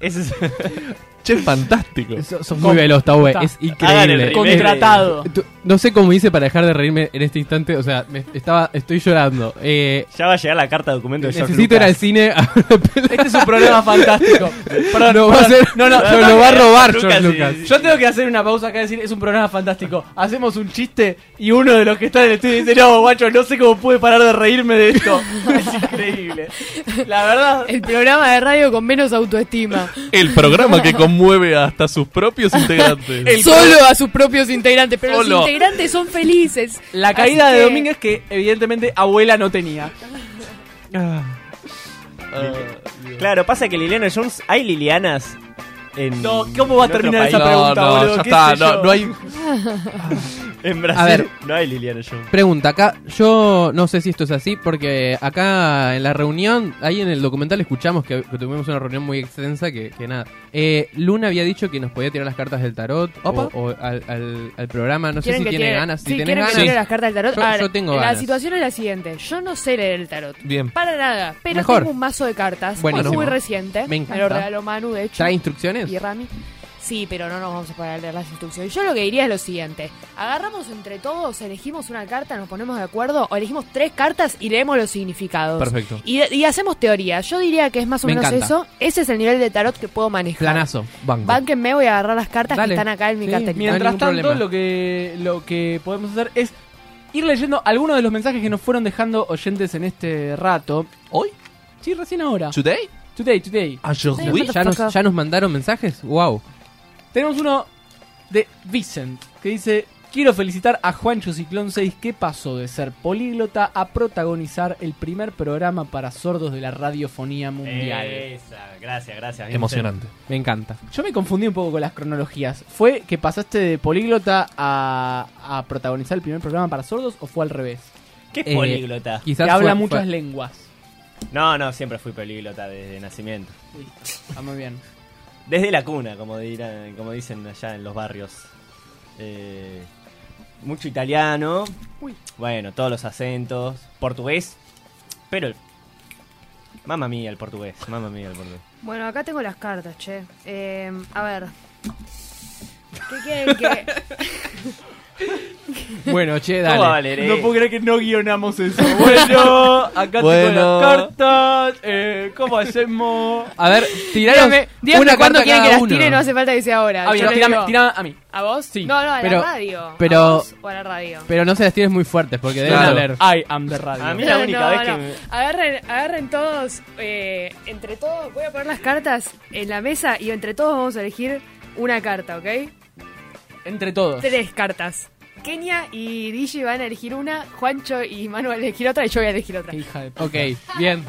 Speaker 6: Ese es-
Speaker 8: Che, fantástico.
Speaker 4: Son muy veloz, Taube. Es increíble. Eh,
Speaker 5: Contratado.
Speaker 4: Tú- No sé cómo hice para dejar de reírme en este instante. O sea, me- estaba, estoy llorando. Eh,
Speaker 6: Ya va a llegar la carta de documento de George
Speaker 4: necesito ir
Speaker 6: Lucas.
Speaker 4: al cine. a-
Speaker 5: Este es un programa fantástico. Perdón,
Speaker 4: No, va a
Speaker 5: perdón.
Speaker 4: ser-
Speaker 5: no, no,
Speaker 4: no,
Speaker 5: perdón.
Speaker 4: lo va a robar George
Speaker 5: sí,
Speaker 4: Lucas.
Speaker 5: sí. Yo tengo que hacer una pausa acá y decir, es un programa fantástico. Hacemos un chiste y uno de los que está en el estudio dice, no, guacho, no sé cómo pude parar de reírme de esto. Es increíble. La verdad,
Speaker 2: El programa de radio con menos autoestima.
Speaker 8: El programa que conmueve hasta sus propios integrantes.
Speaker 2: Solo a sus propios integrantes. Pero
Speaker 8: Solo.
Speaker 2: los integrantes son felices.
Speaker 5: la
Speaker 2: Así
Speaker 5: caída de
Speaker 2: que-
Speaker 5: Domínguez que evidentemente abuela no tenía. Ah.
Speaker 6: Claro, pasa que Liliana Jones, hay Lilianas en.
Speaker 5: No, ¿cómo va a
Speaker 6: en otro
Speaker 5: terminar
Speaker 6: país?
Speaker 5: esa pregunta,
Speaker 8: no,
Speaker 5: boludo?
Speaker 8: ya
Speaker 5: ¿Qué
Speaker 8: está,
Speaker 5: sé
Speaker 8: no,
Speaker 5: yo?
Speaker 8: no hay-
Speaker 6: En Brasil
Speaker 4: A ver.
Speaker 6: no hay Liliana Jones.
Speaker 4: Pregunta, acá yo no sé si esto es así, porque acá en la reunión, ahí en el documental escuchamos que, que tuvimos una reunión muy extensa que, que nada. Eh, Luna había dicho que nos podía tirar las cartas del tarot o,
Speaker 8: Opa.
Speaker 4: o al, al- al programa, no sé
Speaker 2: ¿Quieren
Speaker 4: si
Speaker 2: que
Speaker 4: tiene
Speaker 2: tire-
Speaker 4: ganas, si
Speaker 2: sí,
Speaker 4: tenés
Speaker 2: ¿quieren
Speaker 4: ganas.
Speaker 2: que tire las cartas del tarot.
Speaker 4: Yo-
Speaker 2: A ver,
Speaker 4: yo tengo
Speaker 2: la
Speaker 4: ganas.
Speaker 2: situación es la siguiente. Yo no sé leer el tarot.
Speaker 4: Bien.
Speaker 2: Para nada. Pero
Speaker 4: Mejor.
Speaker 2: tengo un mazo de cartas.
Speaker 4: Buenísimo.
Speaker 2: Muy reciente.
Speaker 4: Me encanta.
Speaker 2: lo regaló Manu, de hecho.
Speaker 4: ¿Trae instrucciones?
Speaker 2: Y Rami. Sí, pero no nos vamos a poder leer las instrucciones. Yo lo que diría es lo siguiente. Agarramos entre todos, elegimos una carta, nos ponemos de acuerdo, o elegimos tres cartas y leemos los significados.
Speaker 4: Perfecto.
Speaker 2: Y, y hacemos teoría. Yo diría que es más o
Speaker 4: Me
Speaker 2: menos
Speaker 4: encanta.
Speaker 2: eso. Ese es el nivel de tarot que puedo manejar.
Speaker 4: Planazo, banco.
Speaker 2: Bánquenme, voy a agarrar las cartas
Speaker 4: Dale.
Speaker 2: que están acá en mi
Speaker 4: Sí,
Speaker 2: carterita.
Speaker 4: mira.
Speaker 5: Mientras
Speaker 4: ningún
Speaker 5: tanto,
Speaker 4: problema.
Speaker 5: lo que, lo que podemos hacer es ir leyendo algunos de los mensajes que nos fueron dejando oyentes en este rato.
Speaker 8: ¿Hoy?
Speaker 5: Sí, recién ahora.
Speaker 8: ¿Today?
Speaker 5: Today, today.
Speaker 8: ¿Ayer?
Speaker 4: ¿Ya, ya nos, ya nos mandaron mensajes? ¡Wow!
Speaker 5: Tenemos uno de Vicent que dice: Quiero felicitar a Juancho Ciclón 6 que pasó de ser políglota a protagonizar el primer programa para sordos de la radiofonía mundial.
Speaker 6: Eh, Esa, gracias, gracias.
Speaker 8: Emocionante.
Speaker 4: Me encanta.
Speaker 5: Yo me confundí un poco con las cronologías. ¿Fue que pasaste de políglota a, a protagonizar el primer programa para sordos o fue al revés?
Speaker 6: ¿Qué es
Speaker 4: Eh,
Speaker 6: políglota?
Speaker 4: Quizás
Speaker 5: que habla
Speaker 4: fue-
Speaker 5: muchas
Speaker 4: fue-
Speaker 5: lenguas.
Speaker 6: No, no, siempre fui políglota desde nacimiento.
Speaker 5: Está muy bien.
Speaker 6: Desde la cuna, como, dirán, como dicen allá en los barrios. Eh, mucho italiano. Bueno, todos los acentos. Portugués. Pero... el- Mamma mía el portugués. Mamma mía el portugués.
Speaker 2: Bueno, acá tengo las cartas, che. Eh, a ver. ¿Qué quieren que.?
Speaker 4: Bueno, che,
Speaker 6: ¿Cómo va a
Speaker 4: dale.
Speaker 6: leer
Speaker 5: No
Speaker 6: eso?
Speaker 5: puedo creer que no guionamos eso. Bueno, acá
Speaker 8: Bueno.
Speaker 5: tengo las cartas. eh, ¿Cómo hacemos?
Speaker 4: A ver, tiraron
Speaker 2: Díganme, díganme
Speaker 4: una
Speaker 2: cuándo
Speaker 4: carta
Speaker 2: quieren
Speaker 4: cada
Speaker 2: que las
Speaker 4: uno.
Speaker 2: tire, no hace falta que sea ahora.
Speaker 5: Ah,
Speaker 2: Yo
Speaker 5: bien,
Speaker 2: les
Speaker 5: tirame,
Speaker 2: digo.
Speaker 5: tirame a mí.
Speaker 2: ¿A vos?
Speaker 5: Sí.
Speaker 2: No, no, a
Speaker 4: Pero-
Speaker 2: la radio.
Speaker 4: pero-
Speaker 2: ¿A vos o a la radio?
Speaker 4: Pero no se las tires muy fuertes porque deben
Speaker 8: Claro.
Speaker 4: doler.
Speaker 5: I am the radio.
Speaker 6: A mí la única
Speaker 2: No,
Speaker 6: vez que...
Speaker 2: no.
Speaker 6: me-
Speaker 2: Agarren, agarren todos, eh, entre todos, voy a poner las cartas en la mesa y entre todos vamos a elegir una carta, ¿ok?
Speaker 5: Entre todos.
Speaker 2: Tres cartas. Kenia y Digi van a elegir una, Juancho y Manuel van a elegir otra y yo voy a elegir otra.
Speaker 5: hija de
Speaker 4: Ok, bien.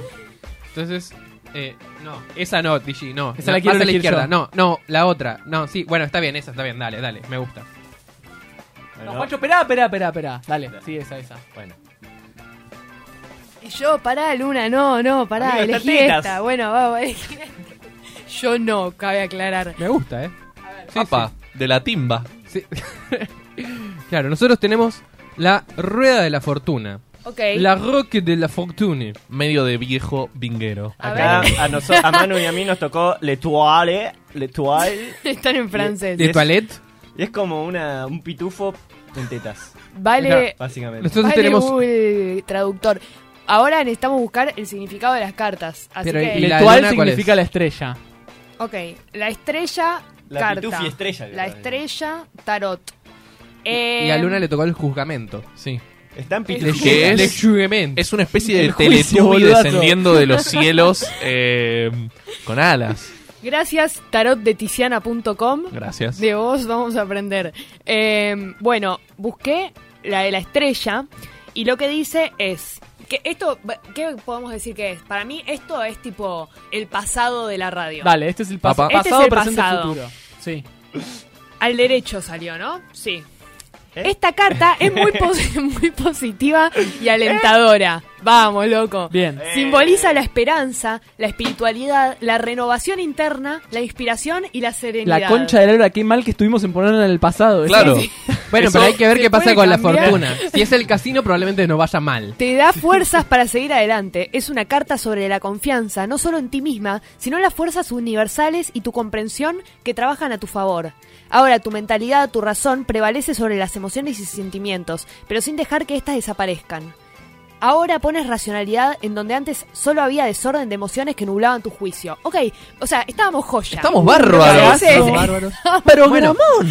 Speaker 4: Entonces, eh, no, esa no, Digi, no.
Speaker 5: Esa
Speaker 4: No,
Speaker 5: la quiero
Speaker 4: pasa a la
Speaker 5: elegir
Speaker 4: izquierda.
Speaker 5: yo.
Speaker 4: No, no, la otra. No, sí, bueno, está bien, esa está bien, dale, dale, me gusta.
Speaker 5: No, Juancho, esperá, esperá, esperá, esperá. Dale, sí, esa, esa.
Speaker 6: Bueno.
Speaker 2: Y yo, pará, Luna, no, no, pará,
Speaker 6: Amigo,
Speaker 2: elegí
Speaker 6: están tetas.
Speaker 2: esta. Bueno, vamos, elegí esta. Yo no, cabe aclarar.
Speaker 4: Me gusta, ¿eh? Sí,
Speaker 8: Apa, de la timba.
Speaker 4: sí. claro, nosotros tenemos la rueda de la fortuna.
Speaker 2: Ok.
Speaker 4: La roque de la fortuna.
Speaker 8: Medio de viejo vinguero.
Speaker 2: A
Speaker 6: Acá
Speaker 2: ver.
Speaker 6: a, noso- a Manu y a mí nos tocó Le Toile. Le Toile.
Speaker 2: Están en francés.
Speaker 4: De
Speaker 6: es-
Speaker 4: toilette.
Speaker 6: Y es como una, un pitufo en tetas,
Speaker 2: Vale,
Speaker 6: básicamente.
Speaker 4: Nosotros
Speaker 2: vale
Speaker 4: tenemos...
Speaker 2: Google Traductor. Ahora necesitamos buscar el significado de las cartas. Así
Speaker 4: Pero,
Speaker 2: que,
Speaker 4: ¿y la
Speaker 5: Letual
Speaker 4: luna cuál
Speaker 5: significa
Speaker 4: es?
Speaker 5: la estrella.
Speaker 2: ok, la estrella,
Speaker 6: La
Speaker 2: carta.
Speaker 6: pitufi estrella,
Speaker 2: La
Speaker 6: creo.
Speaker 2: estrella, tarot.
Speaker 4: Y a
Speaker 2: Em,
Speaker 4: Luna le tocó el juzgamento.
Speaker 8: Sí.
Speaker 6: Está en
Speaker 8: Le-
Speaker 6: pitufo.
Speaker 8: que
Speaker 4: El
Speaker 8: es,
Speaker 4: juzgamento.
Speaker 8: es una especie de
Speaker 5: El juicio,
Speaker 8: teletubi
Speaker 5: boludazo.
Speaker 8: descendiendo de los cielos eh, con alas.
Speaker 2: Gracias, tarotdetiziana.com.
Speaker 8: Gracias.
Speaker 2: De vos vamos a aprender. Eh, bueno, busqué la de la estrella y lo que dice es que esto, ¿qué podemos decir que es? Para mí esto es tipo el pasado de la radio.
Speaker 5: Dale, este es el pas-
Speaker 8: Papá.
Speaker 5: pasado,
Speaker 2: Este es el
Speaker 5: presente,
Speaker 2: pasado.
Speaker 5: futuro. Sí.
Speaker 2: Al derecho salió, ¿no? Sí.
Speaker 6: ¿Eh?
Speaker 2: Esta carta es muy, pos- muy positiva y alentadora. Vamos, loco.
Speaker 5: Bien.
Speaker 2: Simboliza la esperanza, la espiritualidad, la renovación interna, la inspiración y la serenidad.
Speaker 5: La concha de la hora, qué mal que estuvimos en ponerla en el pasado. ¿eh?
Speaker 8: Claro.
Speaker 4: Bueno,
Speaker 8: Eso-
Speaker 4: pero hay que ver
Speaker 2: se
Speaker 4: qué pasa
Speaker 2: puede
Speaker 4: con la
Speaker 2: cambiar.
Speaker 4: fortuna. Si es el casino, probablemente no vaya mal.
Speaker 2: Te da fuerzas para seguir adelante. Es una carta sobre la confianza, no solo en ti misma, sino en las fuerzas universales y tu comprensión que trabajan a tu favor. Ahora, tu mentalidad, tu razón prevalece sobre las emociones y sentimientos, pero sin dejar que éstas desaparezcan. Ahora pones racionalidad en donde antes solo había desorden de emociones que nublaban tu juicio. Ok, o sea, estábamos joya.
Speaker 8: Estamos bárbaros.
Speaker 2: Sí, sí.
Speaker 4: Pero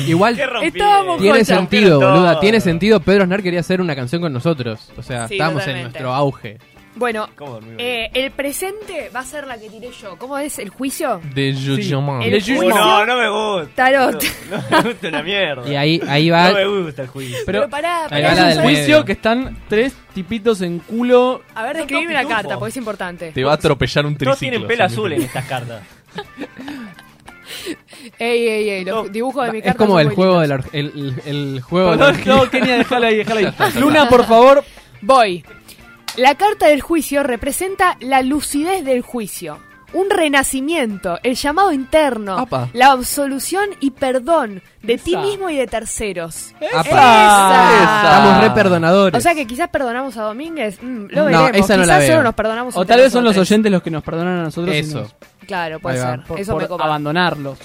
Speaker 4: igual
Speaker 6: ¿Qué rompí?
Speaker 2: Estábamos
Speaker 4: tiene
Speaker 2: Concha,
Speaker 4: sentido,
Speaker 6: rompieron
Speaker 4: boluda.
Speaker 6: todo.
Speaker 4: Tiene sentido. Pedro Aznar quería hacer una canción con nosotros. O sea,
Speaker 2: Sí,
Speaker 4: estábamos en
Speaker 2: totalmente.
Speaker 4: nuestro auge.
Speaker 2: Bueno,
Speaker 6: ¿Cómo dormí, boludo?
Speaker 2: eh, el presente va a ser la que tiré yo. ¿Cómo es el juicio?
Speaker 8: De Jujomon.
Speaker 2: El juicio.
Speaker 6: Uy, Uh, no, no me gusta.
Speaker 2: Tarot.
Speaker 6: No, no me gusta una mierda.
Speaker 4: Y ahí, ahí
Speaker 6: no
Speaker 4: va.
Speaker 6: me gusta el juicio.
Speaker 5: Pero-
Speaker 2: Pero pará,
Speaker 4: Ahí
Speaker 2: pará,
Speaker 4: va la
Speaker 2: yo
Speaker 4: del
Speaker 5: El
Speaker 2: soy-
Speaker 4: medio.
Speaker 5: juicio que están tres tipitos en culo.
Speaker 2: A ver,
Speaker 6: Son
Speaker 2: describime
Speaker 6: todos
Speaker 2: la carta,
Speaker 6: pitufos.
Speaker 2: porque es importante.
Speaker 8: Te va a atropellar un triciclo.
Speaker 6: Todos tienen pelo
Speaker 8: sí.
Speaker 6: azul en estas cartas.
Speaker 2: Ey, ey, ey, los
Speaker 6: No,
Speaker 2: dibujos de mi carta
Speaker 4: Es como
Speaker 2: son
Speaker 4: el
Speaker 2: muy
Speaker 4: juego del
Speaker 2: lindos.
Speaker 4: or- el, el- el juego
Speaker 5: No,
Speaker 4: del orgullo.
Speaker 5: no, Kenia, déjala ahí, déjala ahí. Luna, por favor.
Speaker 2: Voy. La carta del juicio representa la lucidez del juicio, un renacimiento, el llamado interno,
Speaker 8: Apa.
Speaker 2: la absolución y perdón de ti
Speaker 5: Esa.
Speaker 2: mismo y de terceros.
Speaker 4: Apa.
Speaker 2: Esa.
Speaker 4: Estamos re perdonadores.
Speaker 2: O sea que quizás perdonamos a Domínguez, mm, lo
Speaker 4: No,
Speaker 2: veremos.
Speaker 4: esa no
Speaker 2: quizás
Speaker 4: la veo.
Speaker 2: solo nos perdonamos
Speaker 5: O
Speaker 2: entre
Speaker 5: tal vez son los
Speaker 2: nosotros.
Speaker 5: oyentes los que nos perdonan a nosotros. y
Speaker 4: Eso.
Speaker 5: nos-
Speaker 2: Claro, puede
Speaker 4: Ahí va.
Speaker 2: ser.
Speaker 5: por,
Speaker 2: Eso
Speaker 5: por
Speaker 2: me copa.
Speaker 5: abandonarlos.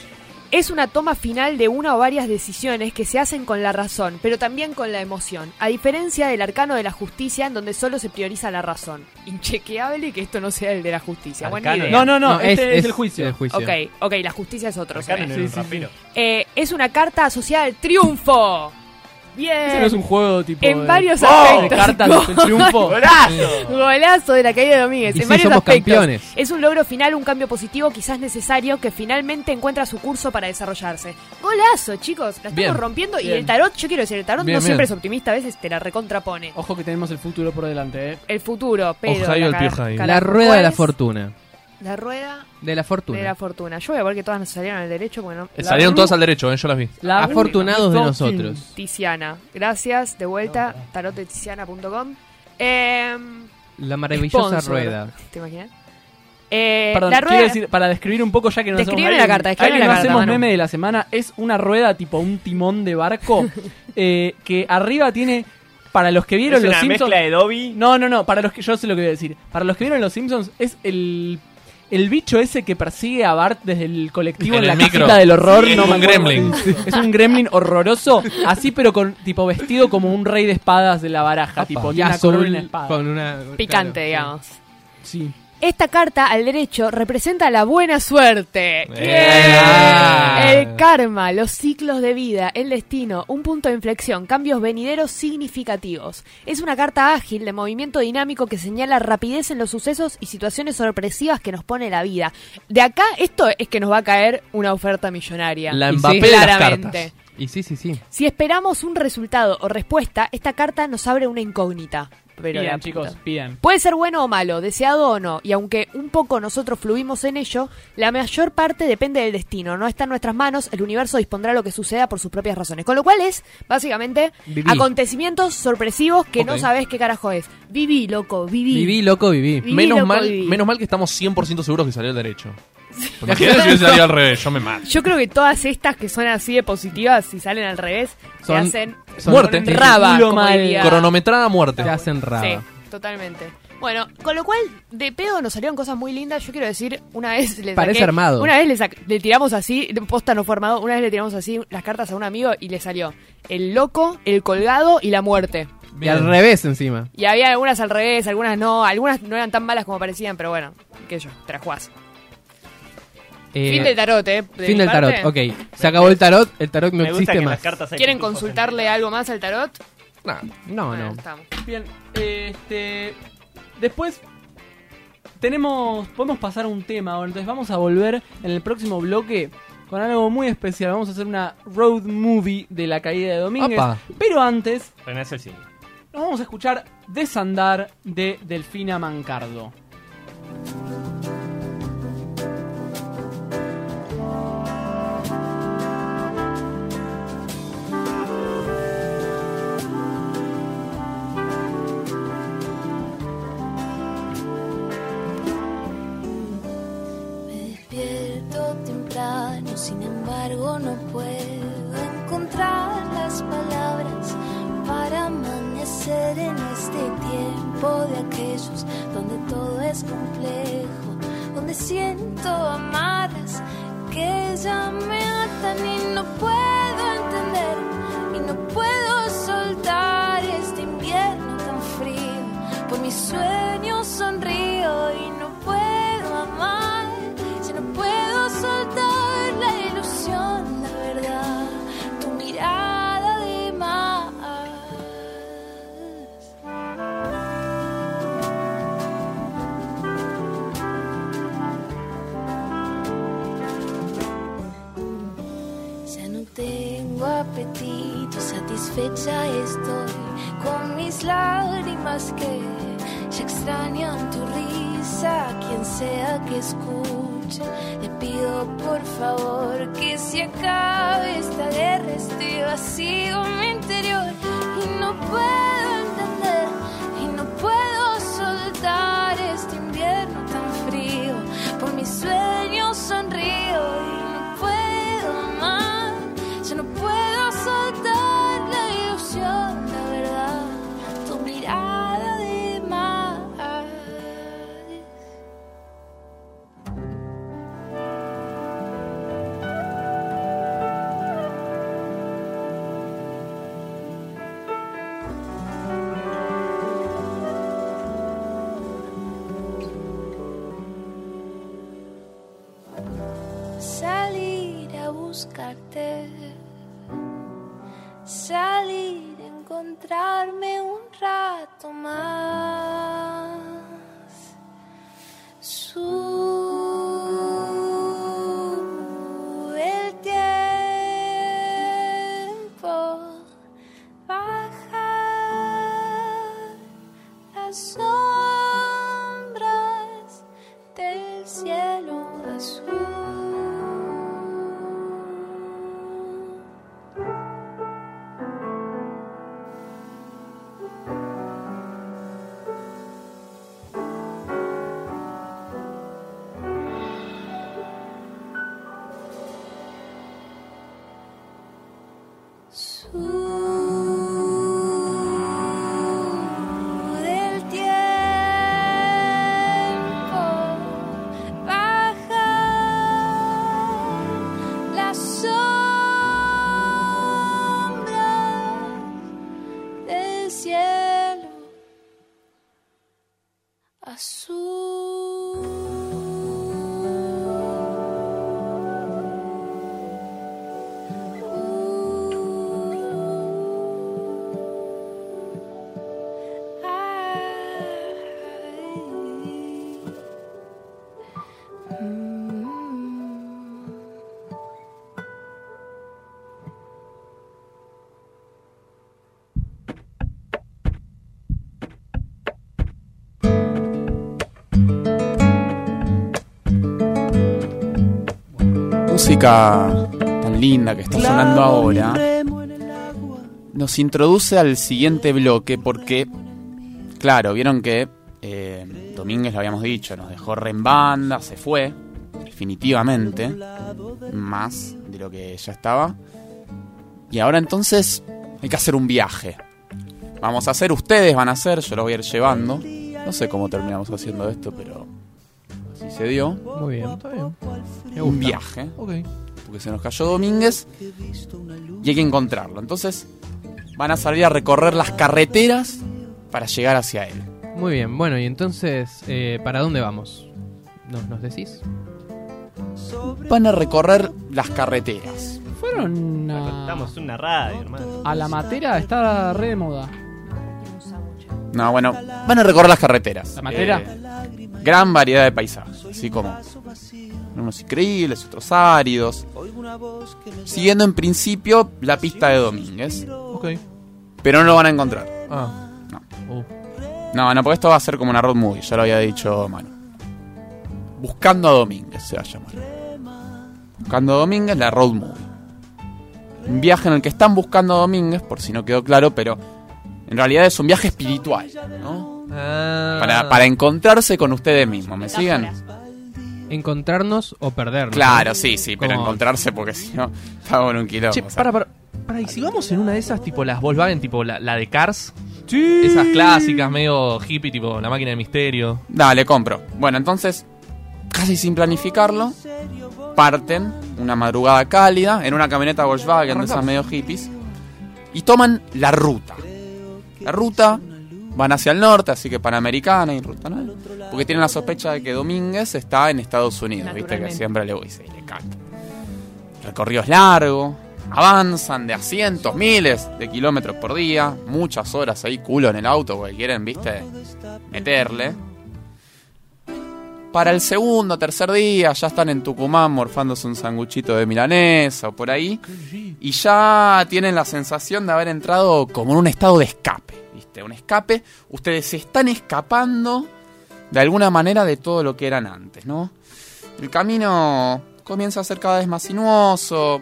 Speaker 2: Es una toma final de una o varias decisiones que se hacen con la razón, pero también con la emoción, a diferencia del arcano de la justicia en donde solo se prioriza la razón. Inchequeable que esto no sea el de la justicia. Buena
Speaker 6: Arcano,
Speaker 5: No,
Speaker 2: idea.
Speaker 5: no, no, este es, el juicio. Este
Speaker 4: el juicio.
Speaker 2: Ok, ok, la justicia es otro.
Speaker 6: Acá no
Speaker 2: se
Speaker 6: era
Speaker 2: ve.
Speaker 6: un rapero.
Speaker 2: Eh, es una carta asociada al triunfo.
Speaker 5: Ese no
Speaker 2: Bien.
Speaker 5: es un juego tipo.
Speaker 2: en
Speaker 5: de- ¡Oh!
Speaker 2: varios
Speaker 5: de
Speaker 2: aspectos.
Speaker 5: cartas de triunfo.
Speaker 6: ¡Golazo!
Speaker 2: Golazo de la caída de Domínguez.
Speaker 4: Y
Speaker 2: en
Speaker 4: sí,
Speaker 2: varios
Speaker 4: somos
Speaker 2: aspectos.
Speaker 4: campeones.
Speaker 2: Es un logro final, un cambio positivo, quizás necesario, que finalmente encuentra su curso para desarrollarse. Golazo, chicos. La estamos
Speaker 8: Bien.
Speaker 2: rompiendo. Y
Speaker 5: Bien.
Speaker 2: el tarot, yo quiero decir, el tarot
Speaker 8: Bien,
Speaker 2: no
Speaker 8: bien.
Speaker 2: siempre es optimista, a veces te la recontrapone.
Speaker 5: Ojo que tenemos el futuro por delante, eh.
Speaker 2: El futuro, pero.
Speaker 8: Ohio
Speaker 2: la
Speaker 8: el
Speaker 2: ca-
Speaker 8: Piojayo.
Speaker 2: cara-
Speaker 4: La rueda de la
Speaker 2: ¿cuál es?
Speaker 4: fortuna.
Speaker 2: La rueda
Speaker 4: De la fortuna.
Speaker 2: de la fortuna. Yo voy a ver que todas nos salieron al derecho, bueno.
Speaker 8: Eh, Salieron todas al derecho, eh, yo las vi.
Speaker 5: La-
Speaker 4: Afortunados de
Speaker 5: Fucking-
Speaker 4: nosotros.
Speaker 2: Tiziana. Gracias, de vuelta, tarotdetiziana.com. Em,
Speaker 4: La maravillosa
Speaker 2: sponsor.
Speaker 4: rueda.
Speaker 2: ¿Te imaginas? Eh,
Speaker 5: Perdón,
Speaker 2: la
Speaker 5: quiero
Speaker 2: rueda.
Speaker 5: decir, para describir un poco, ya que no
Speaker 2: Describe
Speaker 5: hacemos
Speaker 2: la
Speaker 5: ahí-
Speaker 2: carta,
Speaker 5: ahí
Speaker 2: describe
Speaker 5: que
Speaker 2: la
Speaker 5: no
Speaker 2: carta,
Speaker 5: hacemos
Speaker 2: Manu.
Speaker 5: meme de la semana, es una rueda tipo un timón de barco eh, que arriba tiene, para los que
Speaker 6: Es
Speaker 5: vieron Los
Speaker 6: una
Speaker 5: Simpsons...
Speaker 6: mezcla de Dobby.
Speaker 5: No, no, no, para los que yo sé lo que voy a decir. Para los que vieron Los Simpsons es el... El bicho ese que persigue a Bart desde el colectivo
Speaker 8: En
Speaker 5: en,
Speaker 8: el
Speaker 5: la
Speaker 8: micro.
Speaker 5: casita del horror.
Speaker 8: Sí,
Speaker 5: no
Speaker 8: es
Speaker 5: me
Speaker 8: un
Speaker 5: acuerdo.
Speaker 8: gremlin.
Speaker 5: Es un gremlin horroroso, así pero con tipo vestido como un rey de espadas de la baraja. tipo,
Speaker 4: Y
Speaker 5: tiene una corona y una
Speaker 4: azul
Speaker 5: espada.
Speaker 4: con una...
Speaker 2: Picante,
Speaker 4: claro,
Speaker 2: digamos.
Speaker 5: Sí.
Speaker 2: Esta carta al derecho representa la buena suerte.
Speaker 8: Eh.
Speaker 2: Bien. El karma, los ciclos de vida, el destino, un punto de inflexión, cambios venideros significativos. Es una carta ágil de movimiento dinámico que señala rapidez en los sucesos y situaciones sorpresivas que nos pone la vida. De acá esto es que nos va a caer una oferta millonaria.
Speaker 8: La
Speaker 4: Y sí,
Speaker 8: Mbappé de las
Speaker 2: claramente.
Speaker 8: cartas.
Speaker 4: Y sí, sí, sí.
Speaker 2: Si esperamos un resultado o respuesta, esta carta nos abre una incógnita. Pero la
Speaker 11: Pidan,
Speaker 2: puta.
Speaker 11: chicos, pidan.
Speaker 2: Puede ser bueno o malo, deseado o no, y aunque un poco nosotros fluimos en ello, la mayor parte depende del destino, no está en nuestras manos, el universo dispondrá lo que suceda por sus propias razones. Con lo cual es, básicamente,
Speaker 4: Viví.
Speaker 2: acontecimientos sorpresivos que no
Speaker 4: Ok.
Speaker 2: sabes qué carajo es. Viví, loco, viví.
Speaker 4: Viví, loco, viví.
Speaker 2: Viví,
Speaker 8: menos,
Speaker 2: loco,
Speaker 8: mal,
Speaker 2: viví.
Speaker 8: menos mal que estamos 100% seguros que salió el derecho. Imagínate si hubiese salido al revés, yo me mato.
Speaker 2: Yo creo que todas estas que son así de positivas, si salen al revés, se
Speaker 8: Son-
Speaker 2: hacen
Speaker 8: son- Muerte.
Speaker 2: raba,
Speaker 8: Culo
Speaker 2: como
Speaker 8: mal.
Speaker 2: diría-
Speaker 8: Cronometrada muerte.
Speaker 4: Te hacen raba.
Speaker 2: Sí, totalmente. Bueno, con lo cual, de pedo nos salieron cosas muy lindas. Yo quiero decir, una vez le
Speaker 4: Parece
Speaker 2: saqué-
Speaker 4: armado.
Speaker 2: Una vez le, sac- le tiramos así, de posta no fue armado, una vez le tiramos así las cartas a un amigo y le salió el loco, el colgado y la muerte.
Speaker 4: Y al revés encima.
Speaker 2: Y había algunas al revés, algunas no, algunas no eran tan malas como parecían, pero bueno, que yo, te la jugás.
Speaker 4: Eh,
Speaker 2: fin del tarot, ¿eh? de
Speaker 4: fin
Speaker 2: mi
Speaker 4: del tarot,
Speaker 2: parte.
Speaker 4: ok. Se acabó el tarot, el tarot no
Speaker 6: Me gusta
Speaker 4: existe
Speaker 6: que
Speaker 4: más.
Speaker 6: las cartas hay
Speaker 2: ¿Quieren
Speaker 6: tipos en-
Speaker 2: consultarle algo más al tarot?
Speaker 4: No, no, no.
Speaker 2: Estamos.
Speaker 5: Bien, este. Después. Tenemos. Podemos pasar a un tema. ahora, Entonces vamos a volver en el próximo bloque con algo muy especial. Vamos a hacer una road movie de la caída de Domínguez.
Speaker 4: Apa.
Speaker 5: Pero antes,
Speaker 6: Renace el cine.
Speaker 5: nos vamos a escuchar Desandar de Delfina Mancardo.
Speaker 16: despierto temprano, sin embargo no puedo encontrar las palabras para amanecer en este tiempo de aquellos donde todo es complejo, donde siento amarras que ya me atan y no puedo entender y no puedo soltar este invierno tan frío. Por mis sueños sonrío y no puedo amar, si no puedo soltar la ilusión, la verdad, tu mirada de mar. Ya no tengo apetito, satisfecha estoy con mis lágrimas que ya extrañan tu risa. Quien sea que escuche, le pido por favor que se acabe esta guerra. Estoy vacío en mi interior y no puedo entender y no puedo soltar este invierno tan frío. Por mis sueños sonrío y no puedo amar. Yo no puedo soltar la ilusión, la verdad, tu mirada de mar. salir a buscarte, salir a encontrarme un rato más. Sube el tiempo, baja las sombras del cielo azul. del tiempo baja la sombra del cielo azul.
Speaker 3: música tan linda que está sonando ahora nos introduce al siguiente bloque porque, claro, vieron que eh, Domínguez lo habíamos dicho, nos dejó re en banda, se fue, definitivamente, más de lo que ya estaba. Y ahora entonces hay que hacer un viaje. Vamos a hacer, ustedes van a hacer, yo lo voy a ir llevando. No sé cómo terminamos haciendo esto, pero así se dio.
Speaker 4: Muy bien, está bien.
Speaker 3: Un viaje. Porque se nos cayó Domínguez y hay que encontrarlo. Entonces van a salir a recorrer las carreteras para llegar hacia él.
Speaker 4: Muy bien, bueno, y entonces, eh, ¿para dónde vamos? ¿Nos, nos decís?
Speaker 3: Van a recorrer las carreteras.
Speaker 17: Fueron a,
Speaker 6: Estamos en una radio, hermano.
Speaker 17: a la matera, está re de moda.
Speaker 3: No, bueno, van a recorrer las carreteras.
Speaker 17: ¿La matera?
Speaker 3: Eh, gran variedad de paisajes, así como unos increíbles, otros áridos. Siguiendo en principio la pista de Domínguez.
Speaker 8: Ok.
Speaker 3: Pero no lo van a encontrar.
Speaker 8: Ah.
Speaker 3: No, no, porque esto va a ser como una road movie, ya lo había dicho Manu. Buscando a Domínguez se va a llamar. Buscando a Domínguez, la road movie. Un viaje en el que están buscando a Domínguez, por si no quedó claro, pero en realidad es un viaje espiritual, ¿no?
Speaker 4: Ah,
Speaker 3: Para, para encontrarse con ustedes mismos, ¿me siguen?
Speaker 4: ¿Encontrarnos o perdernos?
Speaker 3: Claro, sí, sí, pero
Speaker 4: Como-
Speaker 3: encontrarse porque si no, estamos en un quilombo.
Speaker 8: Che,
Speaker 3: o sea.
Speaker 8: para, para. Para, y si vamos en una de esas, tipo las Volkswagen, tipo la, la de Cars. Esas clásicas, medio hippie, tipo la máquina de misterio.
Speaker 3: Dale, compro. Bueno, entonces, casi sin planificarlo, parten una madrugada cálida en una camioneta Volkswagen de esas medio hippies y toman la ruta. La ruta van hacia el norte, así que Panamericana y Ruta 9, porque tienen la sospecha de que Domínguez está en Estados Unidos, viste que
Speaker 17: Naturalmente.
Speaker 3: siempre le, uy, sí, le canta. El recorrido es largo, avanzan de a cientos, miles de kilómetros por día, muchas horas ahí culo en el auto porque quieren, viste, meterle. Para el segundo, tercer día, ya están en Tucumán morfándose un sanguchito de milanesa o por ahí. Y ya tienen la sensación de haber entrado como en un estado de escape, ¿viste? Un escape. Ustedes se están escapando de alguna manera de todo lo que eran antes, ¿no? El camino comienza a ser cada vez más sinuoso.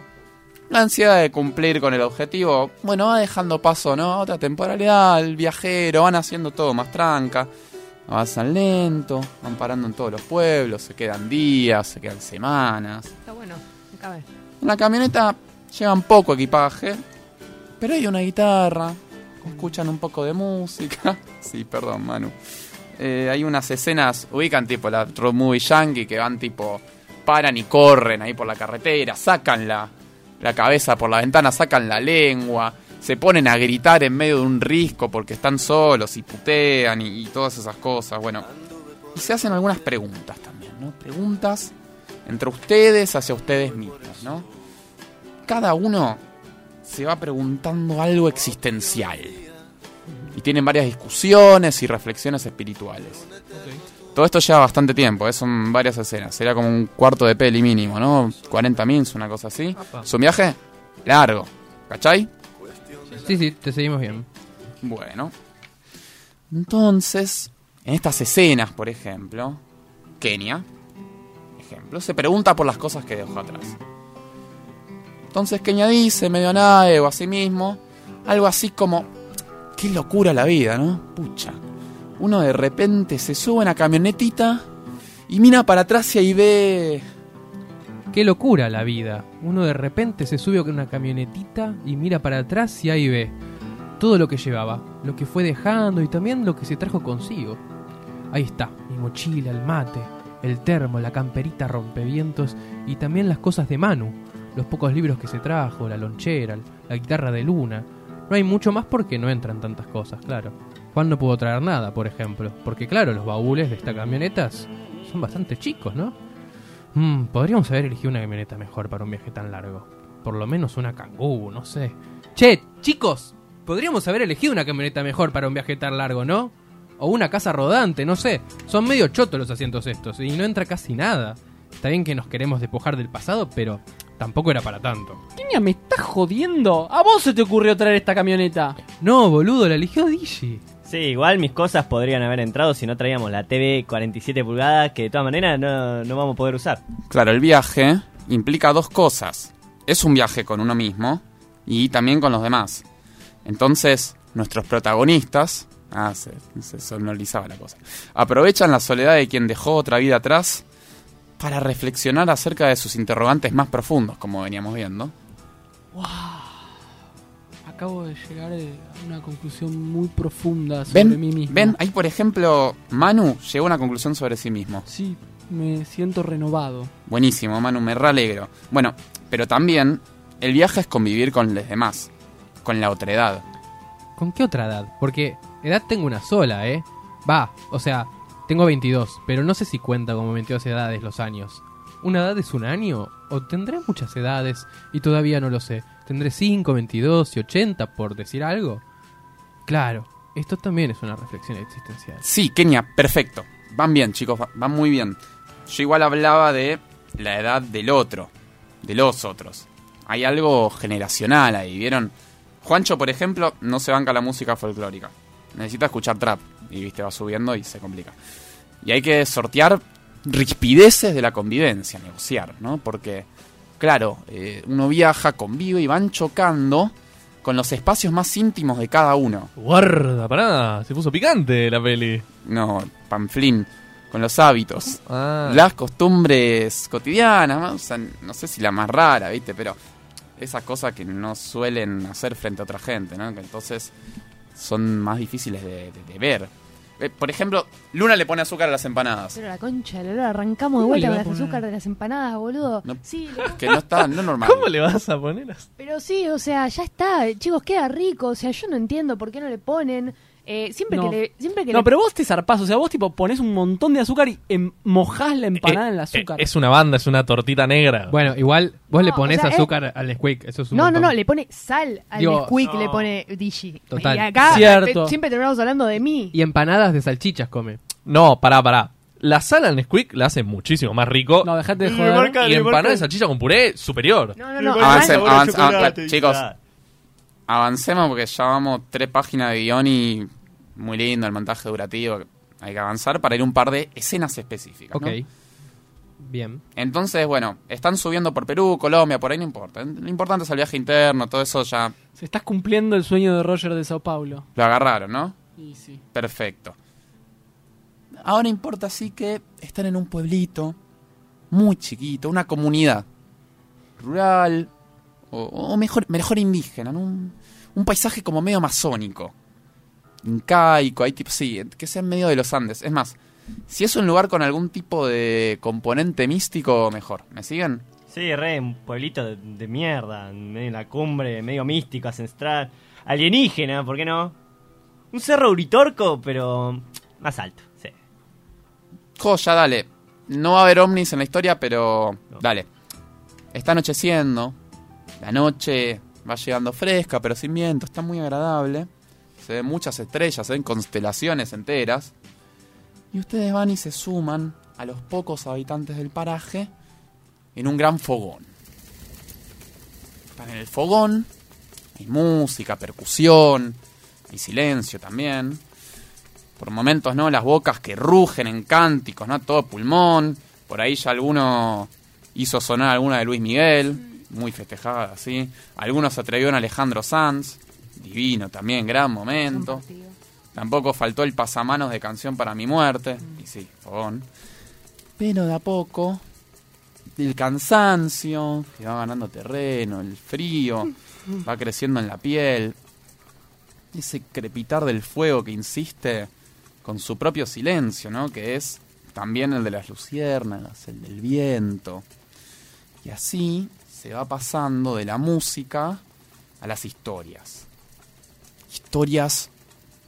Speaker 3: La ansiedad de cumplir con el objetivo, bueno, va dejando paso, ¿no? a Otra temporalidad, el viajero, van haciendo todo más tranca. Avanzan lento, van parando en todos los pueblos, se quedan días, se quedan semanas.
Speaker 2: Está bueno, me cabe.
Speaker 3: En la camioneta llevan poco equipaje, pero hay una guitarra, escuchan un poco de música. sí, perdón, Manu. Eh, hay unas escenas, ubican tipo la road movie yankee que van tipo, paran y corren ahí por la carretera, sacan la, la cabeza por la ventana, sacan la lengua, se ponen a gritar en medio de un risco porque están solos y putean y, y todas esas cosas. Bueno, y se hacen algunas preguntas también, ¿no? Preguntas entre ustedes, hacia ustedes mismos, ¿no? Cada uno se va preguntando algo existencial. Y tienen varias discusiones y reflexiones espirituales. Todo esto lleva bastante tiempo, ¿eh? son varias escenas. Será como un cuarto de peli mínimo, ¿no? 40 mins, una cosa así.
Speaker 4: Apa.
Speaker 3: Es un viaje largo, ¿cachai?
Speaker 4: Sí, sí, te seguimos bien.
Speaker 3: Bueno. Entonces, en estas escenas, por ejemplo, Kenia, ejemplo, se pregunta por las cosas que dejó atrás. Entonces Kenia dice, medio a nadie o a sí mismo, algo así como, qué locura la vida, ¿no? Pucha. Uno de repente se sube a una camionetita y mira para atrás y ahí ve...
Speaker 4: Qué locura la vida. Uno de repente se sube a una camionetita y mira para atrás y ahí ve todo lo que llevaba, lo que fue dejando y también lo que se trajo consigo. Ahí está, mi mochila, el mate, el termo, la camperita rompevientos y también las cosas de Manu, los pocos libros que se trajo, la lonchera, la guitarra de Luna. No hay mucho más porque no entran tantas cosas, claro. Juan no pudo traer nada, por ejemplo, porque claro, los baúles de estas camionetas son bastante chicos, ¿no? Mm, podríamos haber elegido una camioneta mejor para un viaje tan largo. Por lo menos una Kangoo, no sé. Che, chicos, podríamos haber elegido una camioneta mejor para un viaje tan largo, ¿no? O una casa rodante, no sé. Son medio chotos los asientos estos y no entra casi nada. Está bien que nos queremos despojar del pasado, pero tampoco era para tanto.
Speaker 17: Kenia, me estás jodiendo. A vos se te ocurrió traer esta camioneta.
Speaker 4: No, boludo, la eligió Digi.
Speaker 6: Sí, igual mis cosas podrían haber entrado si no traíamos la TV 47 pulgadas que de todas maneras no, no vamos a poder usar.
Speaker 3: Claro, el viaje implica dos cosas. Es un viaje con uno mismo y también con los demás. Entonces, nuestros protagonistas... Ah, se, se sonorizaba la cosa. Aprovechan la soledad de quien dejó otra vida atrás para reflexionar acerca de sus interrogantes más profundos, como veníamos viendo.
Speaker 17: Wow. Acabo de llegar eh, a una conclusión muy profunda sobre
Speaker 3: ¿Ven?
Speaker 17: mí mismo.
Speaker 3: ¿Ven? Ahí, por ejemplo, Manu llegó a una conclusión sobre sí mismo.
Speaker 17: Sí, me siento renovado.
Speaker 3: Buenísimo, Manu, me re alegro. Bueno, pero también el viaje es convivir con los demás, con la otredad.
Speaker 4: ¿Con qué otra edad? Porque edad tengo una sola, ¿eh? Va, o sea, tengo 22, pero no sé si cuenta como 22 edades los años. ¿Una edad es un año? ¿O tendré muchas edades? Y todavía no lo sé. ¿Tendré 5, 22 y 80 por decir algo? Claro, esto también es una reflexión existencial.
Speaker 3: Sí, Kenia, perfecto. Van bien, chicos, va- van muy bien. Yo igual hablaba de la edad del otro, de los otros. Hay algo generacional ahí, ¿vieron? Juancho, por ejemplo, no se banca la música folclórica. Necesita escuchar trap. Y viste, va subiendo y se complica. Y hay que sortear rispideces de la convivencia, negociar, ¿no? Porque, claro, eh, uno viaja, convive y van chocando con los espacios más íntimos de cada uno.
Speaker 8: Guarda, pará, se puso picante la peli.
Speaker 3: No, panflín. Con los hábitos.
Speaker 8: Ah.
Speaker 3: Las costumbres cotidianas, ¿no? O sea, no sé si la más rara, ¿viste? Pero esas cosas que no suelen hacer frente a otra gente, ¿no? Que entonces son más difíciles de, de- de ver. Eh, por ejemplo, Luna le pone azúcar a las empanadas.
Speaker 18: Pero la concha, de la lora, arrancamos de
Speaker 3: ¿Cómo
Speaker 18: vuelta
Speaker 3: le
Speaker 18: con
Speaker 3: va a
Speaker 18: las
Speaker 3: poner?
Speaker 18: azúcar de las empanadas, boludo. Sí, le-
Speaker 3: Que no está, no es normal.
Speaker 8: ¿Cómo le vas a poner así?
Speaker 18: pero sí, o sea, ya está. Chicos, queda rico. O sea, yo no entiendo por qué no le ponen. Eh, siempre
Speaker 17: No.
Speaker 18: que le. Siempre que
Speaker 17: No,
Speaker 18: le-
Speaker 17: pero vos te zarpás, o sea, vos tipo ponés un montón de azúcar y em- mojás la empanada
Speaker 8: Eh,
Speaker 17: en el azúcar.
Speaker 8: Es una banda, es una tortita negra.
Speaker 4: Bueno, igual vos le
Speaker 18: o
Speaker 4: ponés
Speaker 18: sea, es-
Speaker 4: azúcar al Nesquik, eso es un
Speaker 18: No, no,
Speaker 4: montón.
Speaker 18: no, le pone sal al
Speaker 4: Digo,
Speaker 18: Nesquik,
Speaker 4: no.
Speaker 18: le pone Digi.
Speaker 4: Total.
Speaker 18: Y acá
Speaker 4: Cierto.
Speaker 18: eh, siempre terminamos hablando de mí.
Speaker 4: Y empanadas de salchichas come.
Speaker 8: No, pará, pará. La sal al Nesquik la hace muchísimo más rico. No,
Speaker 17: dejate de
Speaker 8: y
Speaker 17: joder. marca,
Speaker 8: Y
Speaker 17: le
Speaker 8: empanada
Speaker 17: marca.
Speaker 8: de salchicha con puré, superior.
Speaker 18: No, no, no.
Speaker 3: Avancem-
Speaker 18: arranca-
Speaker 3: avanz- ah, chicos, avancemos porque ya vamos tres páginas de guión y muy lindo el montaje durativo. Hay que avanzar para ir un par de escenas específicas. ¿no?
Speaker 4: Ok. Bien.
Speaker 3: Entonces, bueno, están subiendo por Perú, Colombia, por ahí no importa. Lo importante es el viaje interno, todo eso ya
Speaker 17: Se estás cumpliendo el sueño de Roger de Sao Paulo.
Speaker 3: lo agarraron, ¿no?
Speaker 17: Y sí.
Speaker 3: Perfecto. Ahora importa sí que están en un pueblito muy chiquito, una comunidad rural o, o mejor, mejor indígena, ¿no? un, un paisaje como medio amazónico, incaico, hay tipo, sí, que sea en medio de los Andes. Es más, si es un lugar con algún tipo de componente místico, mejor. ¿Me siguen?
Speaker 6: Sí, re, un pueblito de, de mierda, en medio de la cumbre, medio místico, ancestral, alienígena, ¿por qué no? Un cerro uritorco, pero más alto, sí.
Speaker 3: Joya, dale. No va a haber ovnis en la historia, pero dale. Está anocheciendo. La noche va llegando fresca, pero sin viento. Está muy agradable. Se ven muchas estrellas, se ven constelaciones enteras. Y ustedes van y se suman a los pocos habitantes del paraje en un gran fogón. Están en el fogón. Hay música, percusión. Hay silencio también por momentos, ¿no? Las bocas que rugen en cánticos, ¿no? Todo pulmón. Por ahí ya alguno hizo sonar alguna de Luis Miguel, muy festejada, ¿sí? Algunos se atrevieron a Alejandro Sanz, divino también, gran momento. Tampoco faltó el pasamanos de canción para mi muerte, y sí, fogón. Pero de a poco, el cansancio, que va ganando terreno, el frío, va creciendo en la piel, ese crepitar del fuego que insiste con su propio silencio, ¿no? Que es también el de las luciérnagas, el del viento. Y así se va pasando de la música a las historias. Historias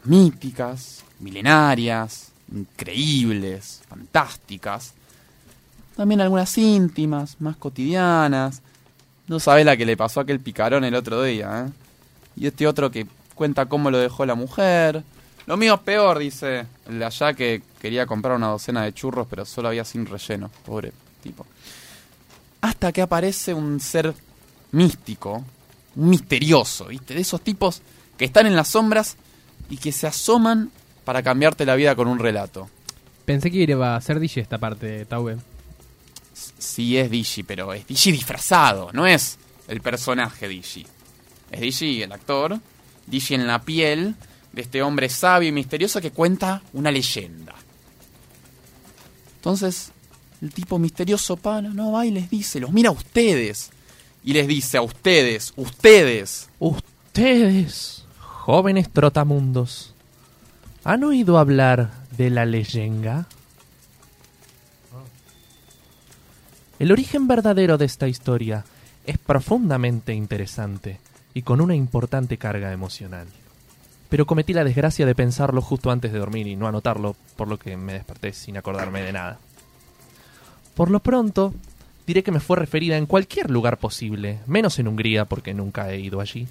Speaker 3: míticas, milenarias, increíbles, fantásticas. También algunas íntimas, más cotidianas. No sabe la que le pasó a aquel picarón el otro día, ¿eh? Y este otro que cuenta cómo lo dejó la mujer. Lo mío es peor, dice el de allá que quería comprar una docena de churros, pero solo había sin relleno. Pobre tipo. Hasta que aparece un ser místico, un misterioso, ¿viste? De esos tipos que están en las sombras y que se asoman para cambiarte la vida con un relato.
Speaker 4: Pensé que iba a ser DJ esta parte, Taube.
Speaker 3: sí es Digi, pero es Digi disfrazado, no es el personaje Digi. Es Digi el actor, Digi en la piel de este hombre sabio y misterioso que cuenta una leyenda. Entonces, el tipo misterioso pana, no va y les dice, los mira a ustedes. Y les dice a ustedes, ustedes.
Speaker 8: Ustedes, jóvenes trotamundos, ¿han oído hablar de la leyenda? El origen verdadero de esta historia es profundamente interesante y con una importante carga emocional. Pero cometí la desgracia de pensarlo justo antes de dormir y no anotarlo, por lo que me desperté sin acordarme de nada. Por lo pronto, diré que me fue referida en cualquier lugar posible, menos en Hungría porque nunca he ido allí.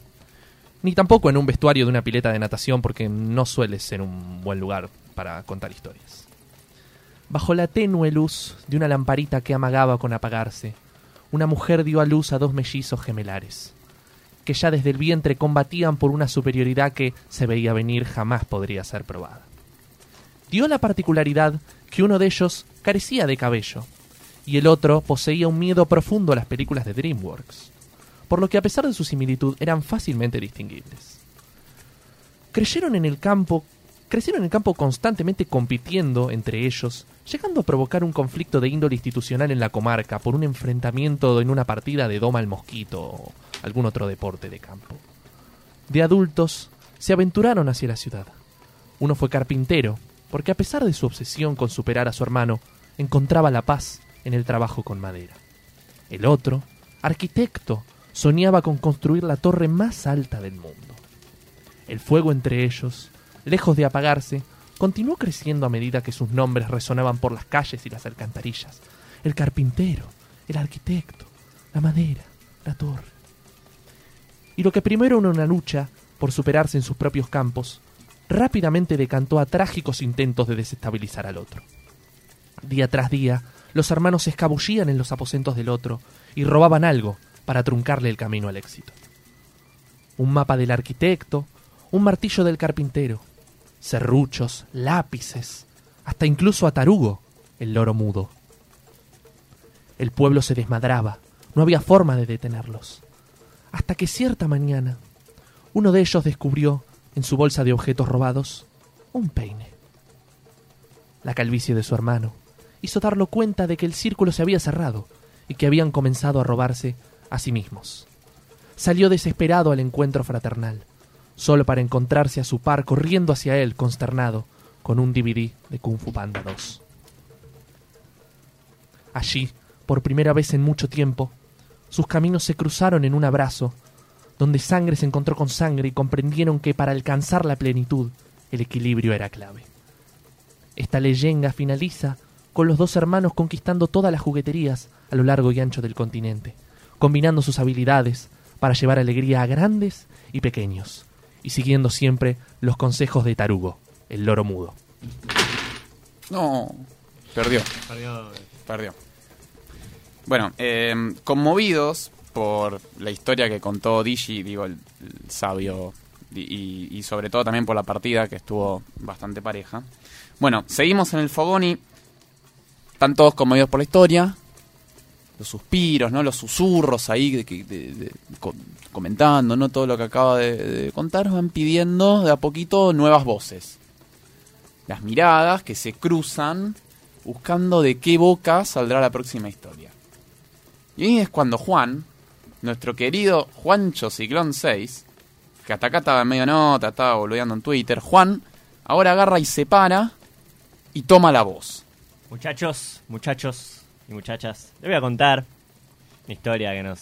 Speaker 8: Ni tampoco en un vestuario de una pileta de natación porque no suele ser un buen lugar para contar historias. Bajo la tenue luz de una lamparita que amagaba con apagarse, una mujer dio a luz a dos mellizos gemelares, que ya desde el vientre combatían por una superioridad que se veía venir jamás podría ser probada. Dio la particularidad que uno de ellos carecía de cabello, y el otro poseía un miedo profundo a las películas de DreamWorks, por lo que a pesar de su similitud eran fácilmente distinguibles. Creyeron en el campo, crecieron en el campo constantemente compitiendo entre ellos, llegando a provocar un conflicto de índole institucional en la comarca por un enfrentamiento en una partida de doma al mosquito o algún otro deporte de campo. De adultos, se aventuraron hacia la ciudad. Uno fue carpintero, porque a pesar de su obsesión con superar a su hermano, encontraba la paz en el trabajo con madera. El otro, arquitecto, soñaba con construir la torre más alta del mundo. El fuego entre ellos, lejos de apagarse, continuó creciendo a medida que sus nombres resonaban por las calles y las alcantarillas. El carpintero, el arquitecto, la madera, la torre. Y lo que primero era una lucha por superarse en sus propios campos, rápidamente decantó a trágicos intentos de desestabilizar al otro. Día tras día, los hermanos se escabullían en los aposentos del otro y robaban algo para truncarle el camino al éxito. Un mapa del arquitecto, un martillo del carpintero, serruchos, lápices, hasta incluso a Tarugo, el loro mudo. El pueblo se desmadraba, no había forma de detenerlos. Hasta que cierta mañana, uno de ellos descubrió, en su bolsa de objetos robados, un peine. La calvicie de su hermano hizo darlo cuenta de que el círculo se había cerrado y que habían comenzado a robarse a sí mismos. Salió desesperado al encuentro fraternal, solo para encontrarse a su par corriendo hacia él, consternado, con un DVD de Kung Fu Panda 2. Allí, por primera vez en mucho tiempo, sus caminos se cruzaron en un abrazo, donde sangre se encontró con sangre y comprendieron que para alcanzar la plenitud, el equilibrio era clave. Esta leyenda finaliza con los dos hermanos conquistando todas las jugueterías a lo largo y ancho del continente, combinando sus habilidades para llevar alegría a grandes y pequeños, y siguiendo siempre los consejos de Tarugo, el loro mudo.
Speaker 3: No. Perdió. Perdió. Bueno, eh, conmovidos por la historia que contó Digi, digo, el, el sabio, y, y- y sobre todo también por la partida que estuvo bastante pareja. Bueno, seguimos en el fogón y están todos conmovidos por la historia. Los suspiros, ¿no? Los susurros ahí de que- de- de- co- comentando, ¿no? Todo lo que acaba de, de contar. Van pidiendo de a poquito nuevas voces. Las miradas que se cruzan buscando de qué boca saldrá la próxima historia. Y ahí es cuando Juan, nuestro querido Juancho Ciclón 6, que hasta acá estaba en medio nota, estaba boludeando en Twitter, Juan ahora agarra y se para y toma la voz.
Speaker 6: Muchachos, muchachos y muchachas, les voy a contar una historia que nos,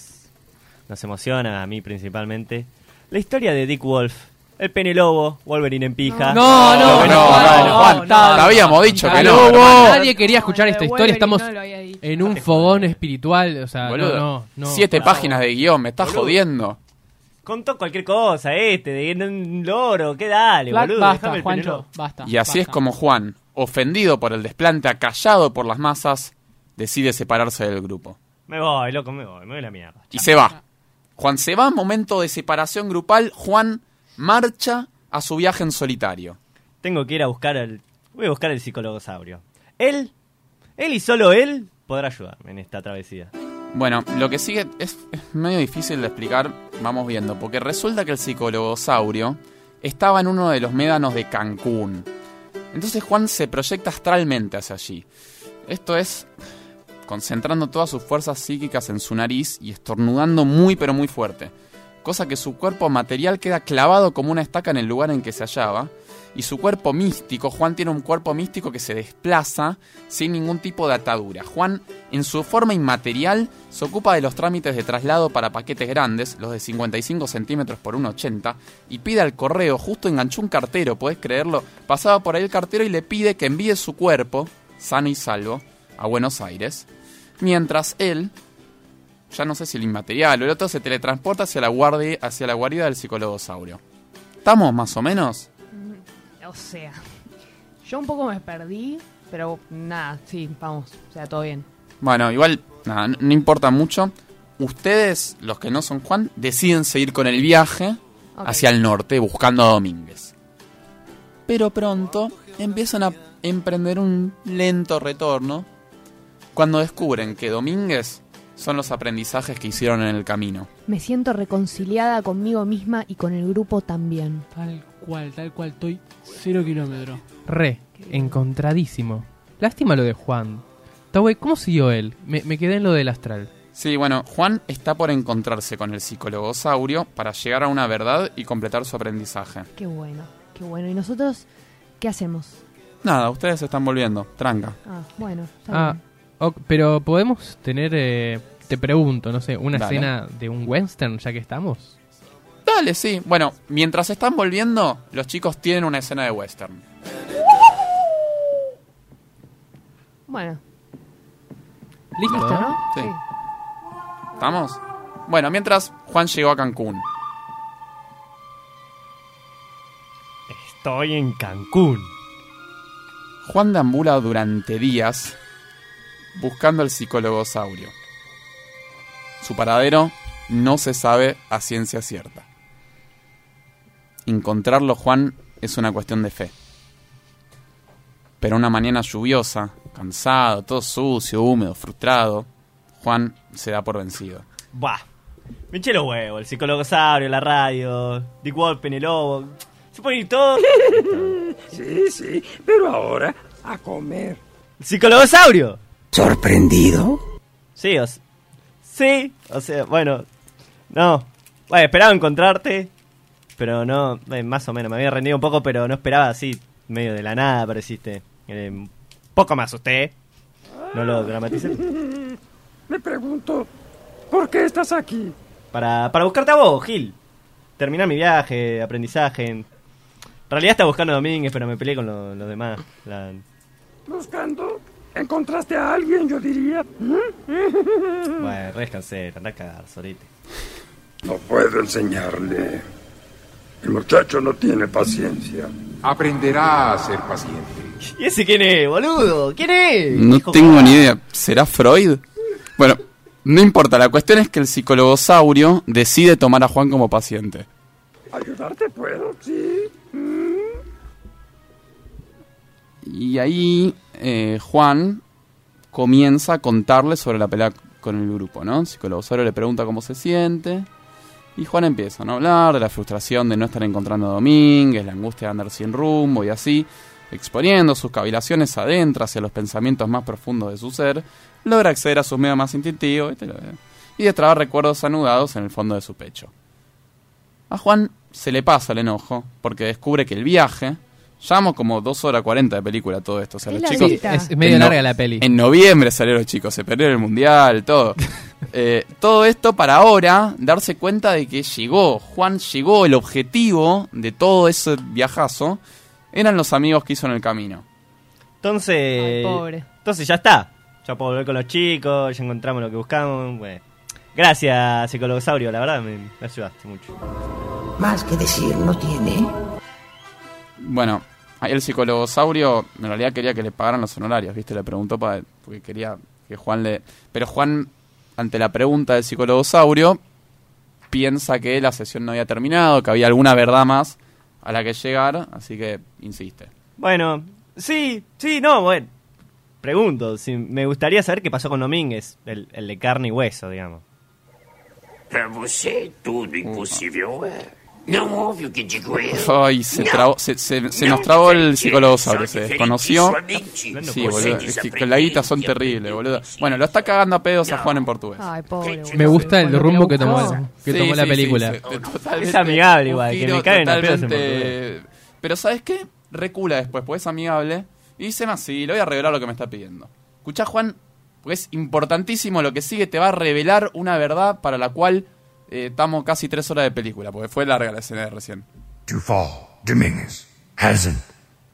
Speaker 6: nos emociona, a mí principalmente. La historia de Dick Wolf, el pene lobo, Wolverine en pija.
Speaker 4: No, no,
Speaker 6: Lo que
Speaker 4: no, no, no,
Speaker 6: Juan, lo
Speaker 4: no, no, no, no,
Speaker 6: hermano.
Speaker 4: Nadie quería escuchar esta historia. Estamos en un fogón espiritual. O sea, no,
Speaker 3: Boludo,
Speaker 4: no, no.
Speaker 3: siete páginas de guión, me estás jodiendo.
Speaker 6: Contó cualquier cosa, este, de un loro, qué dale,
Speaker 17: Bla-
Speaker 6: boludo.
Speaker 17: basta,
Speaker 6: dejame el
Speaker 17: Juancho,
Speaker 6: pene lobo.
Speaker 17: basta.
Speaker 3: Y así es como Juan, ofendido por el desplante, acallado por las masas, decide separarse del grupo.
Speaker 6: Me voy, loco, me voy, me voy a la mierda.
Speaker 3: Y se va. Juan se va, momento de separación grupal. Juan marcha a su viaje en solitario.
Speaker 6: Tengo que ir a buscar al. Voy a buscar al psicólogo sabrio. Él, él y solo él poder ayudarme en esta travesía.
Speaker 3: Bueno, lo que sigue es, es medio difícil de explicar, vamos viendo, porque resulta que el psicologosaurio estaba en uno de los médanos de Cancún. Entonces Juan se proyecta astralmente hacia allí. Esto es concentrando todas sus fuerzas psíquicas en su nariz y estornudando muy pero muy fuerte, cosa que su cuerpo material queda clavado como una estaca en el lugar en que se hallaba, y su cuerpo místico, Juan tiene un cuerpo místico que se desplaza sin ningún tipo de atadura. Juan, en su forma inmaterial, se ocupa de los trámites de traslado para paquetes grandes, los de 55 centímetros por 1,80, y pide al correo, justo enganchó un cartero, podés creerlo, pasaba por ahí el cartero y le pide que envíe su cuerpo, sano y salvo, a Buenos Aires, mientras él, ya no sé si el inmaterial o el otro, se teletransporta hacia la, guardia, hacia la guarida del psicologosaurio. ¿Estamos más o menos?
Speaker 2: O sea, yo un poco me perdí, pero nada, sí, vamos, o sea, todo bien.
Speaker 3: Bueno, igual, nada, no, no importa mucho. Ustedes, los que no son Juan, deciden seguir con el viaje
Speaker 2: Ok.
Speaker 3: hacia el norte buscando a Domínguez. Pero pronto empiezan a emprender un lento retorno cuando descubren que Domínguez son los aprendizajes que hicieron en el camino.
Speaker 18: Me siento reconciliada conmigo misma y con el grupo también.
Speaker 17: Tal cual, tal cual, estoy cero kilómetros.
Speaker 4: Re, encontradísimo. Lástima lo de Juan. Tawai, ¿cómo siguió él? Me, me quedé en lo del astral.
Speaker 3: Sí, bueno, Juan está por encontrarse con el psicologosaurio para llegar a una verdad y completar su aprendizaje.
Speaker 18: Qué bueno, qué bueno. ¿Y nosotros qué hacemos?
Speaker 3: Nada, ustedes se están volviendo. Tranca.
Speaker 18: Ah, bueno, está
Speaker 4: Ah, ok, pero podemos tener, eh, te pregunto, no sé, una
Speaker 3: Dale.
Speaker 4: escena de un western ya que estamos.
Speaker 3: Dale, sí. Bueno, mientras están volviendo, los chicos tienen una escena de western.
Speaker 2: Bueno,
Speaker 4: Listo, ¿no?
Speaker 3: Sí. ¿Estamos? Bueno, mientras Juan llegó a Cancún.
Speaker 6: Estoy en Cancún.
Speaker 3: Juan deambula durante días buscando al psicologosaurio. Su paradero no se sabe a ciencia cierta. Encontrarlo, Juan, es una cuestión de fe. Pero una mañana lluviosa, cansado, todo sucio, húmedo, frustrado, Juan se da por vencido.
Speaker 6: Buah. Me eché los huevos, el psicologosaurio, la radio, Dick Wolpen, el lobo. Se puede ir todo. sí, sí, pero ahora a comer. ¡Psicologosaurio!
Speaker 11: ¿Sorprendido?
Speaker 6: Sí, o s- Sí, o sea, bueno. No. Bueno, esperaba encontrarte. Pero no, eh, más o menos, me había rendido un poco, pero no esperaba así, medio de la nada apareciste. Eh, un poco me asusté. No lo dramaticé.
Speaker 11: Me pregunto, ¿por qué estás aquí?
Speaker 6: Para, para buscarte a vos, Gil. Terminar mi viaje, aprendizaje. En realidad estaba buscando a Domínguez, pero me peleé con lo- los demás. La-
Speaker 11: Buscando, encontraste a alguien, yo diría. ¿Mm?
Speaker 6: Bueno, rescansé, andá a cagar, sorete.
Speaker 19: No puedo enseñarle. El muchacho no tiene paciencia. Aprenderá a ser paciente.
Speaker 6: ¿Y ese quién es, boludo? ¿Quién es?
Speaker 3: No
Speaker 6: Hijo-
Speaker 3: tengo ni idea. ¿Será Freud? Bueno, no importa. La cuestión es que el psicologosaurio decide tomar a Juan como paciente.
Speaker 11: ¿Ayudarte puedo? Sí.
Speaker 3: Y ahí eh, Juan comienza a contarle sobre la pelea con el grupo, ¿no? El psicologosaurio le pregunta cómo se siente. Y Juan empieza ¿no? a hablar de la frustración de no estar encontrando a Domínguez, la angustia de andar sin rumbo y así, exponiendo sus cavilaciones adentro hacia los pensamientos más profundos de su ser, logra acceder a sus medios más instintivos ¿viste? y destrabar recuerdos anudados en el fondo de su pecho. A Juan se le pasa el enojo porque descubre que el viaje. Llevamos como 2 horas 40 de película todo esto. O sea,
Speaker 4: Es
Speaker 3: los
Speaker 4: larguita.
Speaker 3: chicos.
Speaker 4: Sí, es medio
Speaker 3: en no-
Speaker 4: larga la peli.
Speaker 3: En noviembre salieron los chicos, se perdieron el mundial, todo. Eh, todo esto para ahora darse cuenta de que llegó. Juan llegó, el objetivo de todo ese viajazo eran los amigos que hizo en el camino.
Speaker 6: Entonces.
Speaker 2: pobre.
Speaker 6: Entonces ya está. Ya puedo volver con los chicos, ya encontramos lo que buscamos. bueno. Gracias, psicologosaurio, la verdad me, me ayudaste mucho.
Speaker 11: Más que decir no tiene.
Speaker 3: Bueno, ahí el psicologosaurio en realidad quería que le pagaran los honorarios, ¿viste? Le preguntó para, porque quería que Juan le... Pero Juan, ante la pregunta del psicologosaurio, piensa que la sesión no había terminado, que había alguna verdad más a la que llegar, así que insiste.
Speaker 6: Bueno, sí, sí, no, bueno. pregunto, si me gustaría saber qué pasó con Domínguez, el, el de carne y hueso, digamos.
Speaker 11: Para você, tudo impossível é. Não houve o que digo eu.
Speaker 3: Ay, se, trabó- se, se- se nos trabó el psicólogo, Saurio, se desconoció. Sí,
Speaker 11: Bueno, pues,
Speaker 3: boludo, es que con la guita son terribles, boludo. Bueno, lo está cagando a pedos a Juan en portugués.
Speaker 8: Ay, pobre.
Speaker 4: Me gusta el rumbo que tomó, que
Speaker 3: Sí,
Speaker 4: tomó
Speaker 3: sí,
Speaker 4: la
Speaker 3: sí,
Speaker 4: película.
Speaker 3: sí, sí, totalmente.
Speaker 6: Es amigable
Speaker 3: Un
Speaker 6: igual, que
Speaker 3: giro
Speaker 6: me caguen a pedos en
Speaker 3: totalmente- Pero ¿sabes qué? Recula después, porque es amigable. Y dice más, sí, le voy a revelar lo que me está pidiendo. Escuchá, Juan, porque es importantísimo lo que sigue, te va a revelar una verdad para la cual eh, estamos casi tres horas de película, porque fue larga la escena de recién.
Speaker 19: Duval Dominguez hasn't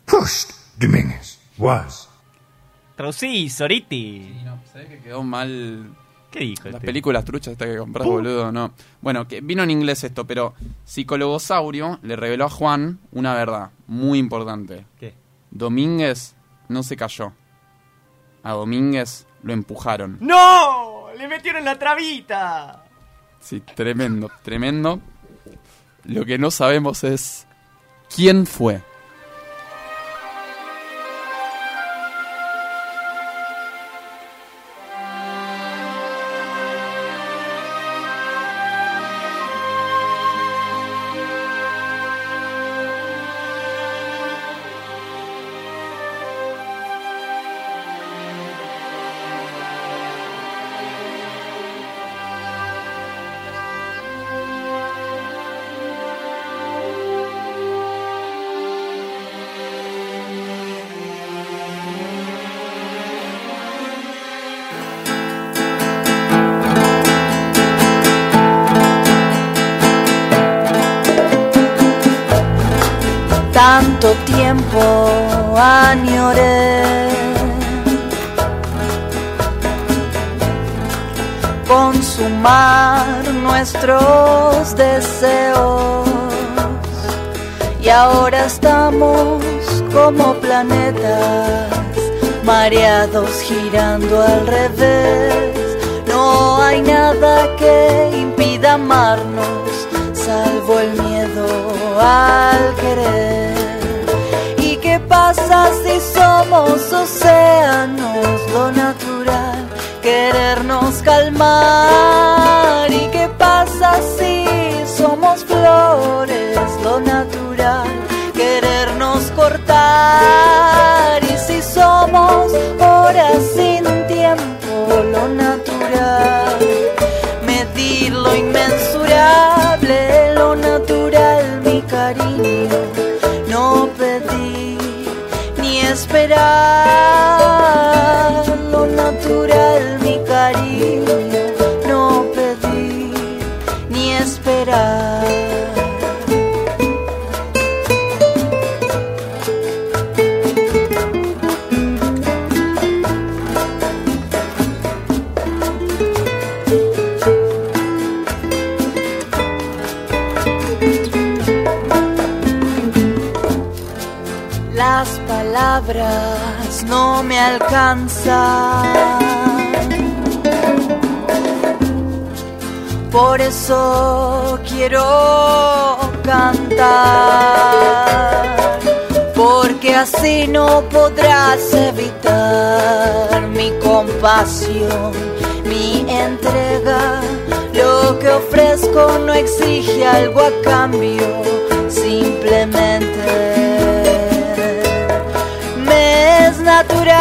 Speaker 19: pushed Dominguez. Was.
Speaker 6: Traducí, Soriti.
Speaker 3: ¿Sabes que quedó mal?
Speaker 6: ¿Qué dijo?
Speaker 3: Las
Speaker 6: este?
Speaker 3: películas truchas estas que compras,
Speaker 6: Pum.
Speaker 3: boludo, no. Bueno, que vino en inglés esto, pero Psicologosaurio le reveló a Juan una verdad muy importante.
Speaker 6: ¿Qué?
Speaker 3: Domínguez no se cayó. A Domínguez lo empujaron.
Speaker 6: ¡No! ¡Le metieron la trabita!
Speaker 3: Sí, tremendo, tremendo. Lo que no sabemos es quién fue.
Speaker 20: Tanto tiempo añoré consumar nuestros deseos y ahora estamos como planetas mareados girando al revés. No hay nada que impida amarnos, salvo el miedo al querer. ¿Y qué pasa si somos océanos? Lo natural, querernos calmar. ¿Y qué pasa si somos flores? Lo natural, querernos cortar. ¿Y si somos horas sin tiempo? Lo natural, medir lo inmensurable, lo natural, mi cariño no pedí ni esperar lo natural, mi cariño, no pedí ni esperar. Las palabras no me alcanzan. Por eso quiero cantar. Porque así no podrás evitar mi compasión, mi entrega. Lo que ofrezco no exige algo a cambio, simplemente me es natural.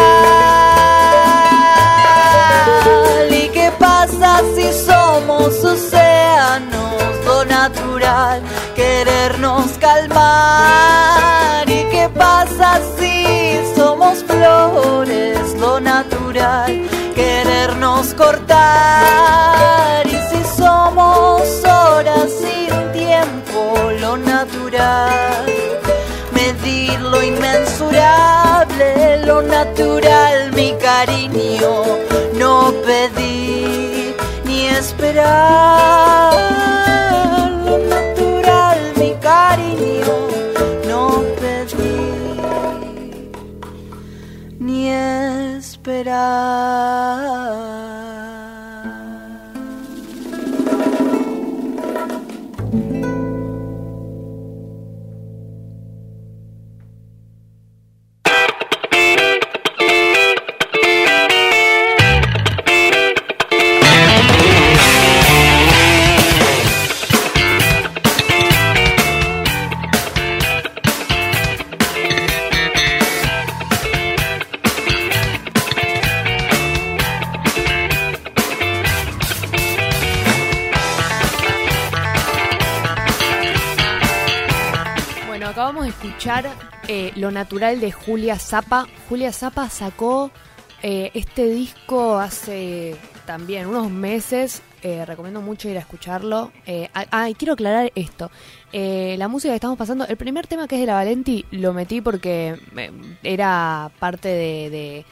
Speaker 20: ¿Y qué pasa si somos océanos? Lo natural, querernos calmar. ¿Y qué pasa si somos flores? Lo natural, querernos cortar. ¿Y si somos horas sin tiempo? Lo natural medir lo inmensurable, lo natural, mi cariño, no pedir ni esperar, lo natural, mi cariño, no pedir ni esperar.
Speaker 2: escuchar eh, lo natural de Julia Zappa. Julia Zappa sacó eh, este disco hace también unos meses. eh, recomiendo mucho ir a escucharlo. Eh, ah, ah, y quiero aclarar esto. Eh, la música que estamos pasando, el primer tema que es de la Valenti, lo metí porque eh, era parte de- de,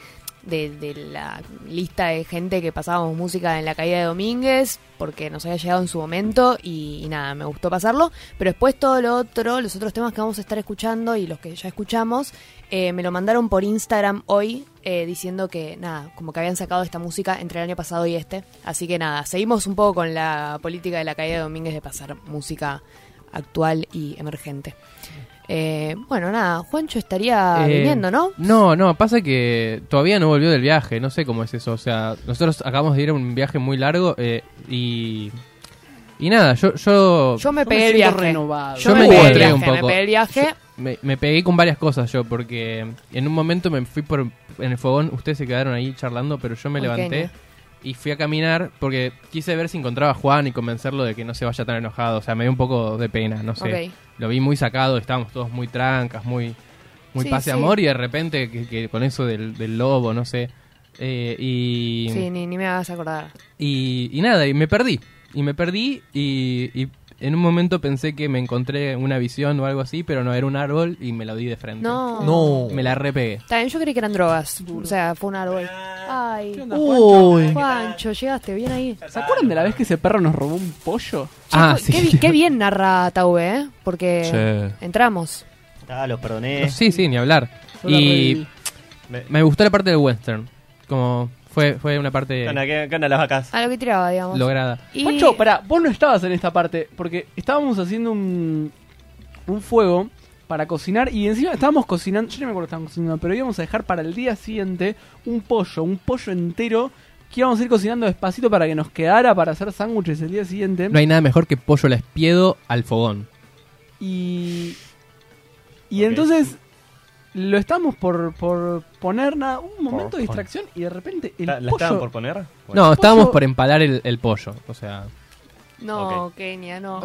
Speaker 2: de, de la lista de gente que pasábamos música en la caída de Domínguez, porque nos había llegado en su momento y, y nada, me gustó pasarlo. Pero después todo lo otro, los otros temas que vamos a estar escuchando y los que ya escuchamos, eh, me lo mandaron por Instagram hoy eh, diciendo que nada, como que habían sacado esta música entre el año pasado y este. Así que nada, seguimos un poco con la política de la caída de Domínguez de pasar música actual y emergente. Eh, bueno, nada, Juancho estaría
Speaker 4: Eh,
Speaker 2: viniendo, ¿no?
Speaker 4: No, no, pasa que todavía no volvió del viaje, no sé cómo es eso. O sea, nosotros acabamos de ir a un viaje muy largo eh, y. Y nada, yo. Yo,
Speaker 2: Yo me
Speaker 5: Yo
Speaker 2: pegué
Speaker 5: me
Speaker 2: el
Speaker 5: siento
Speaker 2: viaje.
Speaker 5: renovado.
Speaker 4: yo me
Speaker 2: pegué el
Speaker 4: encontré
Speaker 2: viaje,
Speaker 4: un poco.
Speaker 2: Me pegué el viaje.
Speaker 4: Me, me pegué con varias cosas yo, porque en un momento me fui por en el fogón, ustedes se quedaron ahí charlando, pero yo me
Speaker 2: Muy
Speaker 4: levanté
Speaker 2: genio.
Speaker 4: y fui a caminar porque quise ver si encontraba a Juan y convencerlo de que no se vaya tan enojado. O sea, me dio un poco de pena, no sé.
Speaker 2: Ok.
Speaker 4: Lo vi muy sacado, estábamos todos muy trancas, muy, muy
Speaker 2: Sí,
Speaker 4: pase
Speaker 2: sí.
Speaker 4: amor y de repente que, que con eso del, del lobo, no sé. Eh, y...
Speaker 2: Sí, ni, ni me hagas acordar.
Speaker 4: Y, y nada, y me perdí. Y me perdí y, y en un momento pensé que me encontré una visión o algo así, pero no, era un árbol y me lo di de frente.
Speaker 2: No.
Speaker 4: No. Me la repegué.
Speaker 2: También yo creí que eran drogas. O sea, fue un árbol. Ay.
Speaker 5: Uy.
Speaker 2: Juancho, llegaste bien ahí.
Speaker 5: ¿Se acuerdan de la vez que ese perro nos robó un pollo?
Speaker 2: Ah, qué, bi- qué bien narra Taube, ¿eh? Porque
Speaker 4: Sí.
Speaker 2: entramos.
Speaker 6: Ah, los perdoné.
Speaker 4: Sí, sí, ni hablar.
Speaker 6: Yo la
Speaker 4: Y
Speaker 6: reviví.
Speaker 4: me gustó la parte del western. Como fue, fue una parte
Speaker 6: ¿Qué onda, qué- qué onda las vacas?
Speaker 2: A lo que tiraba, digamos.
Speaker 4: lograda.
Speaker 2: Y-
Speaker 5: Pancho, pará, vos no estabas en esta parte, porque estábamos haciendo un, un fuego para cocinar y encima estábamos cocinando, yo no me acuerdo que estábamos cocinando, pero íbamos a dejar para el día siguiente un pollo, un pollo entero que íbamos a ir cocinando despacito para que nos quedara para hacer sándwiches el día siguiente.
Speaker 4: No hay nada mejor que pollo la espiedo al fogón.
Speaker 5: Y. Y entonces. Lo estamos por, por poner nada, un momento de distracción y de repente el
Speaker 6: ¿La- la
Speaker 5: pollo-
Speaker 6: estaban por poner?
Speaker 5: Bueno.
Speaker 4: No, estábamos
Speaker 5: Pollo-
Speaker 4: por empalar el, el pollo. O sea,
Speaker 2: No, Kenia, no.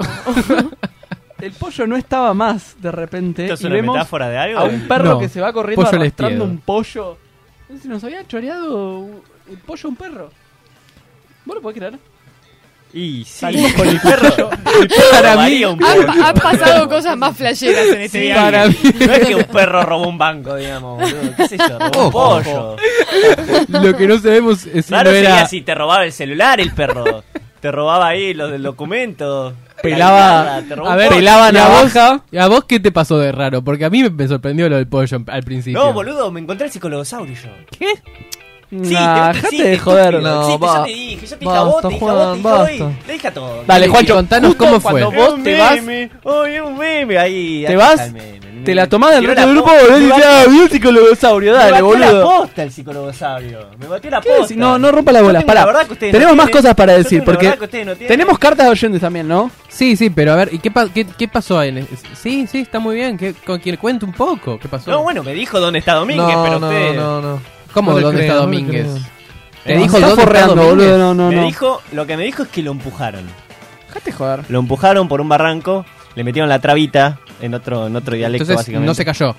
Speaker 5: El pollo no estaba más de repente.
Speaker 6: ¿Esto es
Speaker 5: y
Speaker 6: una
Speaker 5: vemos
Speaker 6: metáfora de algo?
Speaker 5: A un perro
Speaker 6: No,
Speaker 5: que se va corriendo
Speaker 6: pollo al
Speaker 5: arrastrando
Speaker 6: espiedo.
Speaker 5: un pollo. No sé si nos había choreado el pollo a un perro. ¿Vos lo podés creer?
Speaker 6: Y sí,
Speaker 5: Salimos
Speaker 6: con el perro. El perro
Speaker 5: Para
Speaker 6: robaría
Speaker 5: mí-
Speaker 6: un
Speaker 5: han
Speaker 6: pollo.
Speaker 5: pa- han
Speaker 2: pasado cosas más flasheras en este
Speaker 6: Sí,
Speaker 2: viaje.
Speaker 6: para mí. No es que un perro robó un banco, digamos. boludo. ¿Qué sé yo? Robó un
Speaker 4: Ojo.
Speaker 6: pollo.
Speaker 4: lo que no sabemos es si
Speaker 6: Claro,
Speaker 4: no
Speaker 6: sería
Speaker 4: era.
Speaker 6: si te robaba el celular el perro. Te robaba ahí los del documento.
Speaker 4: Pelaba.
Speaker 6: la guitarra, te robó
Speaker 4: a
Speaker 6: un
Speaker 4: ver,
Speaker 6: pollo.
Speaker 4: pelaba
Speaker 6: Y a vos-
Speaker 4: navaja. ¿Y a vos qué te pasó de raro? Porque a mí me- me sorprendió lo del pollo al principio.
Speaker 6: No, boludo, me encontré el psicologosaurio yo. ¿Qué? Sí,
Speaker 4: Nah,
Speaker 6: te-
Speaker 4: dejate
Speaker 6: sí,
Speaker 4: de
Speaker 6: estúpido.
Speaker 4: joder. No,
Speaker 6: Sí,
Speaker 4: va-
Speaker 6: yo te dije, yo te dije a
Speaker 5: Ah,
Speaker 4: basta,
Speaker 6: vos, te dije a vos, te dije a vos,
Speaker 4: Juan,
Speaker 6: y-
Speaker 4: basta.
Speaker 6: te dije a todos.
Speaker 4: Dale, Juancho, contanos
Speaker 6: justo
Speaker 4: cómo fue.
Speaker 6: cuando
Speaker 4: Era
Speaker 6: vos
Speaker 4: un
Speaker 6: te vas.
Speaker 4: meme,
Speaker 6: Oye, un meme ahí.
Speaker 5: Te
Speaker 6: ahí
Speaker 5: vas,
Speaker 6: está el meme, el
Speaker 5: te
Speaker 6: meme.
Speaker 5: la tomás del
Speaker 6: Tiró
Speaker 5: resto del
Speaker 6: la
Speaker 5: grupo,
Speaker 6: posta,
Speaker 5: boludo, y
Speaker 6: me
Speaker 5: dice, ah, vio el psicologosaurio, dale,
Speaker 6: batió la
Speaker 5: boludo.
Speaker 6: posta el psicologosaurio. Me batió la
Speaker 5: ¿Qué
Speaker 6: posta.
Speaker 5: decís? No, no rompa las
Speaker 6: Yo
Speaker 5: bolas,
Speaker 6: tengo una
Speaker 5: pará.
Speaker 6: verdad que ustedes no
Speaker 5: Tenemos más
Speaker 6: tienen.
Speaker 5: cosas para
Speaker 6: Yo
Speaker 5: decir,
Speaker 6: tengo una
Speaker 5: porque
Speaker 6: verdad que ustedes no tienen.
Speaker 5: tenemos cartas de oyentes también, ¿no?
Speaker 4: Sí, sí, pero a ver, ¿y qué, pa- qué, qué pasó ahí? en el- Sí, sí, está muy bien. Que, con quien cuente un poco, ¿qué pasó?
Speaker 6: No, bueno, me dijo dónde está Domínguez,
Speaker 4: No,
Speaker 6: pero
Speaker 4: no,
Speaker 6: usted.
Speaker 4: no, no. ¿Cómo
Speaker 6: le
Speaker 4: dónde
Speaker 6: creo,
Speaker 4: está
Speaker 6: no le
Speaker 4: Domínguez?
Speaker 6: creo.
Speaker 4: Te
Speaker 6: Eh,
Speaker 4: dijo
Speaker 6: está
Speaker 4: dónde está
Speaker 6: forreando,
Speaker 4: Domínguez.
Speaker 6: boludo, me dijo, lo que me dijo es que lo empujaron.
Speaker 5: Dejate joder.
Speaker 6: Lo empujaron por un barranco, le metieron la trabita en otro, en otro dialecto,
Speaker 4: Entonces,
Speaker 6: básicamente.
Speaker 4: no se cayó.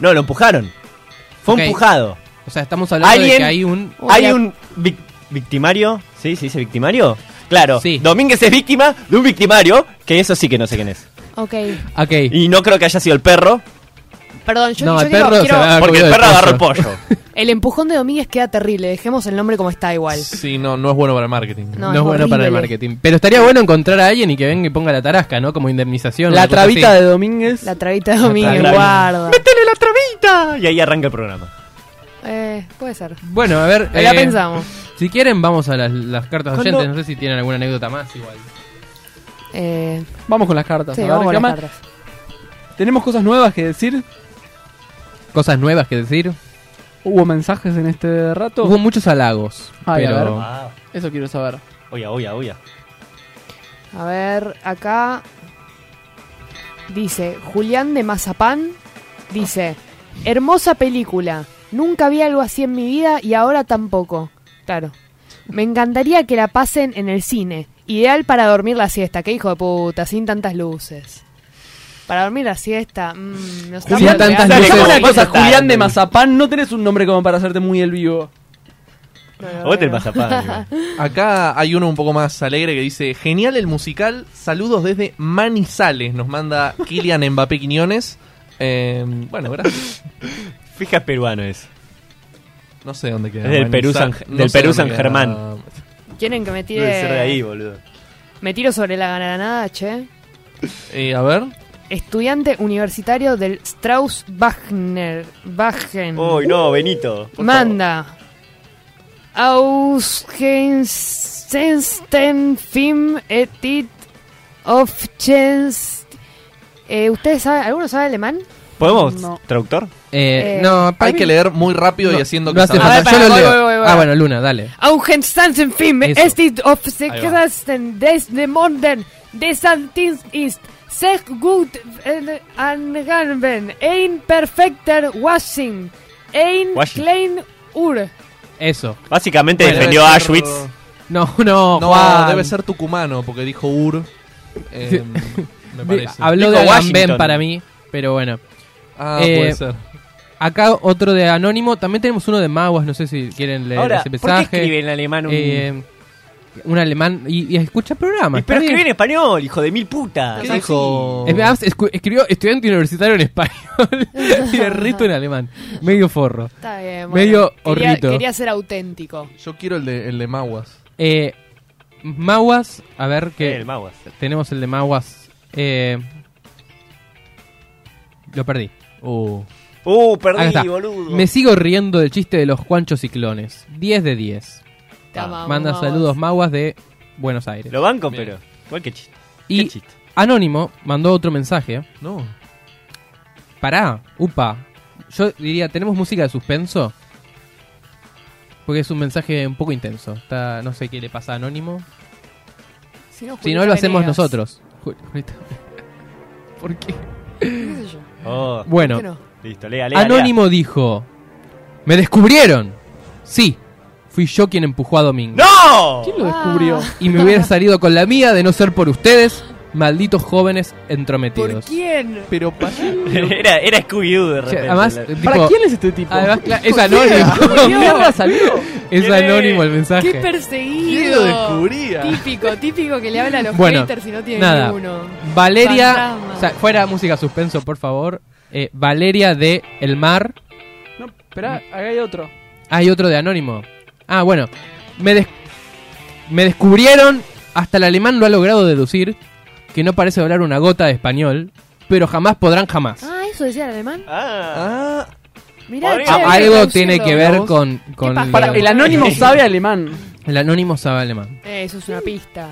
Speaker 6: No, lo empujaron. Fue
Speaker 4: Ok.
Speaker 6: empujado.
Speaker 4: O sea, estamos hablando de que hay un.
Speaker 6: Hay un vic- victimario. ¿Sí? ¿Se dice victimario? Claro. Domínguez es víctima de un victimario, que eso sí que no sé quién es.
Speaker 2: Ok.
Speaker 6: Y no creo que haya sido el perro.
Speaker 2: Perdón, yo, yo digo, quiero-
Speaker 6: Porque el perro agarró el pollo.
Speaker 2: El empujón de Domínguez queda terrible. Dejemos el nombre como está igual.
Speaker 21: Sí, no, no es bueno para el marketing.
Speaker 2: No,
Speaker 4: No, es bueno para el
Speaker 2: horrible.
Speaker 4: marketing. Pero estaría bueno encontrar a alguien y que venga y ponga la tarasca, ¿no? Como indemnización.
Speaker 5: La
Speaker 4: una cosa
Speaker 5: trabita
Speaker 4: así.
Speaker 5: de Domínguez.
Speaker 2: La trabita de Domínguez,
Speaker 4: trabita.
Speaker 2: guarda.
Speaker 6: ¡Métele la trabita! Y ahí arranca el programa.
Speaker 2: Eh, puede ser.
Speaker 4: Bueno, a ver. eh,
Speaker 2: Ahí la pensamos.
Speaker 4: Si quieren, vamos a las, las cartas
Speaker 2: Cuando-
Speaker 4: oyentes. No sé si tienen alguna anécdota más igual.
Speaker 2: Eh,
Speaker 5: Vamos con las cartas.
Speaker 2: Sí,
Speaker 5: a ver,
Speaker 2: vamos con las
Speaker 5: Cama. Tenemos cosas nuevas que decir.
Speaker 4: Cosas nuevas que decir.
Speaker 5: Hubo mensajes en este rato.
Speaker 4: Hubo muchos halagos.
Speaker 5: Ay, a
Speaker 4: pero...
Speaker 5: ver. Eso quiero saber.
Speaker 6: Oye, oye, oye.
Speaker 2: a ver, acá dice Julián de Mazapán. Dice, hermosa película. Nunca vi algo así en mi vida y ahora tampoco. Claro. Me encantaría que la pasen en el cine. Ideal para dormir la siesta. Qué hijo de puta, sin tantas luces. Para dormir la siesta. mm, nos
Speaker 17: Julián,
Speaker 2: estamos
Speaker 17: tantas
Speaker 2: olvidando.
Speaker 17: luces. Hagamos una cosa, Julián de Mazapán, no tenés un nombre como para hacerte muy el vivo.
Speaker 6: A vos te pasa pan,
Speaker 8: Acá hay uno un poco más alegre que dice: Genial el musical, saludos desde Manizales. Nos manda Kylian Mbappé Quiñones. Eh, bueno, gracias.
Speaker 6: Fija peruano es.
Speaker 8: No sé dónde queda.
Speaker 6: Es del Perú San-
Speaker 8: Manizales.
Speaker 6: del
Speaker 8: sé
Speaker 6: Perú
Speaker 8: dónde
Speaker 6: San
Speaker 8: queda.
Speaker 6: Germán.
Speaker 2: Quieren que me tire.
Speaker 6: Debe ser de ahí, boludo.
Speaker 2: Me tiro sobre la granada, che.
Speaker 8: Eh, a ver.
Speaker 2: Estudiante universitario del Strauss Wagner. Wagen.
Speaker 6: Uy, no, Benito.
Speaker 2: Manda. Ausgensten Film Etit of Chance. Eh, ¿Ustedes saben, alguno sabe alemán?
Speaker 6: ¿Podemos?
Speaker 2: No.
Speaker 6: ¿Traductor?
Speaker 4: Eh,
Speaker 2: Eh,
Speaker 4: no, para
Speaker 8: Hay
Speaker 4: mí-
Speaker 8: que leer muy rápido y haciendo
Speaker 4: no
Speaker 8: que
Speaker 4: hace
Speaker 8: salga.
Speaker 4: falta,
Speaker 2: A ver,
Speaker 4: yo lo
Speaker 2: pará,
Speaker 4: leo.
Speaker 2: voy, voy, voy,
Speaker 4: Ah,
Speaker 2: voy.
Speaker 4: bueno, Luna, dale.
Speaker 2: Ausgensten Film
Speaker 4: Eso.
Speaker 2: Etit of
Speaker 4: va.
Speaker 2: Sekasten des de Monden Santis ist sehr gut eh, angegangen. Ein perfekter Washing. Ein
Speaker 6: Washing.
Speaker 2: klein Uhr.
Speaker 4: Eso.
Speaker 6: Básicamente
Speaker 8: Bueno,
Speaker 6: defendió
Speaker 8: debe
Speaker 6: a
Speaker 8: ser-
Speaker 6: Auschwitz.
Speaker 4: No, no,
Speaker 8: No,
Speaker 4: Juan.
Speaker 8: debe ser tucumano, porque dijo Ur. eh, me parece.
Speaker 4: Habló
Speaker 8: Dijo
Speaker 4: de
Speaker 8: Washington.
Speaker 4: Washington para mí, pero bueno. Eh,
Speaker 8: Ah, puede ser.
Speaker 4: Acá otro de Anónimo. También tenemos uno de Maguas. No sé si quieren leer
Speaker 6: Ahora,
Speaker 4: ese
Speaker 6: ¿por qué
Speaker 4: mensaje.
Speaker 6: escribe en alemán un-
Speaker 4: Eh, un alemán y, y escucha programas.
Speaker 6: Pero
Speaker 4: está bien.
Speaker 6: escribí en español, hijo de mil putas.
Speaker 4: ¿Qué dijo? Es más, escu- Escribió estudiante universitario en español y el rito en alemán. Medio forro.
Speaker 2: Está bien, bueno.
Speaker 4: Medio
Speaker 2: Quería-
Speaker 4: Oh, horrito.
Speaker 2: Quería ser auténtico.
Speaker 8: Yo quiero el de, el de Maguas.
Speaker 4: Eh, Maguas, a ver qué.
Speaker 8: Eh, el Maguas.
Speaker 4: Tenemos el de Maguas. Eh, lo perdí.
Speaker 8: Uh.
Speaker 6: Uh, perdí,
Speaker 4: Acá está.
Speaker 6: boludo.
Speaker 4: Me sigo riendo del chiste de los cuanchos y clones. 10 de 10.
Speaker 6: Te amamos,
Speaker 4: Manda
Speaker 6: Maguas.
Speaker 4: saludos Maguas de Buenos Aires.
Speaker 6: Lo banco, pero. Igual que chiste.
Speaker 4: Y Anónimo mandó otro mensaje.
Speaker 8: No.
Speaker 4: Pará, upa. Yo diría, ¿tenemos música de suspenso? Porque es un mensaje un poco intenso. Está, no sé qué le pasa a Anónimo.
Speaker 2: Si no,
Speaker 4: Si
Speaker 2: Julieta
Speaker 4: no, lo hacemos
Speaker 2: Venegas.
Speaker 4: nosotros. Ju- Julieta- ¿Por qué?
Speaker 2: ¿Qué sé yo?
Speaker 6: Oh.
Speaker 4: Bueno.
Speaker 2: ¿Por qué no?
Speaker 6: Listo, lea, lea,
Speaker 4: Anónimo dijo: Me descubrieron. Sí, fui yo quien empujó a Domingo.
Speaker 6: ¡No!
Speaker 4: ¿Quién lo descubrió?
Speaker 2: Ah,
Speaker 4: Y me hubiera salido con la mía de no ser por ustedes, malditos jóvenes entrometidos.
Speaker 2: ¿Quién?
Speaker 8: Pero para.
Speaker 6: era era Scooby-Doo de
Speaker 4: Che,
Speaker 6: repente.
Speaker 4: además,
Speaker 6: La-
Speaker 4: dijo-
Speaker 17: este
Speaker 4: Además, cla- es anónimo.
Speaker 2: ¿Por qué?
Speaker 4: Mierda, salió. Es
Speaker 2: ¿Quién
Speaker 4: anónimo el
Speaker 2: Qué
Speaker 4: mensaje.
Speaker 2: perseguido.
Speaker 8: ¿Quién lo descubría?
Speaker 2: Típico, típico que le habla a los
Speaker 4: Bueno,
Speaker 2: haters si no tiene
Speaker 4: nada.
Speaker 2: ninguno.
Speaker 4: Valeria,
Speaker 2: Fantasma.
Speaker 4: o sea, fuera música suspenso, por favor. Eh, Valeria de El Mar.
Speaker 17: No, esperá, acá hay otro.
Speaker 4: Hay otro de anónimo. Ah, bueno. Me, des- me descubrieron, hasta el alemán lo ha logrado deducir, que no parece hablar una gota de español, pero jamás podrán jamás.
Speaker 9: Ah, eso decía el alemán.
Speaker 6: Ah.
Speaker 9: Mirá,
Speaker 4: Ah,
Speaker 9: che,
Speaker 4: algo
Speaker 9: traduciendo.
Speaker 4: tiene que ver con... con
Speaker 9: paja.
Speaker 4: lo-
Speaker 9: Para, el
Speaker 17: anónimo sabe alemán.
Speaker 4: El anónimo sabe alemán.
Speaker 2: Eh, eso es una pista.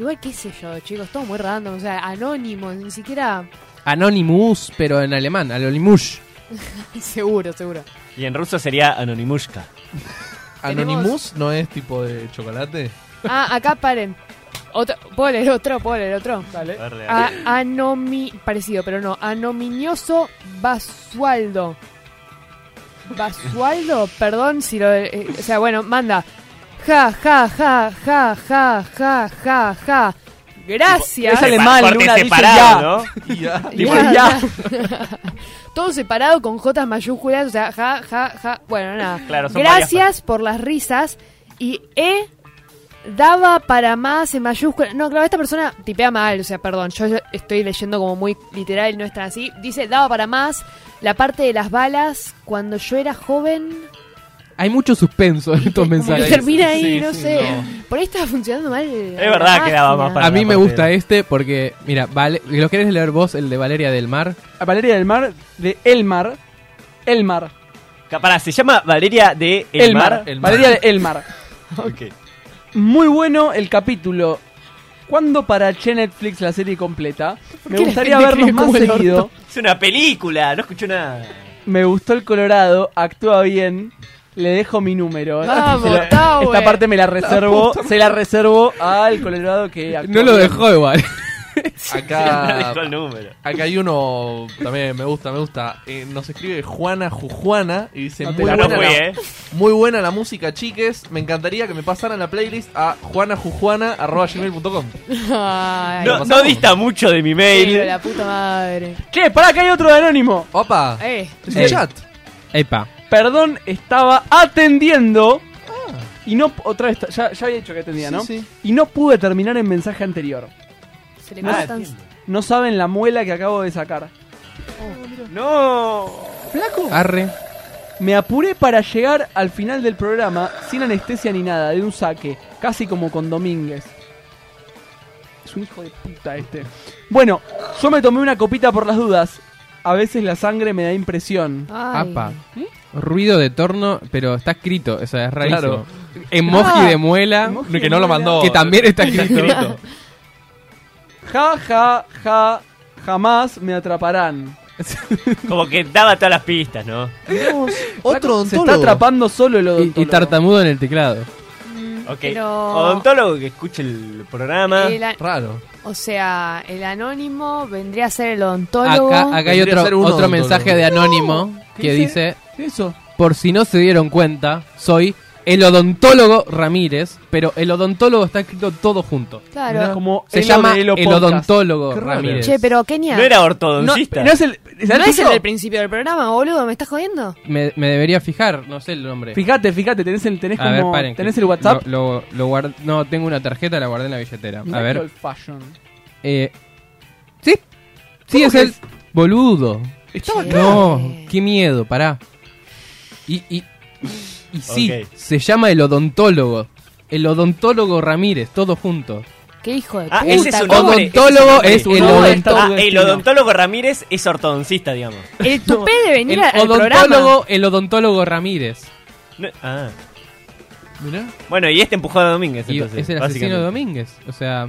Speaker 2: Igual qué sé yo, chicos, todo muy random, o sea, anónimo, ni siquiera
Speaker 4: Anonymous, pero en alemán, anonymous.
Speaker 2: seguro, seguro.
Speaker 6: Y en ruso sería Anonimushka.
Speaker 8: ¿Anonymous no es tipo de chocolate?
Speaker 2: Ah, acá paren. Otro, puedo leer otro, puedo leer otro. Vale.
Speaker 8: Dale, dale.
Speaker 2: anomi, parecido, pero no. Anominioso Basualdo. Basualdo, perdón si lo. eh, o sea, bueno, manda. Ja, ja, ja, ja, ja, ja, ja, ja. Gracias.
Speaker 17: Es alemán,
Speaker 6: Corte
Speaker 17: Luna, dice ya.
Speaker 6: separado, ¿no?
Speaker 8: Ya.
Speaker 17: Tipo,
Speaker 2: Ya.
Speaker 17: ya.
Speaker 2: Todo separado con J mayúsculas, o sea, ja, ja, ja. Bueno, nada.
Speaker 6: Claro, son
Speaker 2: Gracias por las risas. Y E daba para más en mayúsculas. No, claro, esta persona tipea mal, o sea, perdón, yo estoy leyendo como muy literal y no es tan así. Dice, daba para más la parte de las balas cuando yo era joven.
Speaker 4: Hay mucho suspenso en estos
Speaker 2: Como que
Speaker 4: mensajes.
Speaker 2: termina ahí,
Speaker 4: Sí,
Speaker 2: no
Speaker 4: sí,
Speaker 2: sé.
Speaker 4: no.
Speaker 2: Por ahí estaba funcionando mal.
Speaker 6: Es verdad que daba más para
Speaker 4: A mí
Speaker 6: la
Speaker 4: me
Speaker 6: parte
Speaker 4: gusta
Speaker 6: de-
Speaker 4: este porque, mira, vale, ¿lo querés leer vos, el de Valeria del Mar?
Speaker 17: A Valeria del Mar, de E. Elmar. Elmar.
Speaker 6: Ca- Pará, se llama Valeria de
Speaker 17: Elmar.
Speaker 6: Elmar.
Speaker 17: Valeria de Elmar.
Speaker 6: Ok.
Speaker 17: Muy bueno el capítulo. ¿Cuándo para Che Netflix la serie completa? Me
Speaker 6: qué la
Speaker 17: gustaría
Speaker 6: gente
Speaker 17: vernos
Speaker 6: cree
Speaker 17: más
Speaker 6: como el
Speaker 17: seguido.
Speaker 6: orto? Es una película, no escucho nada.
Speaker 17: Me gustó el Colorado, actúa bien. Le dejo mi número.
Speaker 6: Vamos,
Speaker 17: Se lo-
Speaker 6: está,
Speaker 17: esta
Speaker 6: güey.
Speaker 17: parte me la
Speaker 6: La
Speaker 17: reservo.
Speaker 6: puta
Speaker 17: se la reservo al Colorado que actúa
Speaker 4: No lo
Speaker 17: bien.
Speaker 4: dejó igual.
Speaker 6: Siempre
Speaker 8: Acá,
Speaker 6: dijo el número.
Speaker 8: acá hay uno también, me gusta, me gusta. Eh, nos escribe Juana Jujuana y dice:
Speaker 6: No te
Speaker 8: muy,
Speaker 6: la-
Speaker 8: buena
Speaker 6: no fui,
Speaker 8: la,
Speaker 6: eh.
Speaker 8: muy buena la música, chiques. Me encantaría que me pasaran la playlist a juanajujuana.gmail.com.
Speaker 2: Ay,
Speaker 6: No, no dista mucho de mi
Speaker 2: pero
Speaker 6: mail.
Speaker 2: la puta madre.
Speaker 5: Che, pará que hay otro de anónimo.
Speaker 8: Opa.
Speaker 2: Eh.
Speaker 4: Epa.
Speaker 5: Perdón, estaba atendiendo. Y no, otra vez, ya, ya había dicho que atendía,
Speaker 4: Ah. Sí,
Speaker 5: ¿no?
Speaker 4: sí.
Speaker 5: Y no pude terminar el mensaje anterior.
Speaker 2: Se le
Speaker 5: No,
Speaker 6: Ah,
Speaker 2: cortan-
Speaker 5: no saben la muela que acabo de sacar. ¡No! ¡Flaco!
Speaker 4: Arre.
Speaker 5: Me apuré para llegar al final del programa sin anestesia ni nada, de un saque, casi como con Domínguez. Es un hijo de puta este. Bueno, yo me tomé una copita por las dudas. A veces la sangre me da impresión.
Speaker 2: Ay.
Speaker 4: Apa. Ruido de torno, pero está escrito, o sea, es rarísimo.
Speaker 8: Claro.
Speaker 4: Emoji
Speaker 5: Ah,
Speaker 4: de muela.
Speaker 5: emoji
Speaker 8: de Que no lo muela. mandó.
Speaker 4: Que también está escrito.
Speaker 5: Ja, ja, ja, jamás me atraparán.
Speaker 6: Como que daba todas las pistas, ¿no?
Speaker 8: Otro
Speaker 5: Se está atrapando solo el
Speaker 4: Y, y
Speaker 5: odontólogo.
Speaker 4: tartamudo en el teclado.
Speaker 6: Ok.
Speaker 2: Pero-
Speaker 6: Odontólogo que escuche el programa.
Speaker 2: El a-
Speaker 8: Raro.
Speaker 2: O sea, el anónimo vendría a ser el odontólogo.
Speaker 4: Acá, acá hay
Speaker 8: Vendría a ser
Speaker 4: otro,
Speaker 8: un
Speaker 4: otro
Speaker 8: odontólogo.
Speaker 4: mensaje de anónimo que dice,
Speaker 5: ¿Qué es eso?
Speaker 4: por si no se dieron cuenta, soy el odontólogo Ramírez, pero el odontólogo está escrito todo junto.
Speaker 2: Claro.
Speaker 5: Como
Speaker 4: Se
Speaker 5: Elo
Speaker 4: llama
Speaker 5: de Elo
Speaker 4: el
Speaker 5: Podcast.
Speaker 4: odontólogo
Speaker 8: Qué raro.
Speaker 4: Ramírez.
Speaker 2: Che, pero Kenia.
Speaker 6: No era ortodoncista.
Speaker 5: No, no es el. ¿es
Speaker 2: ¿No
Speaker 5: el
Speaker 2: es el
Speaker 5: tuyo?
Speaker 2: del principio del programa, boludo? ¿Me estás jodiendo?
Speaker 4: Me, me debería fijar, no sé el nombre.
Speaker 5: Fíjate, fíjate, tenés el, tenés
Speaker 4: A ver,
Speaker 5: como,
Speaker 4: paren,
Speaker 5: tenés
Speaker 4: que
Speaker 5: el WhatsApp.
Speaker 4: Lo, lo- lo guard- No, tengo una tarjeta, la guardé en la billetera. A
Speaker 5: Mirá qué
Speaker 4: ver.
Speaker 5: old fashion.
Speaker 4: eh, sí, sí, es
Speaker 5: que
Speaker 4: el boludo.
Speaker 5: Estaba
Speaker 2: Che.
Speaker 5: acá.
Speaker 4: No, qué miedo, pará. Y, y, y sí,
Speaker 6: Ok.
Speaker 4: se llama el odontólogo. El odontólogo Ramírez, todo junto.
Speaker 2: ¿Qué hijo de
Speaker 6: Ah,
Speaker 2: puta?
Speaker 6: ese es un
Speaker 4: Odontólogo
Speaker 6: nombre, ese un nombre.
Speaker 4: es el
Speaker 6: No,
Speaker 4: odontólogo
Speaker 6: Ah, el
Speaker 4: destino.
Speaker 6: odontólogo Ramírez es ortodoncista, digamos.
Speaker 2: El tupé de venir
Speaker 4: El
Speaker 2: al programa.
Speaker 4: odontólogo, el odontólogo Ramírez.
Speaker 6: No- ah.
Speaker 4: Mirá.
Speaker 6: Bueno, y este empujó a Domínguez,
Speaker 4: Y
Speaker 6: entonces.
Speaker 4: es el asesino de
Speaker 6: básicamente.
Speaker 4: Domínguez. O sea,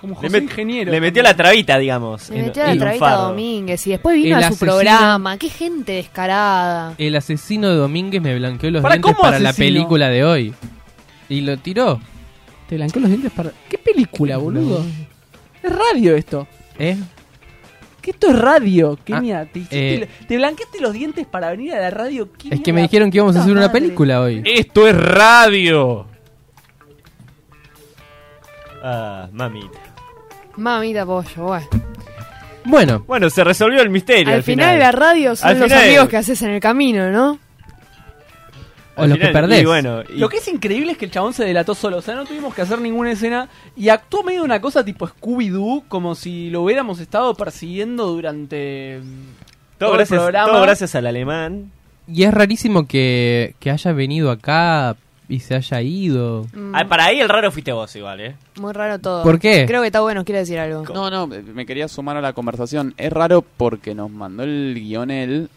Speaker 5: Como
Speaker 6: Le
Speaker 5: José
Speaker 6: met-
Speaker 5: Ingeniero.
Speaker 6: Le metió la trabita, digamos.
Speaker 2: Me
Speaker 6: en-
Speaker 2: metió
Speaker 6: en
Speaker 2: la
Speaker 6: un
Speaker 2: trabita
Speaker 6: fardo.
Speaker 2: Domínguez y después vino
Speaker 4: El
Speaker 2: a su
Speaker 4: asesino-
Speaker 2: programa. Qué gente descarada.
Speaker 4: el asesino de Domínguez me blanqueó los
Speaker 5: Pará,
Speaker 4: dientes
Speaker 5: ¿cómo
Speaker 4: para la
Speaker 5: asesino?
Speaker 4: película de hoy. Y lo tiró.
Speaker 5: Te blanqueó los dientes para. ¿Qué película, boludo? Es radio esto.
Speaker 4: ¿Eh? Ah.
Speaker 5: Que esto es radio, Kenia. te, hiciste-
Speaker 4: eh.
Speaker 5: te blanqueaste los dientes para venir a la radio. Kenia,
Speaker 4: Es que me
Speaker 5: la
Speaker 4: dijeron que íbamos a
Speaker 5: puta
Speaker 4: hacer una
Speaker 5: madre.
Speaker 4: película hoy.
Speaker 8: Esto es radio.
Speaker 6: Ah, mamita.
Speaker 2: Mamita pollo, bueno.
Speaker 4: Bueno,
Speaker 6: Bueno, se resolvió el misterio. Al,
Speaker 2: Al final la radio son
Speaker 6: Al
Speaker 2: los
Speaker 6: final-
Speaker 2: amigos que haces en el camino, ¿no?
Speaker 4: o
Speaker 6: Al
Speaker 4: los que
Speaker 6: final,
Speaker 4: perdés.
Speaker 6: Y bueno, y-
Speaker 5: Lo que es increíble es que el chabón se delató solo. O sea, no tuvimos que hacer ninguna escena. Y actuó medio una cosa tipo Scooby-Doo. Como si lo hubiéramos estado persiguiendo durante. mm,
Speaker 6: todo,
Speaker 5: el
Speaker 6: gracias,
Speaker 5: programa.
Speaker 6: todo gracias al alemán.
Speaker 4: Y es rarísimo que, que haya venido acá y se haya ido.
Speaker 2: Mm,
Speaker 6: Ah, para ahí el raro fuiste vos, igual, ¿eh?
Speaker 2: Muy raro todo.
Speaker 4: ¿Por qué?
Speaker 2: Creo que está bueno, quiere decir algo.
Speaker 3: No, no, me quería sumar a la conversación. Es raro porque nos mandó el guión él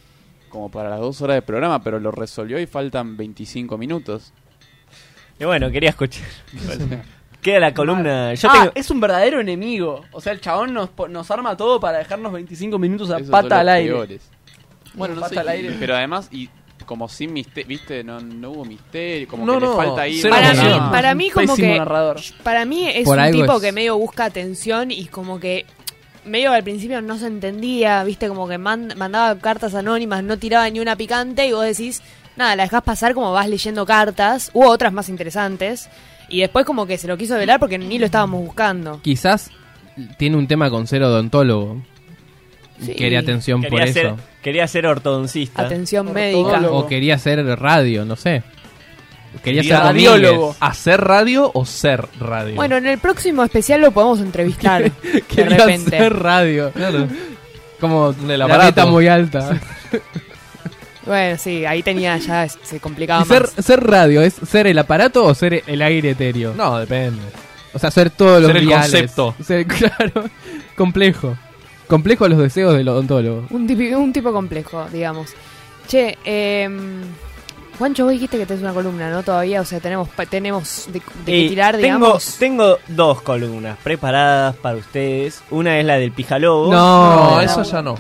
Speaker 3: como para las dos horas de programa, pero lo resolvió y faltan 25 minutos.
Speaker 6: Y bueno, quería escuchar. Queda la columna. Yo
Speaker 5: ah,
Speaker 6: tengo.
Speaker 5: es un verdadero enemigo. O sea, el chabón nos, po- nos arma todo para dejarnos 25 minutos a
Speaker 3: Esos son los
Speaker 5: pata al aire.
Speaker 3: peores. Bueno, no
Speaker 5: Pata
Speaker 3: sé,
Speaker 5: al aire.
Speaker 3: Pero además, y como sin misterio, ¿viste? No, no hubo misterio, como
Speaker 8: No,
Speaker 3: que
Speaker 8: no,
Speaker 3: le falta ahí.
Speaker 8: cero
Speaker 2: Para mí,
Speaker 8: emoción.
Speaker 5: no.
Speaker 2: para mí como
Speaker 5: Pésimo
Speaker 2: que
Speaker 5: narrador.
Speaker 2: para mí es
Speaker 4: Por
Speaker 2: un
Speaker 4: algo
Speaker 2: tipo
Speaker 4: es.
Speaker 2: que medio busca atención y como que medio al principio no se entendía, viste, como que man- mandaba cartas anónimas, no tiraba ni una picante y vos decís, nada, la dejás pasar como vas leyendo cartas, u otras más interesantes y después como que se lo quiso velar porque ni lo estábamos buscando.
Speaker 4: Quizás tiene un tema con ser odontólogo.
Speaker 2: eh, Sí.
Speaker 4: Quería atención
Speaker 6: Quería
Speaker 4: por
Speaker 6: ser,
Speaker 4: eso.
Speaker 6: quería ser ortodoncista.
Speaker 2: Atención médica.
Speaker 5: Ortodólogo.
Speaker 4: O quería ser radio, no sé. Quería ser
Speaker 8: Quería
Speaker 4: radiólogo.
Speaker 5: radiólogo.
Speaker 8: ¿Hacer radio o ser radio?
Speaker 2: Bueno, en el próximo especial lo podemos entrevistar de
Speaker 4: Quería
Speaker 2: repente.
Speaker 4: ser radio. Claro. Como la
Speaker 8: aparato.
Speaker 4: meta muy alta.
Speaker 2: Bueno, sí, ahí tenía ya se complicaba
Speaker 4: ¿Y ser,
Speaker 2: más.
Speaker 4: ser radio es ser el aparato o ser el aire etéreo?
Speaker 8: No, depende.
Speaker 4: O sea, ser todos los
Speaker 8: Ser el
Speaker 4: diales.
Speaker 8: concepto.
Speaker 4: Ser- claro. Complejo. Complejo los deseos del odontólogo.
Speaker 2: Un tipo, un tipo complejo, digamos. Che, eh, Juancho, vos dijiste que tenés una columna, ¿no? Todavía, o sea, tenemos pa- tenemos de, de qué
Speaker 6: Y
Speaker 2: tirar,
Speaker 6: tengo,
Speaker 2: digamos.
Speaker 6: tengo dos columnas preparadas para ustedes. Una es la del pijalobo.
Speaker 4: No,
Speaker 8: No,
Speaker 4: no.
Speaker 8: eso ya no.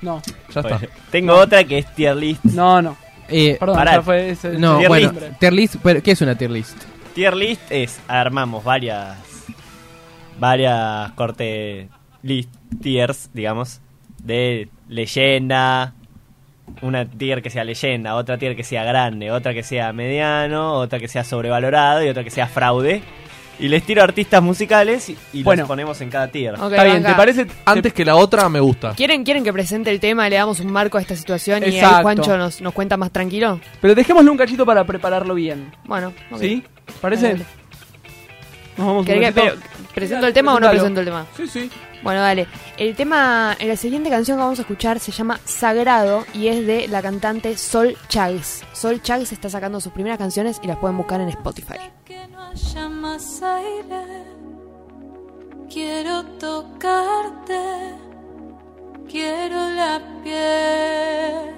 Speaker 5: No,
Speaker 8: Ya está.
Speaker 6: Tengo otra que es tier list.
Speaker 5: no, no.
Speaker 4: Eh,
Speaker 5: Perdón,
Speaker 6: Pará.
Speaker 5: ya fue ese-
Speaker 4: no,
Speaker 6: tier
Speaker 4: bueno,
Speaker 6: list.
Speaker 4: tier list, pero ¿qué es una tier list?
Speaker 6: Tier list es armamos varias varias cortes list- tiers, digamos, de leyenda, una tier que sea leyenda, otra tier que sea grande, otra que sea mediano, otra que sea sobrevalorado y otra que sea fraude. Y les tiro artistas musicales y, y
Speaker 5: Bueno.
Speaker 6: los ponemos en cada tier.
Speaker 2: Ok, Está bien, banca. ¿te parece-
Speaker 8: Antes que la otra me gusta.
Speaker 2: ¿Quieren, ¿Quieren que presente el tema, le damos un marco a esta situación y ahí
Speaker 5: Exacto.
Speaker 2: Juancho nos, nos cuenta más tranquilo?
Speaker 5: Pero dejémosle un cachito para prepararlo bien.
Speaker 2: Bueno, ok.
Speaker 5: ¿Sí? ¿Parece?
Speaker 2: Dale.
Speaker 5: Nos vamos un
Speaker 2: ¿Querés que-
Speaker 5: ratito.
Speaker 2: pero, ¿Presento el tema o no presento
Speaker 5: Presentalo. Sí,
Speaker 2: el tema?
Speaker 5: sí.
Speaker 2: Bueno, dale. El tema, eh, la siguiente canción que vamos a escuchar se llama Sagrado y es de la cantante Sol Chags. Sol Chags está sacando sus primeras canciones y las pueden buscar en Spotify.
Speaker 22: haya más aire. Quiero tocarte, quiero la piel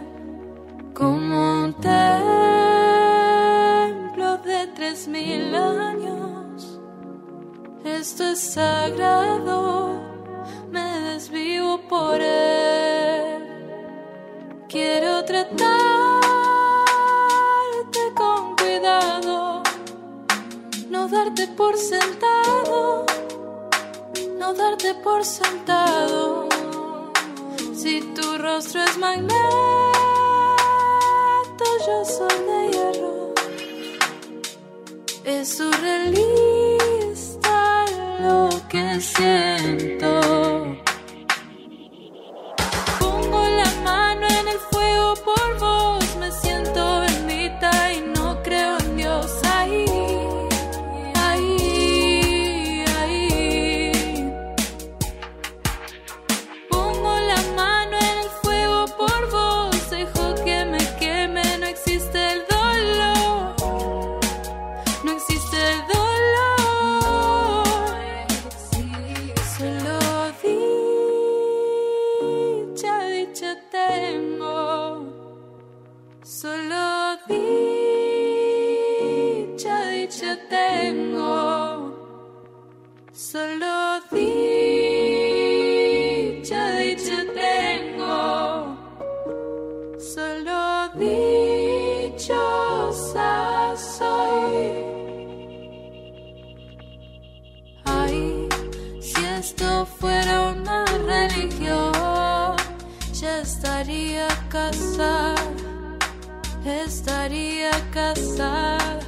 Speaker 22: como un templo de tres mil años. Esto es sagrado, me desvivo por él. Quiero tratarte con cuidado no darte por sentado, no darte por sentado. Si tu rostro es magneto, yo soy de hierro. Es surrealista lo que siento. Pongo la mano en el fuego por vos, me siento ermita y no creo en Dios ahí. Ahí, ahí. Pongo la mano en el fuego por vos, dejo que me queme, no existe el dolor. No existe el dolor. Solo dicha, dicha tengo. Solo dicha, dicha tengo. Solo dicha, dicha tengo. Solo dichosa soy. Ay, si esto fuera una religión, ya estaría casada. Estaría casada.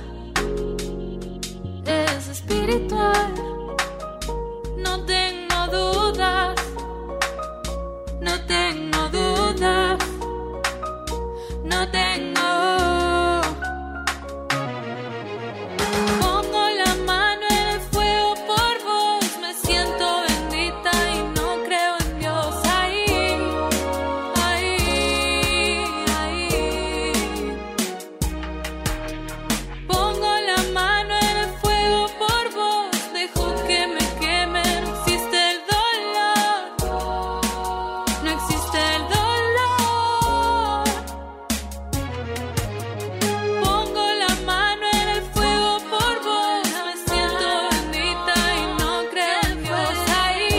Speaker 22: Es espiritual. No tengo dudas, no tengo dudas, no tengo. Pongo la mano en el fuego por vos, me siento bendita y no creo en Dios. Ahí, ahí, ahí. Pongo la mano en el fuego por vos, dejo que me queme, no existe el dolor, no existe el dolor. Pongo la mano en el fuego por vos, me siento bendita y no creo en Dios. Ahí,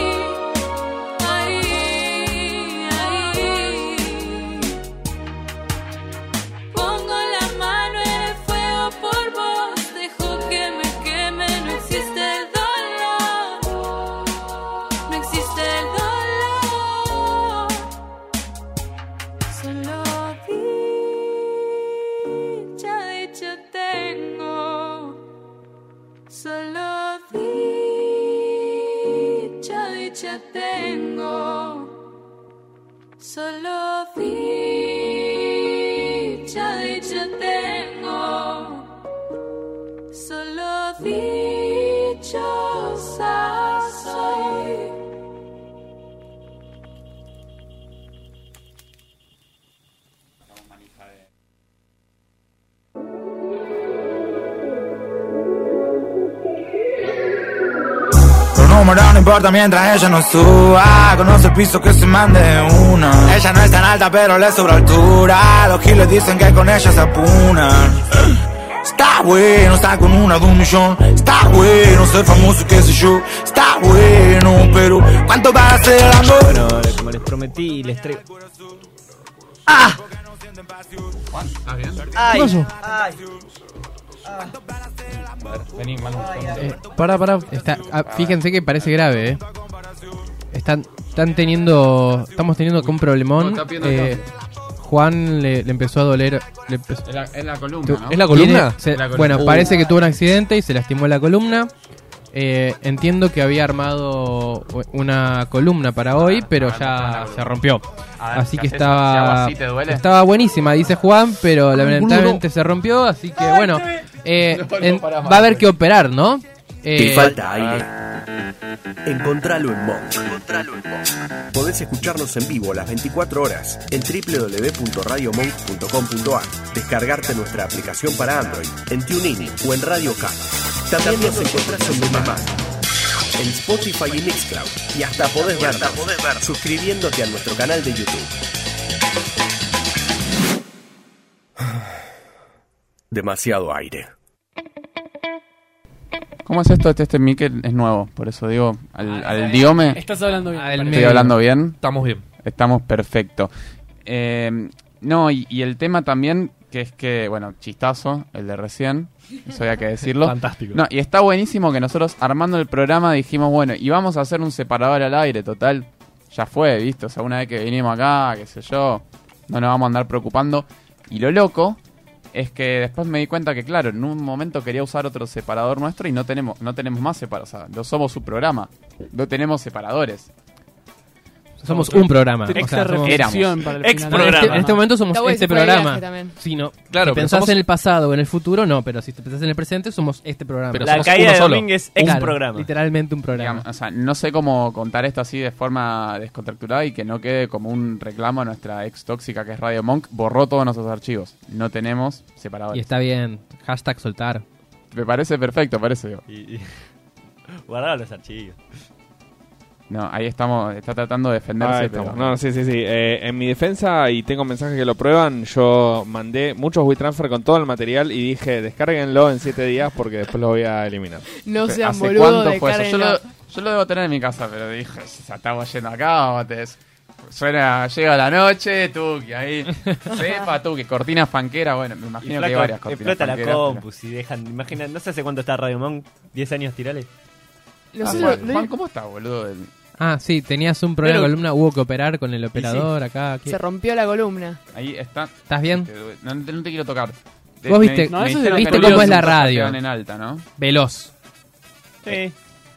Speaker 22: ahí, ahí. Pongo la mano en el fuego por vos, dejo que me queme, no existe el dolor, no existe el dolor, solo dicha, dicha tengo, solo dicha, dicha tengo. Solo dicha, dicha tengo. Solo dichosa soy.
Speaker 23: Los números no importa mientras ella no suba. Conoce el piso que se mande una. Ella no es tan alta, pero le sobra altura. Los giles dicen que con ella se apunan. Está bueno, está con una de un millón. Está bueno, ser famoso, qué sé yo. Está bueno, pero ¿cuánto va a ser el amor?
Speaker 6: Bueno, como les prometí, les traigo.
Speaker 23: Ay,
Speaker 4: Pará, pará. Está, ah, fíjense que parece grave, eh. están, están teniendo, estamos teniendo acá un
Speaker 3: No,
Speaker 4: problemón.
Speaker 3: está pidiendo
Speaker 4: Eh, Juan le, le empezó a doler. le empezó-
Speaker 3: Es la- es la columna,
Speaker 4: Tu-
Speaker 3: ¿no?
Speaker 4: ¿Es la
Speaker 3: Tiene-
Speaker 4: columna?
Speaker 3: se- la columna.
Speaker 4: Bueno,
Speaker 3: Uh.
Speaker 4: parece que tuvo un accidente y se lastimó la columna. Eh, entiendo que había armado una columna para hoy, pero ya se rompió.
Speaker 3: A ver,
Speaker 4: así
Speaker 3: ¿qué
Speaker 4: que
Speaker 3: haces? Si hago
Speaker 4: estaba
Speaker 3: así, ¿te duele?
Speaker 4: estaba buenísima, dice Juan, pero lamentablemente
Speaker 3: boludo.
Speaker 4: se rompió, así que bueno, eh,
Speaker 1: No, no,
Speaker 4: en-
Speaker 1: pará,
Speaker 4: va a haber que operar, ¿no?
Speaker 1: Te
Speaker 4: Eh,
Speaker 1: falta aire. Encontralo Ah. en Monk. Podés escucharnos en vivo las 24 horas en www.radiomonk.com.ar. Descargarte nuestra aplicación para Android en TuneIn o en Radio K. También nos encontrás en Mamá, en Spotify y Mixcloud. Y hasta podés ver suscribiéndote a nuestro canal de YouTube. Demasiado aire.
Speaker 3: ¿Cómo es esto? Este, este Miquel es nuevo, por eso digo, al, al diome.
Speaker 17: Estás hablando bien.
Speaker 3: ¿Estoy
Speaker 17: medio.
Speaker 3: hablando bien?
Speaker 8: Estamos bien.
Speaker 3: Estamos perfecto. Eh, no, y, y el tema también, que es que, bueno, chistazo, el de recién, eso había que decirlo.
Speaker 8: Fantástico.
Speaker 3: No, y está buenísimo que nosotros armando el programa dijimos, bueno, y vamos a hacer un separador al aire, total. Ya fue, ¿viste? O sea, una vez que vinimos acá, qué sé yo, no nos vamos a andar preocupando. Y lo loco es que después me di cuenta que, claro, en un momento quería usar otro separador nuestro y no tenemos, no tenemos más separadores. O sea, no somos su programa, no tenemos separadores.
Speaker 4: Somos un programa.
Speaker 3: Ex-
Speaker 4: somos-
Speaker 3: éramos.
Speaker 4: Ex programa. En este momento somos
Speaker 3: Está bueno
Speaker 4: este
Speaker 3: ese fue el
Speaker 4: programa.
Speaker 3: viaje también.
Speaker 4: Si, no,
Speaker 8: Claro,
Speaker 4: si
Speaker 8: pero
Speaker 4: pensás
Speaker 8: somos-
Speaker 4: en el pasado o en el futuro, no. Pero si te pensás en el presente, somos este programa.
Speaker 3: Pero
Speaker 4: Somos uno solo. Un- claro, Literalmente un programa.
Speaker 3: Digamos, o sea, no sé cómo contar esto así de forma descontracturada y que no quede como un reclamo a nuestra ex tóxica que es Radio Monk. Borró todos nuestros archivos. No tenemos separadores.
Speaker 4: Y está bien. Hashtag soltar.
Speaker 3: Me parece perfecto, parece. digo.
Speaker 6: Guardaba los archivos.
Speaker 3: No, ahí estamos. Está tratando de defenderse.
Speaker 24: Ahí
Speaker 3: pero-
Speaker 24: estamos. No, sí, sí, sí. Eh, en mi defensa, y tengo mensajes que lo prueban, yo mandé muchos
Speaker 8: E
Speaker 24: WeTransfer con todo el material y dije, descárguenlo en 7 días porque después lo voy a eliminar.
Speaker 3: No
Speaker 24: sean
Speaker 3: ¿Hace
Speaker 24: boludos,
Speaker 3: cuánto fue eso? Yo lo,
Speaker 24: descárguenlo.
Speaker 3: yo lo debo tener en mi casa, pero dije, se estamos yendo acá, mates. Suena, llega la noche, tú que ahí. Sepa tú que cortinas panquera, bueno, me
Speaker 6: Y
Speaker 3: imagino que
Speaker 6: flaco,
Speaker 3: hay varias cortinas.
Speaker 6: explota la
Speaker 3: panqueras, pero-
Speaker 6: compu y dejan. Imagina, no sé hace cuánto está Radio Monk. 10 años, tirale.
Speaker 3: Ah, Juan, Juan, ¿cómo está, boludo? El-
Speaker 4: Ah, sí, tenías un problema
Speaker 3: Pero-
Speaker 4: de columna, hubo que operar con el operador acá. ¿qué?
Speaker 2: Se rompió la columna.
Speaker 3: Ahí está.
Speaker 4: ¿Estás bien?
Speaker 3: No, no te- no te quiero tocar. Te-
Speaker 4: Vos
Speaker 3: me-
Speaker 4: viste-
Speaker 3: me
Speaker 4: No, eso es
Speaker 3: dijeron
Speaker 4: viste
Speaker 3: que en
Speaker 4: cómo
Speaker 3: unos
Speaker 4: es la
Speaker 3: minutos ya
Speaker 4: radio.
Speaker 3: le dan en alta, ¿no?
Speaker 4: Veloz.
Speaker 6: Sí. Ah,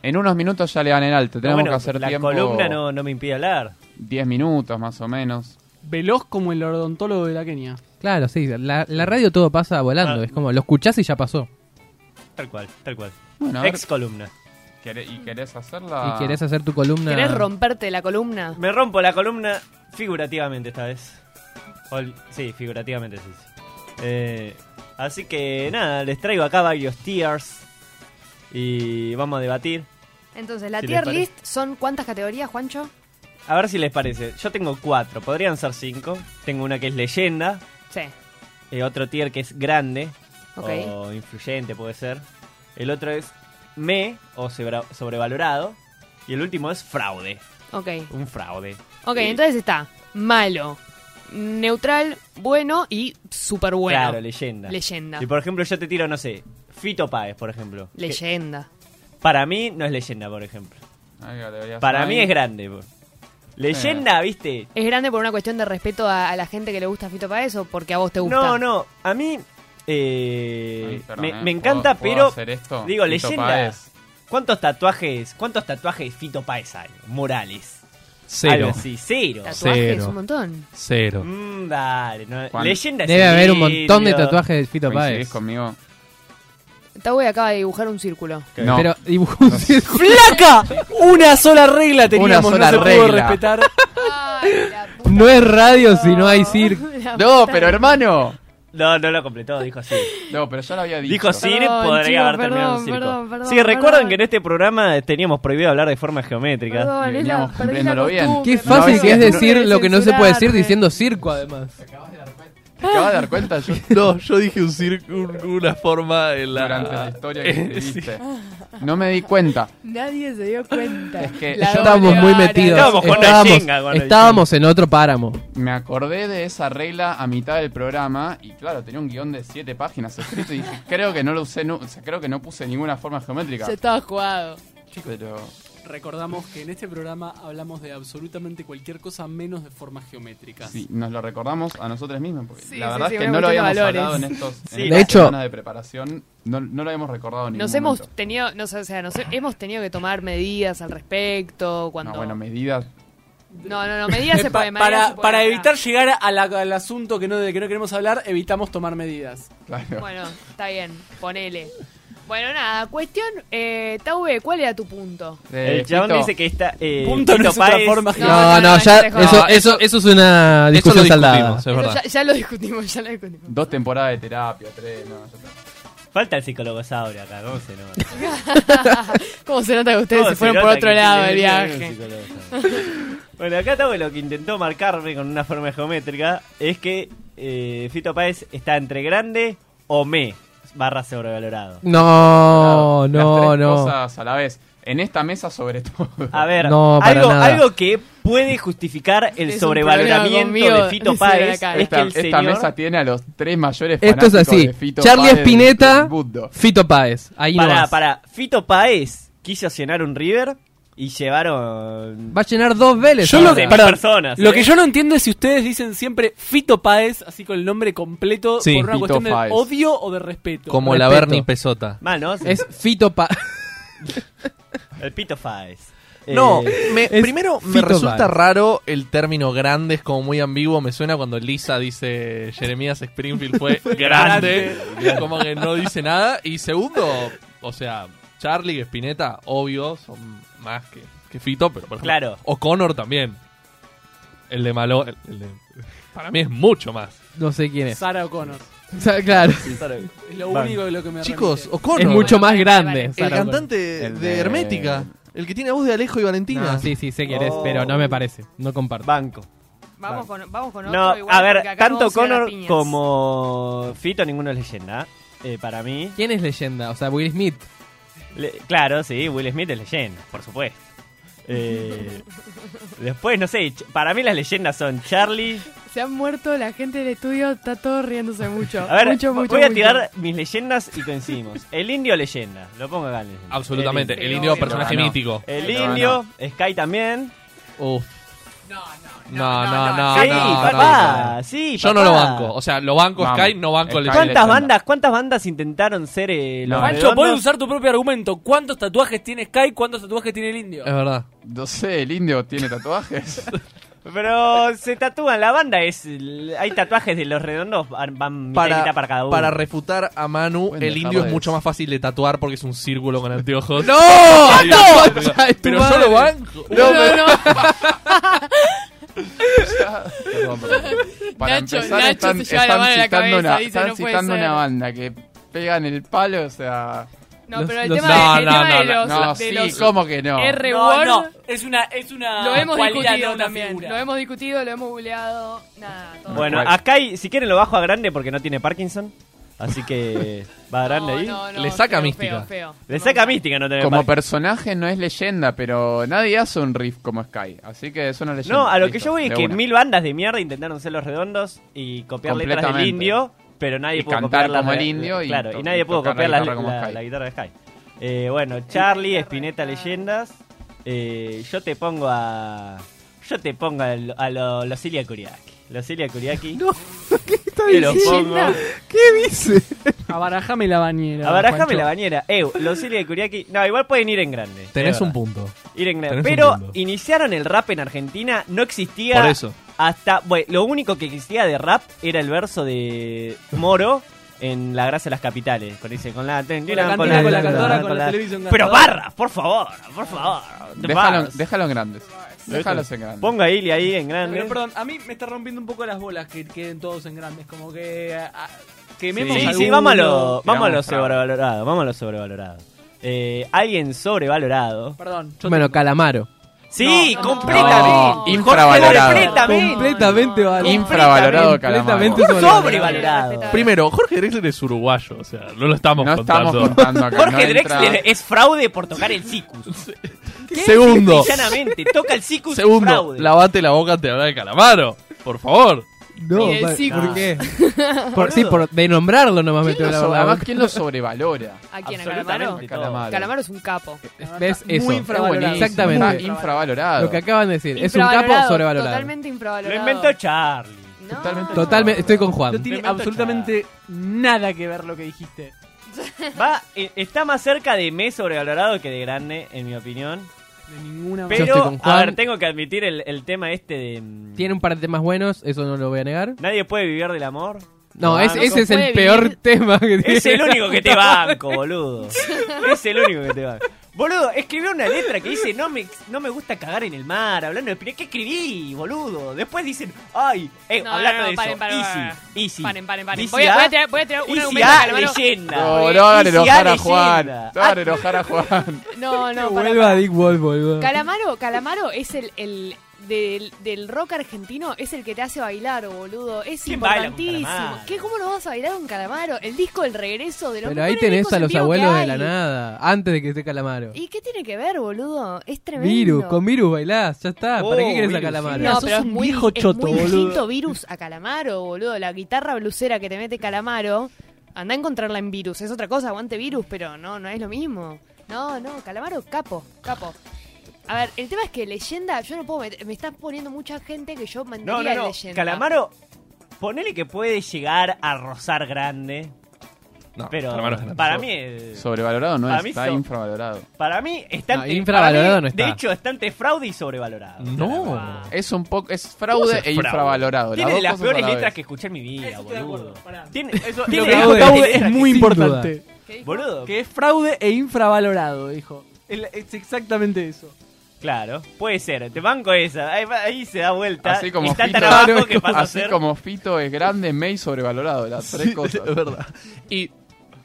Speaker 3: En unos minutos ya le dan en alta. Tenemos
Speaker 6: bueno,
Speaker 3: que hacer
Speaker 6: la
Speaker 3: tiempo.
Speaker 6: columna no, no me impide hablar.
Speaker 3: 10 minutos más o menos.
Speaker 17: Veloz como el odontólogo de la Kenia.
Speaker 4: Claro, sí. La, la radio todo pasa volando. Es como, lo escuchás y ya pasó.
Speaker 6: Tal cual, tal cual.
Speaker 3: Bueno, a ver.
Speaker 6: Ex columna.
Speaker 3: ¿Y querés hacerla?
Speaker 4: Y querés hacer tu columna.
Speaker 2: ¿Querés romperte la columna?
Speaker 6: Me rompo la columna figurativamente esta vez. Ol- sí, figurativamente sí. sí. Eh, así que nada, les traigo acá varios tiers y vamos a debatir.
Speaker 9: Entonces, la
Speaker 6: Si les
Speaker 9: tier
Speaker 6: parece.
Speaker 9: list son cuántas categorías, Juancho?
Speaker 6: A ver si les parece. Yo tengo cuatro, podrían ser cinco. Tengo una que es leyenda,
Speaker 9: Sí.
Speaker 6: eh, otro tier que es grande
Speaker 9: Ok.
Speaker 6: o influyente puede ser. El otro es me o sebra- sobrevalorado. Y el último es fraude.
Speaker 2: Ok.
Speaker 6: Un fraude.
Speaker 2: Ok, entonces está malo, neutral, bueno y súper bueno.
Speaker 6: Claro, leyenda.
Speaker 2: Leyenda.
Speaker 6: Y por ejemplo, yo te tiro, no sé, Fito Páez, por ejemplo. Que
Speaker 2: Leyenda.
Speaker 6: Para mí no es leyenda, por ejemplo.
Speaker 3: Ahí la deberías-
Speaker 6: Para
Speaker 3: ahí.
Speaker 6: mí es grande. po. Leyenda, ¿viste?
Speaker 2: ¿Es grande por una cuestión de respeto a, a la gente que le gusta Fito Páez o porque a vos te gusta?
Speaker 6: No, no, a mí eh,
Speaker 3: Ay, perdón,
Speaker 6: me,
Speaker 3: eh.
Speaker 6: me encanta,
Speaker 3: ¿Puedo- puedo
Speaker 6: pero
Speaker 3: hacer esto?
Speaker 6: digo,
Speaker 3: Fito
Speaker 6: leyenda.
Speaker 3: Páez.
Speaker 6: ¿Cuántos tatuajes, cuántos tatuajes Fito Páez hay? Morales.
Speaker 4: Cero.
Speaker 6: Algo así, cero.
Speaker 4: Tatuajes, Cero. un montón. Cero.
Speaker 6: Mm, dale, no,
Speaker 4: Juan,
Speaker 6: leyenda es
Speaker 4: debe
Speaker 6: el
Speaker 4: haber un montón de
Speaker 6: libro.
Speaker 4: tatuajes de Fito
Speaker 3: ¿Coincidís
Speaker 4: Páez.
Speaker 3: conmigo?
Speaker 2: Tawey acaba de dibujar un círculo.
Speaker 3: No.
Speaker 4: Pero dibujó un círculo.
Speaker 5: ¡Flaca! Una sola regla
Speaker 4: Una
Speaker 5: teníamos,
Speaker 4: sola
Speaker 5: no se pudo
Speaker 4: regla.
Speaker 5: respetar.
Speaker 4: No es radio si no hay circo.
Speaker 3: No, pero hermano.
Speaker 6: No, no lo completó, dijo así.
Speaker 3: No, pero ya lo había dicho.
Speaker 6: Dijo cine,
Speaker 3: Perdón,
Speaker 6: podría
Speaker 3: chicos,
Speaker 6: haber terminado
Speaker 3: perdón,
Speaker 6: en circo.
Speaker 3: perdón, perdón,
Speaker 6: sí, recuerden
Speaker 3: perdón.
Speaker 6: que en este programa teníamos prohibido hablar de formas geométricas.
Speaker 3: Perdón, Y es veníamos la- perdí la cumpliéndolo bien. costumbre,
Speaker 4: Qué fácil que es decir lo que no se puede decir diciendo circo, además.
Speaker 3: ¿Te acabas de dar cuenta? Yo,
Speaker 8: No, yo dije un circo, un- una forma en la...
Speaker 3: durante la historia que te
Speaker 8: Sí.
Speaker 3: diste. No me di cuenta.
Speaker 9: Nadie se dio cuenta.
Speaker 3: Es que
Speaker 4: Ya estábamos muy metidos. Estábamos, estábamos en otro páramo.
Speaker 3: Me acordé de esa regla a mitad del programa y claro, tenía un guión de siete páginas escrito y dije, creo que no lo usé, nu- o sea, creo que no puse ninguna forma geométrica.
Speaker 2: estaba jugado.
Speaker 3: Pero
Speaker 5: recordamos que en este programa hablamos de absolutamente cualquier cosa menos de formas geométricas.
Speaker 3: Sí, nos lo recordamos a nosotros mismos, porque
Speaker 5: Sí,
Speaker 3: la
Speaker 5: sí,
Speaker 3: verdad
Speaker 5: sí,
Speaker 3: es que
Speaker 5: una
Speaker 3: no lo
Speaker 5: cuestión de
Speaker 3: habíamos
Speaker 5: valores.
Speaker 3: hablado en estos en
Speaker 5: Sí.
Speaker 3: estas
Speaker 5: De hecho-
Speaker 3: semanas de preparación, no, no lo habíamos recordado en ningún
Speaker 2: Nos hemos
Speaker 3: momento.
Speaker 2: tenido, nos, o sea, nos hemos tenido que tomar medidas al respecto cuando
Speaker 3: No, bueno, medidas.
Speaker 2: No, no, no, medidas se
Speaker 5: Eh, pa-
Speaker 2: pueden
Speaker 5: para para evitar llegar a la- al asunto que no, de que no queremos hablar, evitamos tomar medidas.
Speaker 2: Bueno, está bien, ponele. Bueno, nada, cuestión, eh, Taube, ¿cuál era tu punto?
Speaker 6: El chabón dice que está. Eh,
Speaker 5: Punto no
Speaker 6: Fito
Speaker 5: es otra
Speaker 6: Páez-
Speaker 5: forma
Speaker 8: No, no, ya. Eso, eso, eso, es una discusión saldada.
Speaker 2: Eso ya, ya lo discutimos, ya lo discutimos.
Speaker 3: Dos temporadas de terapia, tres, no, ya está.
Speaker 6: Falta el psicólogo Saurio acá, ¿cómo se nota?
Speaker 2: ¿Cómo se nota que ustedes
Speaker 6: ¿Cómo
Speaker 2: se
Speaker 6: se
Speaker 2: fueron
Speaker 6: nota
Speaker 2: por otro
Speaker 6: que
Speaker 2: lado
Speaker 6: tiene
Speaker 2: del
Speaker 6: que
Speaker 2: viaje?
Speaker 6: ver un psicólogo? bueno, acá está lo que intentó marcarme con una forma geométrica es que eh, Fito Páez está entre grande o me barra sobrevalorado.
Speaker 8: No,
Speaker 3: Las
Speaker 8: no,
Speaker 3: tres
Speaker 8: no.
Speaker 3: cosas a la vez. En esta mesa, sobre todo.
Speaker 6: A ver,
Speaker 8: No, para
Speaker 6: algo,
Speaker 8: nada.
Speaker 6: algo que puede justificar el
Speaker 3: Es un
Speaker 6: sobrevaloramiento
Speaker 3: problema
Speaker 6: de Fito
Speaker 3: conmigo,
Speaker 6: Páez es
Speaker 3: decirlo
Speaker 6: que
Speaker 3: acá. Esta-
Speaker 6: el
Speaker 3: esta
Speaker 6: señor-
Speaker 3: mesa tiene a los tres mayores
Speaker 8: Esto es
Speaker 3: fanáticos
Speaker 8: así.
Speaker 3: de Fito
Speaker 8: Charlie
Speaker 3: Páez del
Speaker 8: Espineta,
Speaker 3: mundo.
Speaker 8: Fito Páez. Ahí no
Speaker 6: Pará,
Speaker 8: vas.
Speaker 6: pará. Fito Páez quiso llenar un River y llevaron.
Speaker 8: Va a llenar dos Vélez.
Speaker 5: Yo lo,
Speaker 8: ahora.
Speaker 5: perdón,
Speaker 6: personas,
Speaker 5: lo
Speaker 6: ¿eh?
Speaker 5: que yo no entiendo es si ustedes dicen siempre Fito Páez, así con el nombre completo,
Speaker 8: Sí.
Speaker 5: por una
Speaker 8: Fito
Speaker 5: cuestión
Speaker 8: Páez.
Speaker 5: de odio o de respeto.
Speaker 8: Como la
Speaker 5: Respeto.
Speaker 8: Bernie Pesota.
Speaker 6: Mal, ¿no? Sí.
Speaker 8: Es Fito Páez.
Speaker 6: El Pito Páez.
Speaker 8: No,
Speaker 6: Eh,
Speaker 8: me-
Speaker 6: es
Speaker 8: primero me
Speaker 6: Fito
Speaker 8: resulta
Speaker 6: Páez.
Speaker 8: raro el término grande, es como muy ambiguo. Me suena cuando Lisa dice Jeremías Springfield fue grande,
Speaker 4: Grande.
Speaker 8: como que no dice nada. Y segundo, o sea, Charlie y Spinetta, obvio, son más que, que Fito, pero por ejemplo,
Speaker 6: Claro.
Speaker 8: O'Connor también. El de Malo, el- el de- para mí es mucho más. No sé quién es.
Speaker 5: Sara O'Connor.
Speaker 8: claro.
Speaker 5: Es lo único de lo que me
Speaker 8: Chicos,
Speaker 5: remite.
Speaker 8: O'Connor.
Speaker 5: Es mucho más grande,
Speaker 8: El
Speaker 5: Sarah
Speaker 8: cantante
Speaker 5: O'Connor.
Speaker 8: de Hermética. El que tiene voz de Alejo y Valentina.
Speaker 5: No,
Speaker 8: sí, sí, sé quién es, pero no me parece. No comparto.
Speaker 6: Banco.
Speaker 2: Vamos con, vamos con otro.
Speaker 6: No,
Speaker 2: igual,
Speaker 6: a ver,
Speaker 2: porque acá
Speaker 6: tanto
Speaker 2: vamos a ir a
Speaker 6: Connor
Speaker 2: piñas.
Speaker 6: como Fito, ninguno es leyenda. eh, para mí.
Speaker 8: ¿Quién es leyenda? O sea, Will Smith.
Speaker 6: claro, sí, Will Smith es leyenda, por supuesto. Eh, después, no sé, ch- para mí las leyendas son Charlie.
Speaker 2: Se han muerto la gente del estudio, está todo riéndose mucho.
Speaker 6: A ver,
Speaker 2: mucho, mucho,
Speaker 6: voy a
Speaker 2: mucho.
Speaker 6: tirar mis leyendas y coincidimos. El indio leyenda, lo pongo acá. en leyenda.
Speaker 8: Absolutamente, el indio,
Speaker 6: No,
Speaker 8: personaje
Speaker 6: no.
Speaker 8: mítico.
Speaker 6: El
Speaker 8: No,
Speaker 6: indio, Sky también.
Speaker 8: Uf. No, no, no.
Speaker 6: Sí,
Speaker 8: no,
Speaker 6: papá,
Speaker 8: no.
Speaker 6: sí,
Speaker 8: Yo no
Speaker 6: papá.
Speaker 8: lo banco. O sea, lo banco
Speaker 4: Vamos.
Speaker 8: Sky, no banco el
Speaker 6: ¿Cuántas bandas, ¿Cuántas bandas intentaron ser eh, los
Speaker 5: Pancho,
Speaker 6: redondos?
Speaker 5: puedes usar tu propio argumento. ¿Cuántos tatuajes tiene Sky? ¿Cuántos tatuajes tiene el indio?
Speaker 8: verdad.
Speaker 3: No sé, el indio tiene tatuajes.
Speaker 6: Pero se tatúan, la banda es... Hay tatuajes de los redondos, van van mitad y mitad
Speaker 8: Para,
Speaker 6: para cada uno.
Speaker 8: para refutar a Manu,
Speaker 6: Pueden
Speaker 8: el
Speaker 6: dejarlo
Speaker 8: indio es
Speaker 6: de
Speaker 8: mucho más fácil de tatuar porque es un círculo con anteojos.
Speaker 6: ¡No!
Speaker 8: Sí,
Speaker 6: ¡No!
Speaker 8: pero-
Speaker 6: Concha de tu
Speaker 8: Pero yo lo
Speaker 6: madre.
Speaker 8: banco.
Speaker 6: No, no, no.
Speaker 3: Perdón, perdón. Para
Speaker 2: Nacho-
Speaker 3: empezar,
Speaker 2: Nacho
Speaker 3: están,
Speaker 2: se lleva la
Speaker 3: están
Speaker 2: mano a la
Speaker 3: citando,
Speaker 2: cabeza,
Speaker 3: una,
Speaker 2: dice,
Speaker 3: están
Speaker 2: no puede
Speaker 3: citando
Speaker 2: ser.
Speaker 3: una banda que pegan el palo, o sea.
Speaker 2: No, pero el
Speaker 3: los-
Speaker 2: tema,
Speaker 3: no,
Speaker 2: el
Speaker 3: no,
Speaker 2: tema de
Speaker 3: no,
Speaker 2: los.
Speaker 3: no, no,
Speaker 2: de
Speaker 3: sí,
Speaker 2: los
Speaker 3: ¿cómo que no?
Speaker 2: R
Speaker 5: No,
Speaker 2: word,
Speaker 5: no, es una, es una
Speaker 2: Lo hemos
Speaker 5: cualidad, no
Speaker 2: discutido
Speaker 5: una
Speaker 2: también.
Speaker 5: figura.
Speaker 2: Lo hemos discutido, lo hemos googleado. Nada, todo.
Speaker 6: Bueno,
Speaker 2: mal.
Speaker 6: acá hay- si quieren lo bajo a grande porque no tiene Parkinson. Así que va a grande ahí.
Speaker 2: no, no, Le saca feo, mística. feo, feo.
Speaker 6: Le saca mística no tener
Speaker 3: Como
Speaker 6: Parkinson.
Speaker 3: personaje no es leyenda, pero nadie hace un riff como Sky, así que es una leyenda.
Speaker 6: No, a lo que
Speaker 3: Listo,
Speaker 6: yo voy es
Speaker 3: de
Speaker 6: que
Speaker 3: una.
Speaker 6: mil bandas de mierda intentaron ser los redondos y copiar letras del
Speaker 3: Completamente.
Speaker 6: indio, pero nadie
Speaker 3: Y
Speaker 6: pudo
Speaker 3: cantar
Speaker 6: copiar las
Speaker 3: como el
Speaker 6: de-
Speaker 3: indio y
Speaker 6: claro,
Speaker 3: to-
Speaker 6: y nadie
Speaker 3: y
Speaker 6: pudo
Speaker 3: tocar
Speaker 6: copiar
Speaker 3: la
Speaker 6: la,
Speaker 3: guitarra como
Speaker 6: la-
Speaker 3: Sky.
Speaker 6: la guitarra de Sky. Eh, bueno, Charlie, Spinetta Leyendas. Eh, yo te pongo a. Yo te pongo a, lo- a lo- los Ilya Kuriaki. Los Ilya Kuriaki. no, ¿qué está
Speaker 5: ¿Qué dice? Abarajame la bañera.
Speaker 6: Abarajame
Speaker 5: Pancho.
Speaker 6: la bañera. Ew, los Ilya Kuriaki. No, igual pueden ir en grande.
Speaker 8: Tenés
Speaker 6: de
Speaker 8: un
Speaker 6: verdad.
Speaker 8: punto.
Speaker 6: Ir en grande.
Speaker 8: Tenés un
Speaker 6: Pero
Speaker 8: punto.
Speaker 6: iniciaron el rap en Argentina, no existía.
Speaker 8: Por eso.
Speaker 6: Hasta. Bueno, lo único que existía de rap era el verso de Moro en La Grasa de las Capitales. Con ese, con la.
Speaker 5: cantina, con la cantora, con la televisión
Speaker 6: Pero
Speaker 5: cantadora.
Speaker 6: barras, por favor, por favor.
Speaker 3: Déjalo,
Speaker 6: barras.
Speaker 3: déjalo en grandes. Déjalos en grandes.
Speaker 6: Ponga a Ili ahí en
Speaker 5: Pero
Speaker 6: grande.
Speaker 5: perdón, a mí me está rompiendo un poco las bolas que queden todos en grandes. Como que. ah,
Speaker 6: Sí,
Speaker 5: quememos
Speaker 6: sí,
Speaker 5: alguno.
Speaker 6: vamos a lo, vamos a lo
Speaker 5: Tiramos para-
Speaker 6: sobrevalorado. Vamos a lo sobrevalorado. Eh, alguien sobrevalorado.
Speaker 5: Perdón.
Speaker 8: Bueno, Calamaro.
Speaker 6: Sí,
Speaker 5: No, no,
Speaker 8: no,
Speaker 6: completamente.
Speaker 8: infravalorado.
Speaker 6: Completamente.
Speaker 8: Completamente valorado.
Speaker 3: Infravalorado,
Speaker 8: Completamente
Speaker 3: Calamaro.
Speaker 8: sobrevalorado.
Speaker 6: Sobrevalorado.
Speaker 8: Primero, Jorge Drexler es uruguayo, o sea, no lo estamos
Speaker 3: No
Speaker 8: contando.
Speaker 3: estamos contando acá,
Speaker 6: Jorge Drexler es fraude por tocar el Cicus. ¿Qué?
Speaker 8: Segundo.
Speaker 6: Llanamente, toca el Cicus
Speaker 8: Segundo,
Speaker 6: fraude.
Speaker 8: lavate la boca antes de hablar de Calamaro. Por favor.
Speaker 17: No,
Speaker 3: Y el
Speaker 17: pa-
Speaker 3: Cicus.
Speaker 17: ¿por qué?
Speaker 4: Por, sí, por de nombrarlo nomás me tengo
Speaker 3: ¿Quién lo
Speaker 4: la
Speaker 3: so-
Speaker 4: verdad.
Speaker 3: además, ¿quién lo sobrevalora?
Speaker 2: ¿A quién? ¿A Calamaro?
Speaker 3: Absolutamente todo.
Speaker 2: Calamaro es un capo.
Speaker 4: ¿Ves? Eso.
Speaker 3: Muy infravalorado.
Speaker 4: Exactamente.
Speaker 3: Muy infravalorado.
Speaker 4: Lo que acaban de decir. Es un capo sobrevalorado.
Speaker 2: Totalmente infravalorado.
Speaker 6: Lo inventó Charlie.
Speaker 3: Totalmente.
Speaker 4: Totalmente. Estoy con Juan.
Speaker 17: No tiene absolutamente nada que ver lo que dijiste.
Speaker 6: Va, eh, está más cerca de mes sobrevalorado que de grande, en mi opinión.
Speaker 17: De ninguna
Speaker 4: Yo estoy
Speaker 6: Pero,
Speaker 4: con Juan.
Speaker 6: a ver, tengo que admitir el, el tema este de... mm,
Speaker 4: Tiene un par de temas buenos, eso no lo voy a negar.
Speaker 6: Nadie puede vivir del amor.
Speaker 4: No,
Speaker 6: Lo
Speaker 4: es-
Speaker 6: banco.
Speaker 4: ese es el peor tema que tiene.
Speaker 6: Es el único que te
Speaker 4: la puta
Speaker 6: banco,
Speaker 4: madre.
Speaker 6: boludo. Es el único que te banco. Boludo, escribió una letra que dice no me, no me gusta cagar en el mar, hablando de ¿Qué escribí, boludo? Después dicen, ay, eh,
Speaker 2: No,
Speaker 6: hablando
Speaker 2: no, no,
Speaker 6: de
Speaker 2: paren,
Speaker 6: eso.
Speaker 2: paren,
Speaker 6: easy,
Speaker 2: paren.
Speaker 6: easy.
Speaker 2: Paren, paren, paren.
Speaker 6: Easy
Speaker 2: Voy a-
Speaker 6: A,
Speaker 2: voy a tirar- voy a tirar un
Speaker 6: easy
Speaker 2: argumento,
Speaker 6: A,
Speaker 2: Calamaro.
Speaker 6: leyenda.
Speaker 3: No, no hagan
Speaker 6: Easy
Speaker 3: enojar a
Speaker 6: leyenda.
Speaker 3: Juan. No
Speaker 5: Ah.
Speaker 3: hagan enojar a Juan.
Speaker 2: No, no, para,
Speaker 17: Vuelva Dick Wolf, boludo.
Speaker 2: Calamaro, Calamaro es el, el del, del rock argentino, es el que te hace bailar, boludo. Es
Speaker 6: ¿Quién baila con
Speaker 2: importantísimo.
Speaker 6: Calamaro?
Speaker 2: ¿Qué, ¿Cómo no vas a bailar un Calamaro? El disco El Regreso de los
Speaker 4: Pero ahí
Speaker 2: mejores
Speaker 4: tenés
Speaker 2: discos
Speaker 4: a
Speaker 2: en
Speaker 4: los
Speaker 2: vivo que
Speaker 4: abuelos de
Speaker 2: hay.
Speaker 4: la nada, antes de que esté Calamaro.
Speaker 2: ¿Y qué tiene que ver, boludo? Es tremendo.
Speaker 4: Virus, con virus bailás, ya está. ¿Para
Speaker 17: Oh,
Speaker 4: qué querés a
Speaker 17: Virus,
Speaker 4: Calamaro?
Speaker 17: sí. No, pero
Speaker 2: es
Speaker 17: un
Speaker 2: muy-
Speaker 17: viejo
Speaker 2: es
Speaker 17: choto,
Speaker 2: muy
Speaker 17: boludo.
Speaker 2: distinto virus a Calamaro, boludo. La guitarra blusera que te mete Calamaro, anda a encontrarla en virus. Es otra cosa, aguante virus, pero no, no es lo mismo. No, no, Calamaro, capo, capo. A ver, el tema es que leyenda, yo no puedo meter- me estás poniendo mucha gente que yo mandaría
Speaker 6: No, no,
Speaker 2: en
Speaker 6: no.
Speaker 2: leyenda.
Speaker 6: Calamaro, ponele que puede llegar a rozar grande.
Speaker 3: No,
Speaker 6: pero
Speaker 3: Calamaro es grande.
Speaker 6: para mí... eh,
Speaker 3: Sobrevalorado no
Speaker 6: para
Speaker 3: es,
Speaker 6: mí
Speaker 3: está
Speaker 6: so-
Speaker 3: infravalorado.
Speaker 6: Para mí está
Speaker 4: No,
Speaker 6: ante-
Speaker 4: infravalorado
Speaker 6: para mí,
Speaker 4: no está.
Speaker 6: De hecho, está entre fraude y sobrevalorado.
Speaker 3: No. Es un poco es
Speaker 6: ¿Cómo
Speaker 3: fraude
Speaker 6: se
Speaker 3: e
Speaker 6: fraude?
Speaker 3: infravalorado.
Speaker 6: Tiene de
Speaker 3: las dos
Speaker 6: las
Speaker 3: cosas a
Speaker 6: peores
Speaker 3: la
Speaker 6: letras
Speaker 3: vez.
Speaker 6: que escuché en mi vida, boludo. Tiene, eso,
Speaker 17: Tiene- lo
Speaker 6: tiene
Speaker 17: que
Speaker 6: las
Speaker 17: dijo
Speaker 6: peores
Speaker 17: Caude es
Speaker 6: letras
Speaker 17: muy
Speaker 6: que-
Speaker 17: importante.
Speaker 6: Boludo.
Speaker 17: Que es fraude e infravalorado, dijo. El- Es exactamente eso.
Speaker 6: Claro, puede ser. Te banco esa. Ahí, va- ahí se da vuelta.
Speaker 3: Así como
Speaker 6: Está
Speaker 3: Fito,
Speaker 6: tan abajo que pasa a
Speaker 3: así
Speaker 6: ser.
Speaker 3: como Fito es grande, May sobrevalorado, las tres cosas.
Speaker 8: es verdad. Y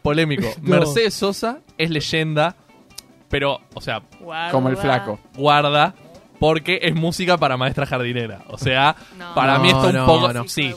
Speaker 8: polémico.
Speaker 3: No.
Speaker 8: Mercedes Sosa es leyenda, pero, o sea,
Speaker 2: Guarda.
Speaker 3: Como el flaco.
Speaker 8: guarda, porque es música para maestra jardinera. O sea,
Speaker 2: No.
Speaker 8: para mí está un
Speaker 4: No,
Speaker 8: poco.
Speaker 4: no.
Speaker 8: Sí.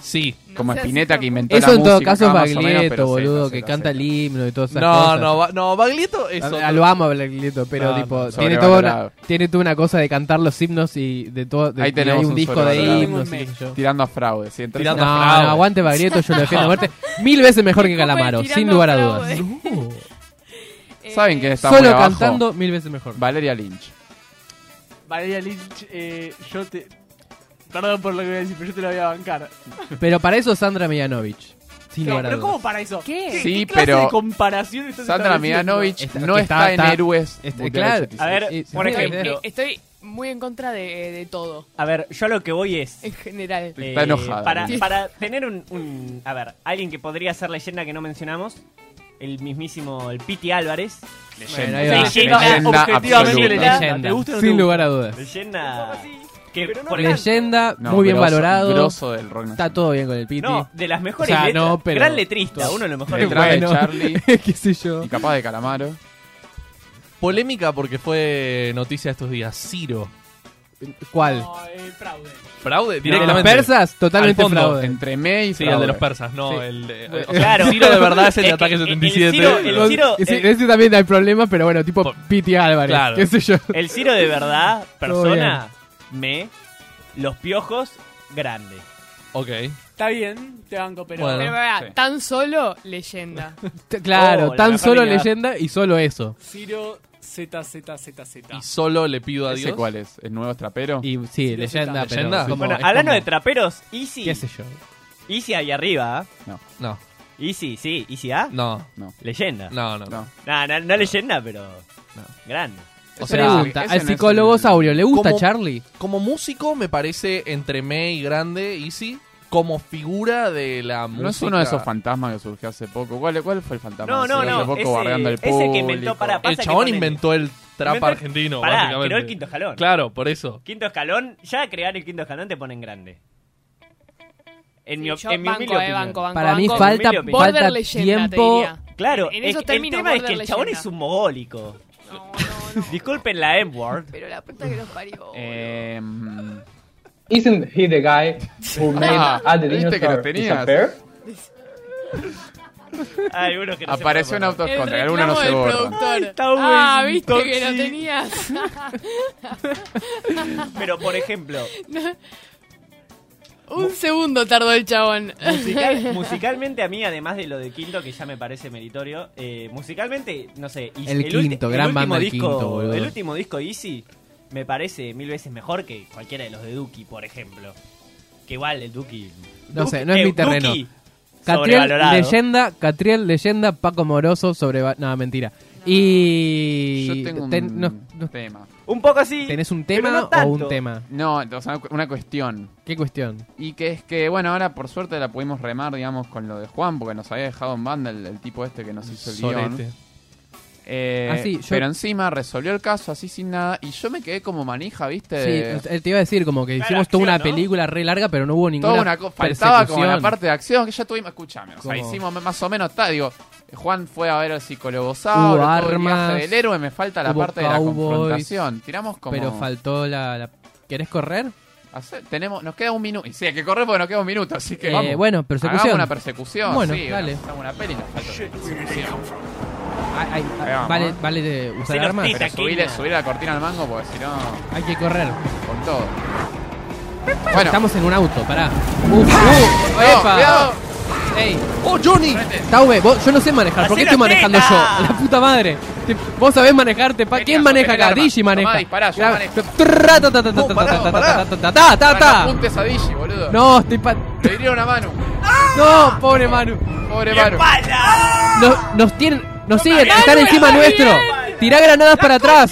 Speaker 8: Sí.
Speaker 3: Como Spinetta que inventó
Speaker 4: Eso
Speaker 3: la
Speaker 4: en todo
Speaker 3: música,
Speaker 4: caso es
Speaker 3: más o menos, pero
Speaker 4: Baglietto,
Speaker 3: sí,
Speaker 4: boludo,
Speaker 3: no sé,
Speaker 4: que
Speaker 3: no
Speaker 4: canta el himno y todas esas
Speaker 8: No,
Speaker 4: cosas.
Speaker 8: no, ba- no, Baglietto es
Speaker 4: Ah,
Speaker 8: otro-
Speaker 4: Lo amo a Baglietto, pero
Speaker 8: No, no,
Speaker 4: tipo,
Speaker 8: no,
Speaker 4: tiene, toda una,
Speaker 3: sobrevalorado.
Speaker 4: tiene toda una cosa de cantar los himnos y de todo. de-
Speaker 3: Ahí
Speaker 4: y
Speaker 3: tenemos
Speaker 4: hay un,
Speaker 3: un
Speaker 4: disco de
Speaker 3: sobrevalorado.
Speaker 4: himnos. y qué sé yo.
Speaker 3: Tirando a fraude. Si entras
Speaker 4: No,
Speaker 3: en la fraude.
Speaker 4: no, aguante Baglietto, yo lo defiendo a muerte. Mil veces mejor que Calamaro, sin lugar a dudas.
Speaker 3: ¿Saben quién está
Speaker 4: Solo
Speaker 3: muy abajo?
Speaker 4: cantando, mil veces mejor.
Speaker 3: Valeria Lynch.
Speaker 17: Valeria Lynch, eh, yo te. Perdón por lo que voy a decir, pero yo te la voy a bancar.
Speaker 4: Pero para eso Sandra Milanovich. Sin
Speaker 17: No,
Speaker 4: lugar a
Speaker 17: pero
Speaker 4: dudas.
Speaker 17: ¿cómo para eso? ¿Qué? ¿Qué
Speaker 3: Sí,
Speaker 17: clase
Speaker 3: pero
Speaker 17: de comparación estás
Speaker 3: Sandra
Speaker 17: estableciendo?
Speaker 3: Milanovich
Speaker 4: Está-
Speaker 3: no
Speaker 4: que
Speaker 3: está,
Speaker 4: está-
Speaker 3: en héroes.
Speaker 4: este,
Speaker 3: mundiales
Speaker 4: claro.
Speaker 3: de
Speaker 6: A ver,
Speaker 4: Sí, sí,
Speaker 6: por
Speaker 4: sí.
Speaker 6: ejemplo.
Speaker 2: Estoy muy en contra de, eh, de todo,
Speaker 6: A ver, yo a lo que voy es. eh,
Speaker 2: en general.
Speaker 3: Está enojada,
Speaker 6: Para,
Speaker 3: boludo.
Speaker 6: para tener un, un- A ver, alguien que podría ser leyenda que no mencionamos. El mismísimo. El Piti Álvarez.
Speaker 4: Bueno, ahí va.
Speaker 6: Leyenda.
Speaker 3: Leyenda
Speaker 6: objetivamente
Speaker 3: absoluta.
Speaker 6: leyenda.
Speaker 4: Leyenda,
Speaker 6: ¿Te gusta o no
Speaker 4: sin
Speaker 6: te
Speaker 4: lugar a dudas.
Speaker 6: Leyenda. Que, por ejemplo,
Speaker 4: Leyenda,
Speaker 3: No,
Speaker 4: muy bien
Speaker 3: grosso,
Speaker 4: valorado.
Speaker 3: grosso del rock
Speaker 4: Está todo bien con el Piti.
Speaker 6: No, de las mejores
Speaker 4: O sea,
Speaker 6: letras.
Speaker 17: Oh,
Speaker 4: no, pero-
Speaker 6: Gran letrista, uno de los mejores.
Speaker 3: Detrás
Speaker 4: Bueno.
Speaker 3: de Charlie
Speaker 4: qué sé yo.
Speaker 3: y capaz de Calamaro.
Speaker 8: Polémica porque fue noticia estos días. Ciro.
Speaker 4: ¿Cuál?
Speaker 8: Fraude
Speaker 4: ¿De los
Speaker 8: directamente.
Speaker 4: persas? Totalmente
Speaker 8: Al fondo,
Speaker 4: fraude.
Speaker 3: Entre May y
Speaker 8: Sí, el de
Speaker 3: Fraude.
Speaker 8: los persas, no. El, de- o sea,
Speaker 6: Claro.
Speaker 8: Ciro de verdad es el de
Speaker 6: Es que
Speaker 8: ataque
Speaker 6: el- el
Speaker 8: 77.
Speaker 6: Ciro- el Ciro-
Speaker 4: Ese,
Speaker 6: el-
Speaker 4: ese también hay problema, pero bueno, tipo Piti Álvarez.
Speaker 8: Claro.
Speaker 4: Qué sé yo.
Speaker 6: El Ciro de verdad,
Speaker 4: Todo
Speaker 6: persona, me, los piojos, grande.
Speaker 8: Ok.
Speaker 17: Está bien, te banco, pero.
Speaker 8: Bueno.
Speaker 6: eh,
Speaker 2: Pero, pará,
Speaker 8: Sí.
Speaker 2: tan solo leyenda.
Speaker 4: T- Claro,
Speaker 6: Oh, la
Speaker 4: tan
Speaker 6: mejor
Speaker 4: solo
Speaker 6: línea.
Speaker 4: leyenda y solo eso.
Speaker 17: Ciro ZZZZ.
Speaker 8: Y solo le pido a
Speaker 3: ¿Ese
Speaker 8: Dios.
Speaker 3: cuál es? ¿El nuevo estrapero?
Speaker 4: Y sí, leyenda, pero
Speaker 8: ¿Leyenda?
Speaker 4: es como-
Speaker 6: Bueno,
Speaker 4: es
Speaker 6: hablando
Speaker 4: como-
Speaker 6: de traperos, Easy.
Speaker 4: qué sé yo.
Speaker 6: Easy ahí arriba. ¿ah?
Speaker 8: No,
Speaker 6: Easy, sí, Easy A.
Speaker 8: no,
Speaker 6: Leyenda. No,
Speaker 8: no, no.
Speaker 3: No.
Speaker 6: no, no leyenda, pero.
Speaker 8: No.
Speaker 6: Grande.
Speaker 8: O
Speaker 3: sea,
Speaker 4: Pregunta,
Speaker 3: ese
Speaker 4: al
Speaker 3: no es
Speaker 4: psicólogo
Speaker 3: el-
Speaker 4: Saurio, ¿le gusta
Speaker 8: ¿Cómo-
Speaker 4: Charlie?
Speaker 8: Como músico me parece entre me y grande, Easy. Como figura de la música.
Speaker 3: No es uno de esos fantasmas que surgió hace poco. ¿Cuál, cuál fue el fantasma?
Speaker 6: No,
Speaker 3: que
Speaker 6: no,
Speaker 3: surgió Hace
Speaker 6: no,
Speaker 3: poco
Speaker 6: ese-
Speaker 3: bardeando al
Speaker 6: ese que inventó,
Speaker 3: público?
Speaker 6: pará,
Speaker 8: El
Speaker 6: Pasa que
Speaker 8: chabón
Speaker 6: ponele.
Speaker 8: inventó
Speaker 3: Ah.
Speaker 8: el trap
Speaker 6: Inventó-
Speaker 8: argentino,
Speaker 6: Pará,
Speaker 8: básicamente.
Speaker 6: creó el quinto escalón.
Speaker 8: Claro, por eso.
Speaker 6: Quinto escalón, ya crear el quinto escalón te ponen grande. En mi, op-
Speaker 2: Yo
Speaker 6: en mi humilde
Speaker 2: banco, eh,
Speaker 6: opinión.
Speaker 2: banco, banco,
Speaker 4: Para mí
Speaker 2: banco.
Speaker 4: falta,
Speaker 6: humilde opinión.
Speaker 2: Border
Speaker 4: falta
Speaker 2: leyenda, te
Speaker 4: tiempo.
Speaker 2: diría.
Speaker 6: Claro,
Speaker 2: En
Speaker 6: es-
Speaker 2: esos
Speaker 6: el
Speaker 2: términos,
Speaker 6: tema es
Speaker 2: border
Speaker 6: que el chabón
Speaker 2: leyenda.
Speaker 6: es un mogólico.
Speaker 2: No, no, no.
Speaker 6: Disculpen la M-word.
Speaker 2: Pero la puta que los parió.
Speaker 3: Eh, mm,
Speaker 25: Isn't he the guy who made
Speaker 3: Ah,
Speaker 25: ah, the
Speaker 3: viste que
Speaker 25: dinosaur
Speaker 3: lo tenías.
Speaker 25: disappear?
Speaker 6: Hay uno que no se
Speaker 3: apareció
Speaker 6: puede
Speaker 3: un
Speaker 6: acordar.
Speaker 3: autos
Speaker 2: El
Speaker 3: contra. Alguno no se
Speaker 2: reclamo del
Speaker 3: borra.
Speaker 2: productor.
Speaker 6: Ay, está
Speaker 2: ah,
Speaker 6: buen
Speaker 2: viste que lo
Speaker 6: toxi.
Speaker 2: tenías.
Speaker 6: Pero por ejemplo,
Speaker 26: Un segundo tardó el chabón.
Speaker 6: Musical- musicalmente a mí, además de lo de Quinto, que ya me parece meritorio, eh, musicalmente, no sé, y-
Speaker 4: El Quinto, gran
Speaker 6: último
Speaker 4: banda El
Speaker 6: disco-
Speaker 4: Quinto, boludo.
Speaker 6: El último disco Easy me parece mil veces mejor que cualquiera de los de Duki, por ejemplo. Que igual el Duki...
Speaker 4: No
Speaker 6: Duki-
Speaker 4: sé, no es
Speaker 6: eh,
Speaker 4: mi terreno.
Speaker 6: Duki,
Speaker 4: Catriel,
Speaker 6: sobrevalorado.
Speaker 4: leyenda, Catriel, leyenda, Paco Moroso, sobre... No, mentira. Y...
Speaker 3: Yo tengo un
Speaker 4: ten- no-
Speaker 3: tema.
Speaker 6: Un poco así.
Speaker 4: ¿Tenés un tema
Speaker 3: pero no
Speaker 4: o
Speaker 3: tanto.
Speaker 4: un tema?
Speaker 3: No, o sea, una cuestión.
Speaker 4: ¿Qué cuestión?
Speaker 3: Y que es que, bueno, ahora por suerte la pudimos remar, digamos, con lo de Juan, porque nos había dejado en banda el, el tipo este que nos hizo el
Speaker 4: Sorete.
Speaker 3: guión. Eh,
Speaker 4: Ah, sí, yo-
Speaker 3: Pero encima resolvió el caso así sin nada. Y yo me quedé como manija, ¿viste?
Speaker 4: Sí, él te iba a decir como que hicimos toda una película re larga, pero no hubo ninguna
Speaker 3: Toda una co- faltaba como la
Speaker 4: persecución.
Speaker 3: parte de acción que ya tuvimos. Escúchame, o sea,
Speaker 4: ¿Cómo?
Speaker 3: hicimos más o menos. Tal, digo, Juan fue a ver al psicólogo
Speaker 4: Hubo
Speaker 3: Sauro, todo el viaje
Speaker 4: armas,
Speaker 3: del héroe. Me falta la
Speaker 4: hubo
Speaker 3: parte
Speaker 4: cowboys,
Speaker 3: de la confrontación. Tiramos como.
Speaker 4: Pero faltó la... la- ¿Querés correr?
Speaker 3: Hacer- tenemos, nos queda un minuto. Y sí, hay que correr porque nos queda un minuto, así que.
Speaker 4: Eh, bueno, persecución.
Speaker 3: Hagamos una persecución.
Speaker 4: Bueno,
Speaker 3: sí,
Speaker 4: dale.
Speaker 3: Hagamos una peli y nos falta una persecución.
Speaker 4: Ay, ay,
Speaker 3: Ahí vamos,
Speaker 4: vale,
Speaker 3: ¿eh?
Speaker 4: vale de usar armas.
Speaker 3: Pero subile, subile la cortina al mango porque si no.
Speaker 4: Hay que correr.
Speaker 3: Con todo.
Speaker 4: Bueno. Estamos en un auto, pará. Uf, uh,
Speaker 3: No,
Speaker 4: epa.
Speaker 3: cuidado.
Speaker 4: Ey. ¡Oh, Johnny! Taube, vos, yo no sé manejar. ¿Por qué estoy manejando yo? La puta madre. Te- vos sabés manejarte. Pa, ¿Quién maneja acá? Digi maneja. Graba- Trrra, ta, ta, ta, ta, ta, ta, ta, ta, ta, ta, ta, ta, ta.
Speaker 3: Apuntes a Digi, boludo.
Speaker 4: No, estoy pa...
Speaker 3: Le diría una mano.
Speaker 4: No, pobre Manu.
Speaker 3: Pobre Manu.
Speaker 4: Nos, nos tienen... Nos siguen. Están encima nuestro. Tirá granadas para atrás.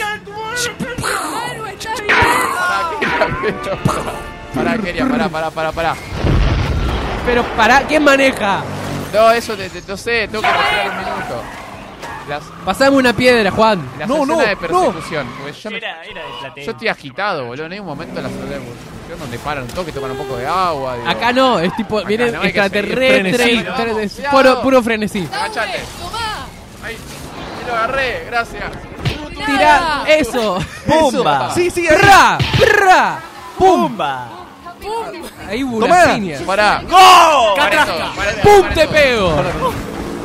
Speaker 3: Pará, quería, pará, pará, pará, pará.
Speaker 4: Pero pará, ¿quién maneja?
Speaker 3: No, eso te, te- no sé, tengo que mostrar un minuto. Las,
Speaker 4: Pasame una piedra, Juan.
Speaker 3: las escenas de persecución. porque yo, me-
Speaker 6: plateo.
Speaker 3: yo estoy agitado, boludo. No hay un momento en la sala de persecución donde paran un toque, toman un poco de agua. digo.
Speaker 4: Acá Ah, no, es tipo, vienen
Speaker 3: no, hay que
Speaker 4: extraterrestres,
Speaker 3: seguir.
Speaker 4: y-
Speaker 3: Frenesí.
Speaker 4: frenes-
Speaker 3: Cuidado.
Speaker 4: puro, puro frenesí.
Speaker 3: Agachate. Ahí, ahí lo agarré, gracias.
Speaker 4: Tirá eso.
Speaker 3: Pumba.
Speaker 4: Eso. Sí, sí, ra, ra. Pumba. Ahí buracinia.
Speaker 3: Pará.
Speaker 4: ¡Go!
Speaker 3: Paren
Speaker 4: Catrasca.
Speaker 3: todo, paren,
Speaker 4: ¡Pum!
Speaker 3: paren
Speaker 4: Te
Speaker 3: todo.
Speaker 4: pego.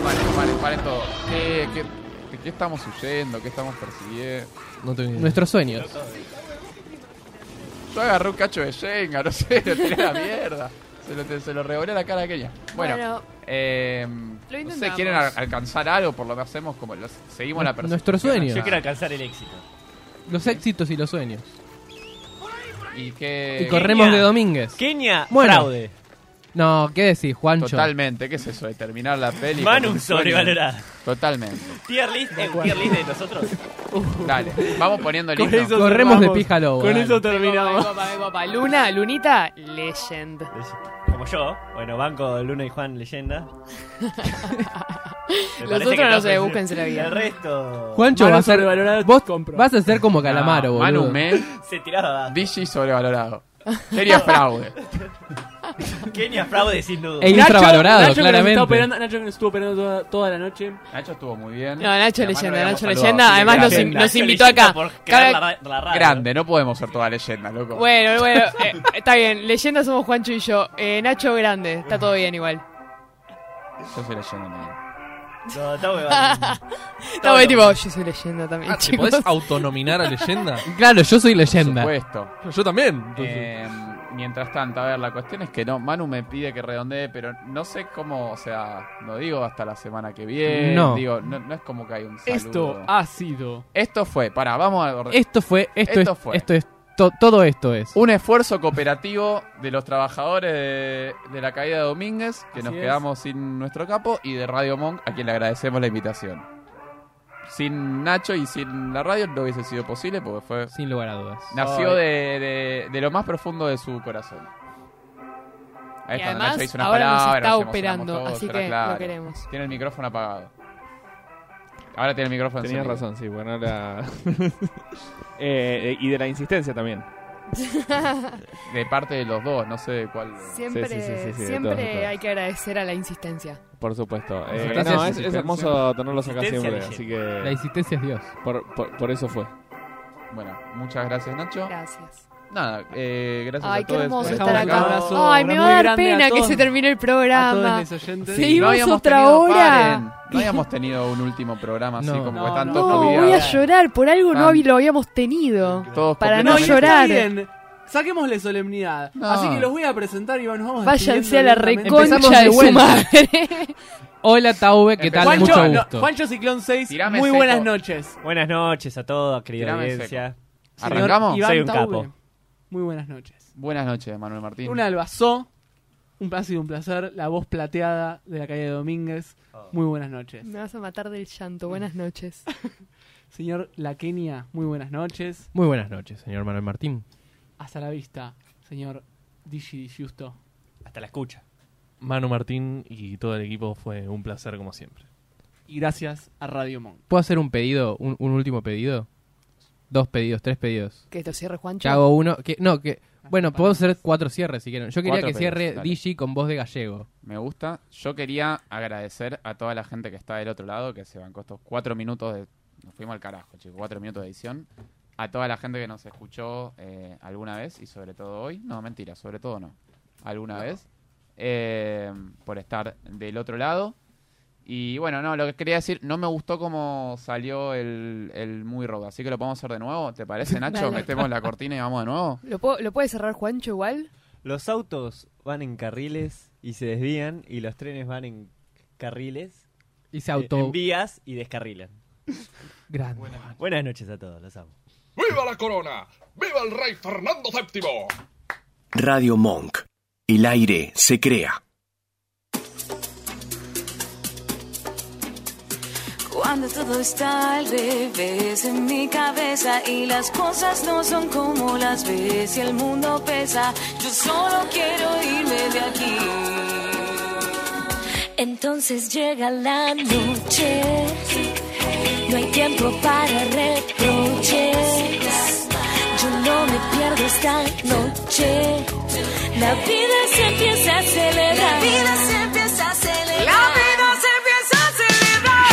Speaker 3: Paren, paren, paren todo. ¿Qué, qué, ¿De qué estamos huyendo? ¿Qué estamos persiguiendo?
Speaker 4: Nuestros sueños.
Speaker 3: Yo agarré un cacho de Jenga, no sé, lo tiré a la mierda. Se lo, se lo revolé a la cara a aquella. Bueno,
Speaker 2: Bueno,
Speaker 3: eh, no sé,
Speaker 2: intentamos.
Speaker 3: ¿quieren al- alcanzar algo? Por lo que hacemos, como lo- seguimos la persona.
Speaker 4: Nuestros sueños.
Speaker 6: Yo quiero alcanzar el éxito.
Speaker 4: Los éxitos y los sueños.
Speaker 3: Y que.
Speaker 4: Y corremos de Domínguez.
Speaker 6: Kenia,
Speaker 4: Bueno.
Speaker 6: fraude.
Speaker 4: No, ¿qué decís, Juancho?
Speaker 3: Totalmente, ¿qué es eso? De terminar la peli.
Speaker 6: Manu,
Speaker 3: con un sueño?
Speaker 6: sobrevalorada.
Speaker 3: Totalmente.
Speaker 6: Tier list, eh, tier list de nosotros.
Speaker 3: Dale, vamos poniendo el
Speaker 6: Con
Speaker 3: himno.
Speaker 6: eso
Speaker 4: Corremos de
Speaker 6: vamos.
Speaker 4: pija lobo.
Speaker 6: Con
Speaker 4: dale.
Speaker 6: eso
Speaker 2: Epa, epa, epa, epa. Luna, Lunita, legend.
Speaker 6: Como yo. Bueno, banco Luna y Juan, leyenda. Me parece
Speaker 2: Los otros
Speaker 6: que
Speaker 2: no
Speaker 6: todos
Speaker 2: sé,
Speaker 6: pensé-
Speaker 2: búsquense la vida.
Speaker 6: El resto.
Speaker 4: Juancho
Speaker 6: Manu
Speaker 4: va a ser.
Speaker 6: sobrevalorado,
Speaker 4: Vos
Speaker 6: compro.
Speaker 4: vas a ser como Calamaro,
Speaker 3: Ah,
Speaker 4: boludo.
Speaker 3: Manu Me,
Speaker 6: Se tiraba abajo.
Speaker 3: DJ sobrevalorado. Sería fraude.
Speaker 6: Kenia, fraude sin duda.
Speaker 4: E infravalorado,
Speaker 5: Nacho, que nos
Speaker 4: claramente.
Speaker 5: está operando- Nacho que nos estuvo operando toda, toda la noche.
Speaker 3: Nacho estuvo muy bien.
Speaker 2: No, Nacho
Speaker 3: Y además
Speaker 2: leyenda,
Speaker 3: lo habíamos
Speaker 2: Nacho
Speaker 3: saludado,
Speaker 2: leyenda.
Speaker 3: así que
Speaker 2: Además nos
Speaker 3: grande.
Speaker 2: in- nos Nacho invitó leyenda acá. por crear la Cabe-
Speaker 3: Grande, no podemos ser toda leyenda, loco.
Speaker 2: Bueno, bueno, eh, está bien. Leyenda somos Juancho y yo. Eh, Nacho Grande, está todo bien igual.
Speaker 3: Yo soy leyenda también.
Speaker 6: No, está
Speaker 2: Está bien, tipo, yo soy leyenda también.
Speaker 8: Ah, ¿te
Speaker 2: chicos.
Speaker 8: podés autonominar a leyenda?
Speaker 4: Claro, yo soy leyenda.
Speaker 3: Por supuesto.
Speaker 8: Yo también.
Speaker 3: Eh, mientras tanto, a ver, la cuestión es que no, Manu me pide que redondee, pero no sé cómo, o sea, no digo hasta la semana que viene.
Speaker 4: No.
Speaker 3: Digo, no, no es como que hay un saludo.
Speaker 5: Esto ha sido.
Speaker 3: Esto fue, pará, vamos a ordenar.
Speaker 4: Esto fue, esto,
Speaker 3: Esto
Speaker 4: es,
Speaker 3: fue.
Speaker 4: esto es, to- todo esto es.
Speaker 3: Un esfuerzo cooperativo de los trabajadores de, de la caída de Domínguez, que
Speaker 5: Así
Speaker 3: nos
Speaker 5: es.
Speaker 3: quedamos sin nuestro capo, y de Radio Monk, a quien le agradecemos la invitación. Sin Nacho y sin la radio no hubiese sido posible porque fue.
Speaker 4: Sin lugar a dudas.
Speaker 3: Nació de, de- de lo más profundo de su corazón. Ahí
Speaker 2: Y
Speaker 3: cuando
Speaker 2: además,
Speaker 3: Nacho dice unas
Speaker 2: ahora nos
Speaker 3: palabras,
Speaker 2: está
Speaker 3: emocionamos
Speaker 2: operando,
Speaker 3: todos,
Speaker 2: así
Speaker 3: era
Speaker 2: que lo
Speaker 3: claro.
Speaker 2: queremos.
Speaker 3: Tiene el micrófono apagado. Ahora tiene el micrófono
Speaker 24: Tenías
Speaker 3: encendido.
Speaker 24: razón, sí, bueno, ahora. Eh, eh, y de la insistencia también.
Speaker 3: De parte de los dos, no sé de cuál.
Speaker 2: Siempre,
Speaker 24: Sí, sí, sí, sí, sí, de
Speaker 2: siempre
Speaker 24: todos, de todos.
Speaker 2: hay que agradecer a la insistencia.
Speaker 24: Por supuesto. Eh,
Speaker 4: Gracias,
Speaker 24: no, es, es
Speaker 4: insistencia.
Speaker 24: hermoso tenerlos acá
Speaker 4: Insistencia
Speaker 24: siempre,
Speaker 4: de
Speaker 24: así que.
Speaker 4: La insistencia es Dios.
Speaker 24: Por, por- por eso fue.
Speaker 3: Bueno, muchas gracias, Nacho.
Speaker 2: Gracias.
Speaker 3: Nada, eh, gracias
Speaker 2: Ay,
Speaker 3: a
Speaker 2: qué
Speaker 3: todos.
Speaker 2: hermoso
Speaker 3: por
Speaker 2: estar acá.
Speaker 5: abrazo,
Speaker 2: Ay, me
Speaker 5: abrazo muy
Speaker 2: va a dar
Speaker 5: grande a
Speaker 2: pena que
Speaker 5: todos-
Speaker 2: se termine el
Speaker 5: a todos
Speaker 2: programa.
Speaker 5: mis oyentes.
Speaker 3: No
Speaker 2: Seguimos
Speaker 3: habíamos
Speaker 2: otra
Speaker 3: tenido- paren,
Speaker 2: hora.
Speaker 3: no habíamos tenido un último programa así
Speaker 4: No.
Speaker 3: como
Speaker 4: No,
Speaker 3: que están
Speaker 2: No,
Speaker 3: todos
Speaker 2: voy a
Speaker 3: jubilados.
Speaker 2: llorar. Por algo no
Speaker 3: Tan-
Speaker 2: lo habíamos tenido.
Speaker 3: Todos
Speaker 2: Para
Speaker 3: copiando.
Speaker 2: no
Speaker 5: y está
Speaker 2: llorar.
Speaker 5: bien. Saquémosle solemnidad. Así que los voy a presentar y nos vamos
Speaker 2: Váyanse a
Speaker 5: despidiendo
Speaker 2: la
Speaker 5: lentamente.
Speaker 2: reconcha de su madre.
Speaker 4: Hola, Taube, ¿qué tal?
Speaker 5: Juancho,
Speaker 4: Mucho
Speaker 5: no,
Speaker 4: gusto.
Speaker 5: Juancho Ciclón 6,
Speaker 6: Tirame
Speaker 5: muy
Speaker 6: seco.
Speaker 5: buenas noches.
Speaker 6: Buenas noches a todos, querida
Speaker 5: Tirame
Speaker 6: audiencia.
Speaker 5: Señor Iván
Speaker 6: Soy un
Speaker 5: Taube,
Speaker 6: capo.
Speaker 5: Muy buenas noches.
Speaker 3: Buenas noches, Manuel Martín.
Speaker 5: Un albazó, un, ha sido un placer, la voz plateada de la calle de Domínguez. Muy buenas noches.
Speaker 2: Me vas a matar del llanto. Buenas noches.
Speaker 5: Señor La Kenia, muy buenas noches.
Speaker 4: Muy buenas noches, señor Manuel Martín.
Speaker 5: Hasta la vista, señor Digi Justo.
Speaker 6: Hasta la escucha.
Speaker 27: Manu Martín y todo el equipo fue un placer como siempre.
Speaker 5: Y gracias a Radio Monk.
Speaker 4: ¿Puedo hacer un pedido, un, un último pedido? Dos pedidos, tres pedidos.
Speaker 2: Que te cierre, Juancho.
Speaker 4: Que
Speaker 2: Ah,
Speaker 4: hago uno, que, no, que, bueno, puedo hacer cuatro cierres si quieren. Yo quería
Speaker 3: Cuatro
Speaker 4: que
Speaker 3: pedidos,
Speaker 4: cierre
Speaker 3: dale.
Speaker 4: Digi con voz de gallego.
Speaker 3: Me gusta. Yo quería agradecer a toda la gente que está del otro lado, que se bancó estos cuatro minutos de... Nos fuimos al carajo, chicos. Cuatro minutos de edición. A toda la gente que nos escuchó eh, alguna vez y sobre todo hoy. No, mentira, sobre todo no. Alguna vez. Eh, por estar del otro lado. Y bueno, no, lo que quería decir, no me gustó cómo salió el, el muy rock. Así que lo podemos hacer de nuevo. ¿Te parece, Nacho?
Speaker 2: Dale.
Speaker 3: Metemos la cortina y vamos de nuevo.
Speaker 2: ¿Lo, puedo- ¿Lo puede cerrar Juancho igual?
Speaker 6: Los autos van en carriles y se desvían y los trenes van en carriles
Speaker 4: y se
Speaker 6: auto... en vías y descarrilan.
Speaker 4: Grande.
Speaker 6: Buenas, Buenas noches a todos, los amo.
Speaker 8: ¡Viva la corona! ¡Viva el rey Fernando VII!
Speaker 1: Radio Monk. El aire se crea.
Speaker 16: Cuando todo está al revés en mi cabeza y las cosas no son como las ves y el mundo pesa, yo solo quiero irme de aquí. Entonces llega la noche, no hay tiempo para reproches. Yo no me pierdo esta noche, la vida se empieza a acelerar.
Speaker 7: La vida se empieza a celebrar.
Speaker 16: La vida se
Speaker 7: empieza a celebrar.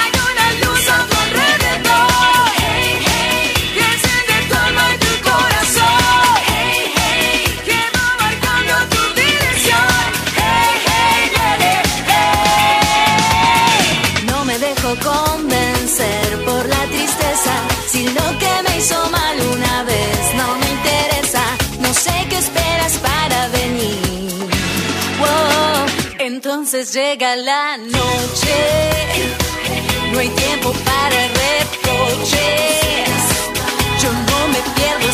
Speaker 16: Hay una luz a tu alrededor. Hey, hey, que enciende tu alma y tu corazón. Hey, hey, que va marcando tu dirección. Hey, hey, nene, hey. No me dejo convencer por la tristeza. Si lo que me hizo mal una vez no me interesa, no sé qué esperas para venir. Wow. Entonces llega la noche, no hay tiempo para reproches. Yo no me pierdo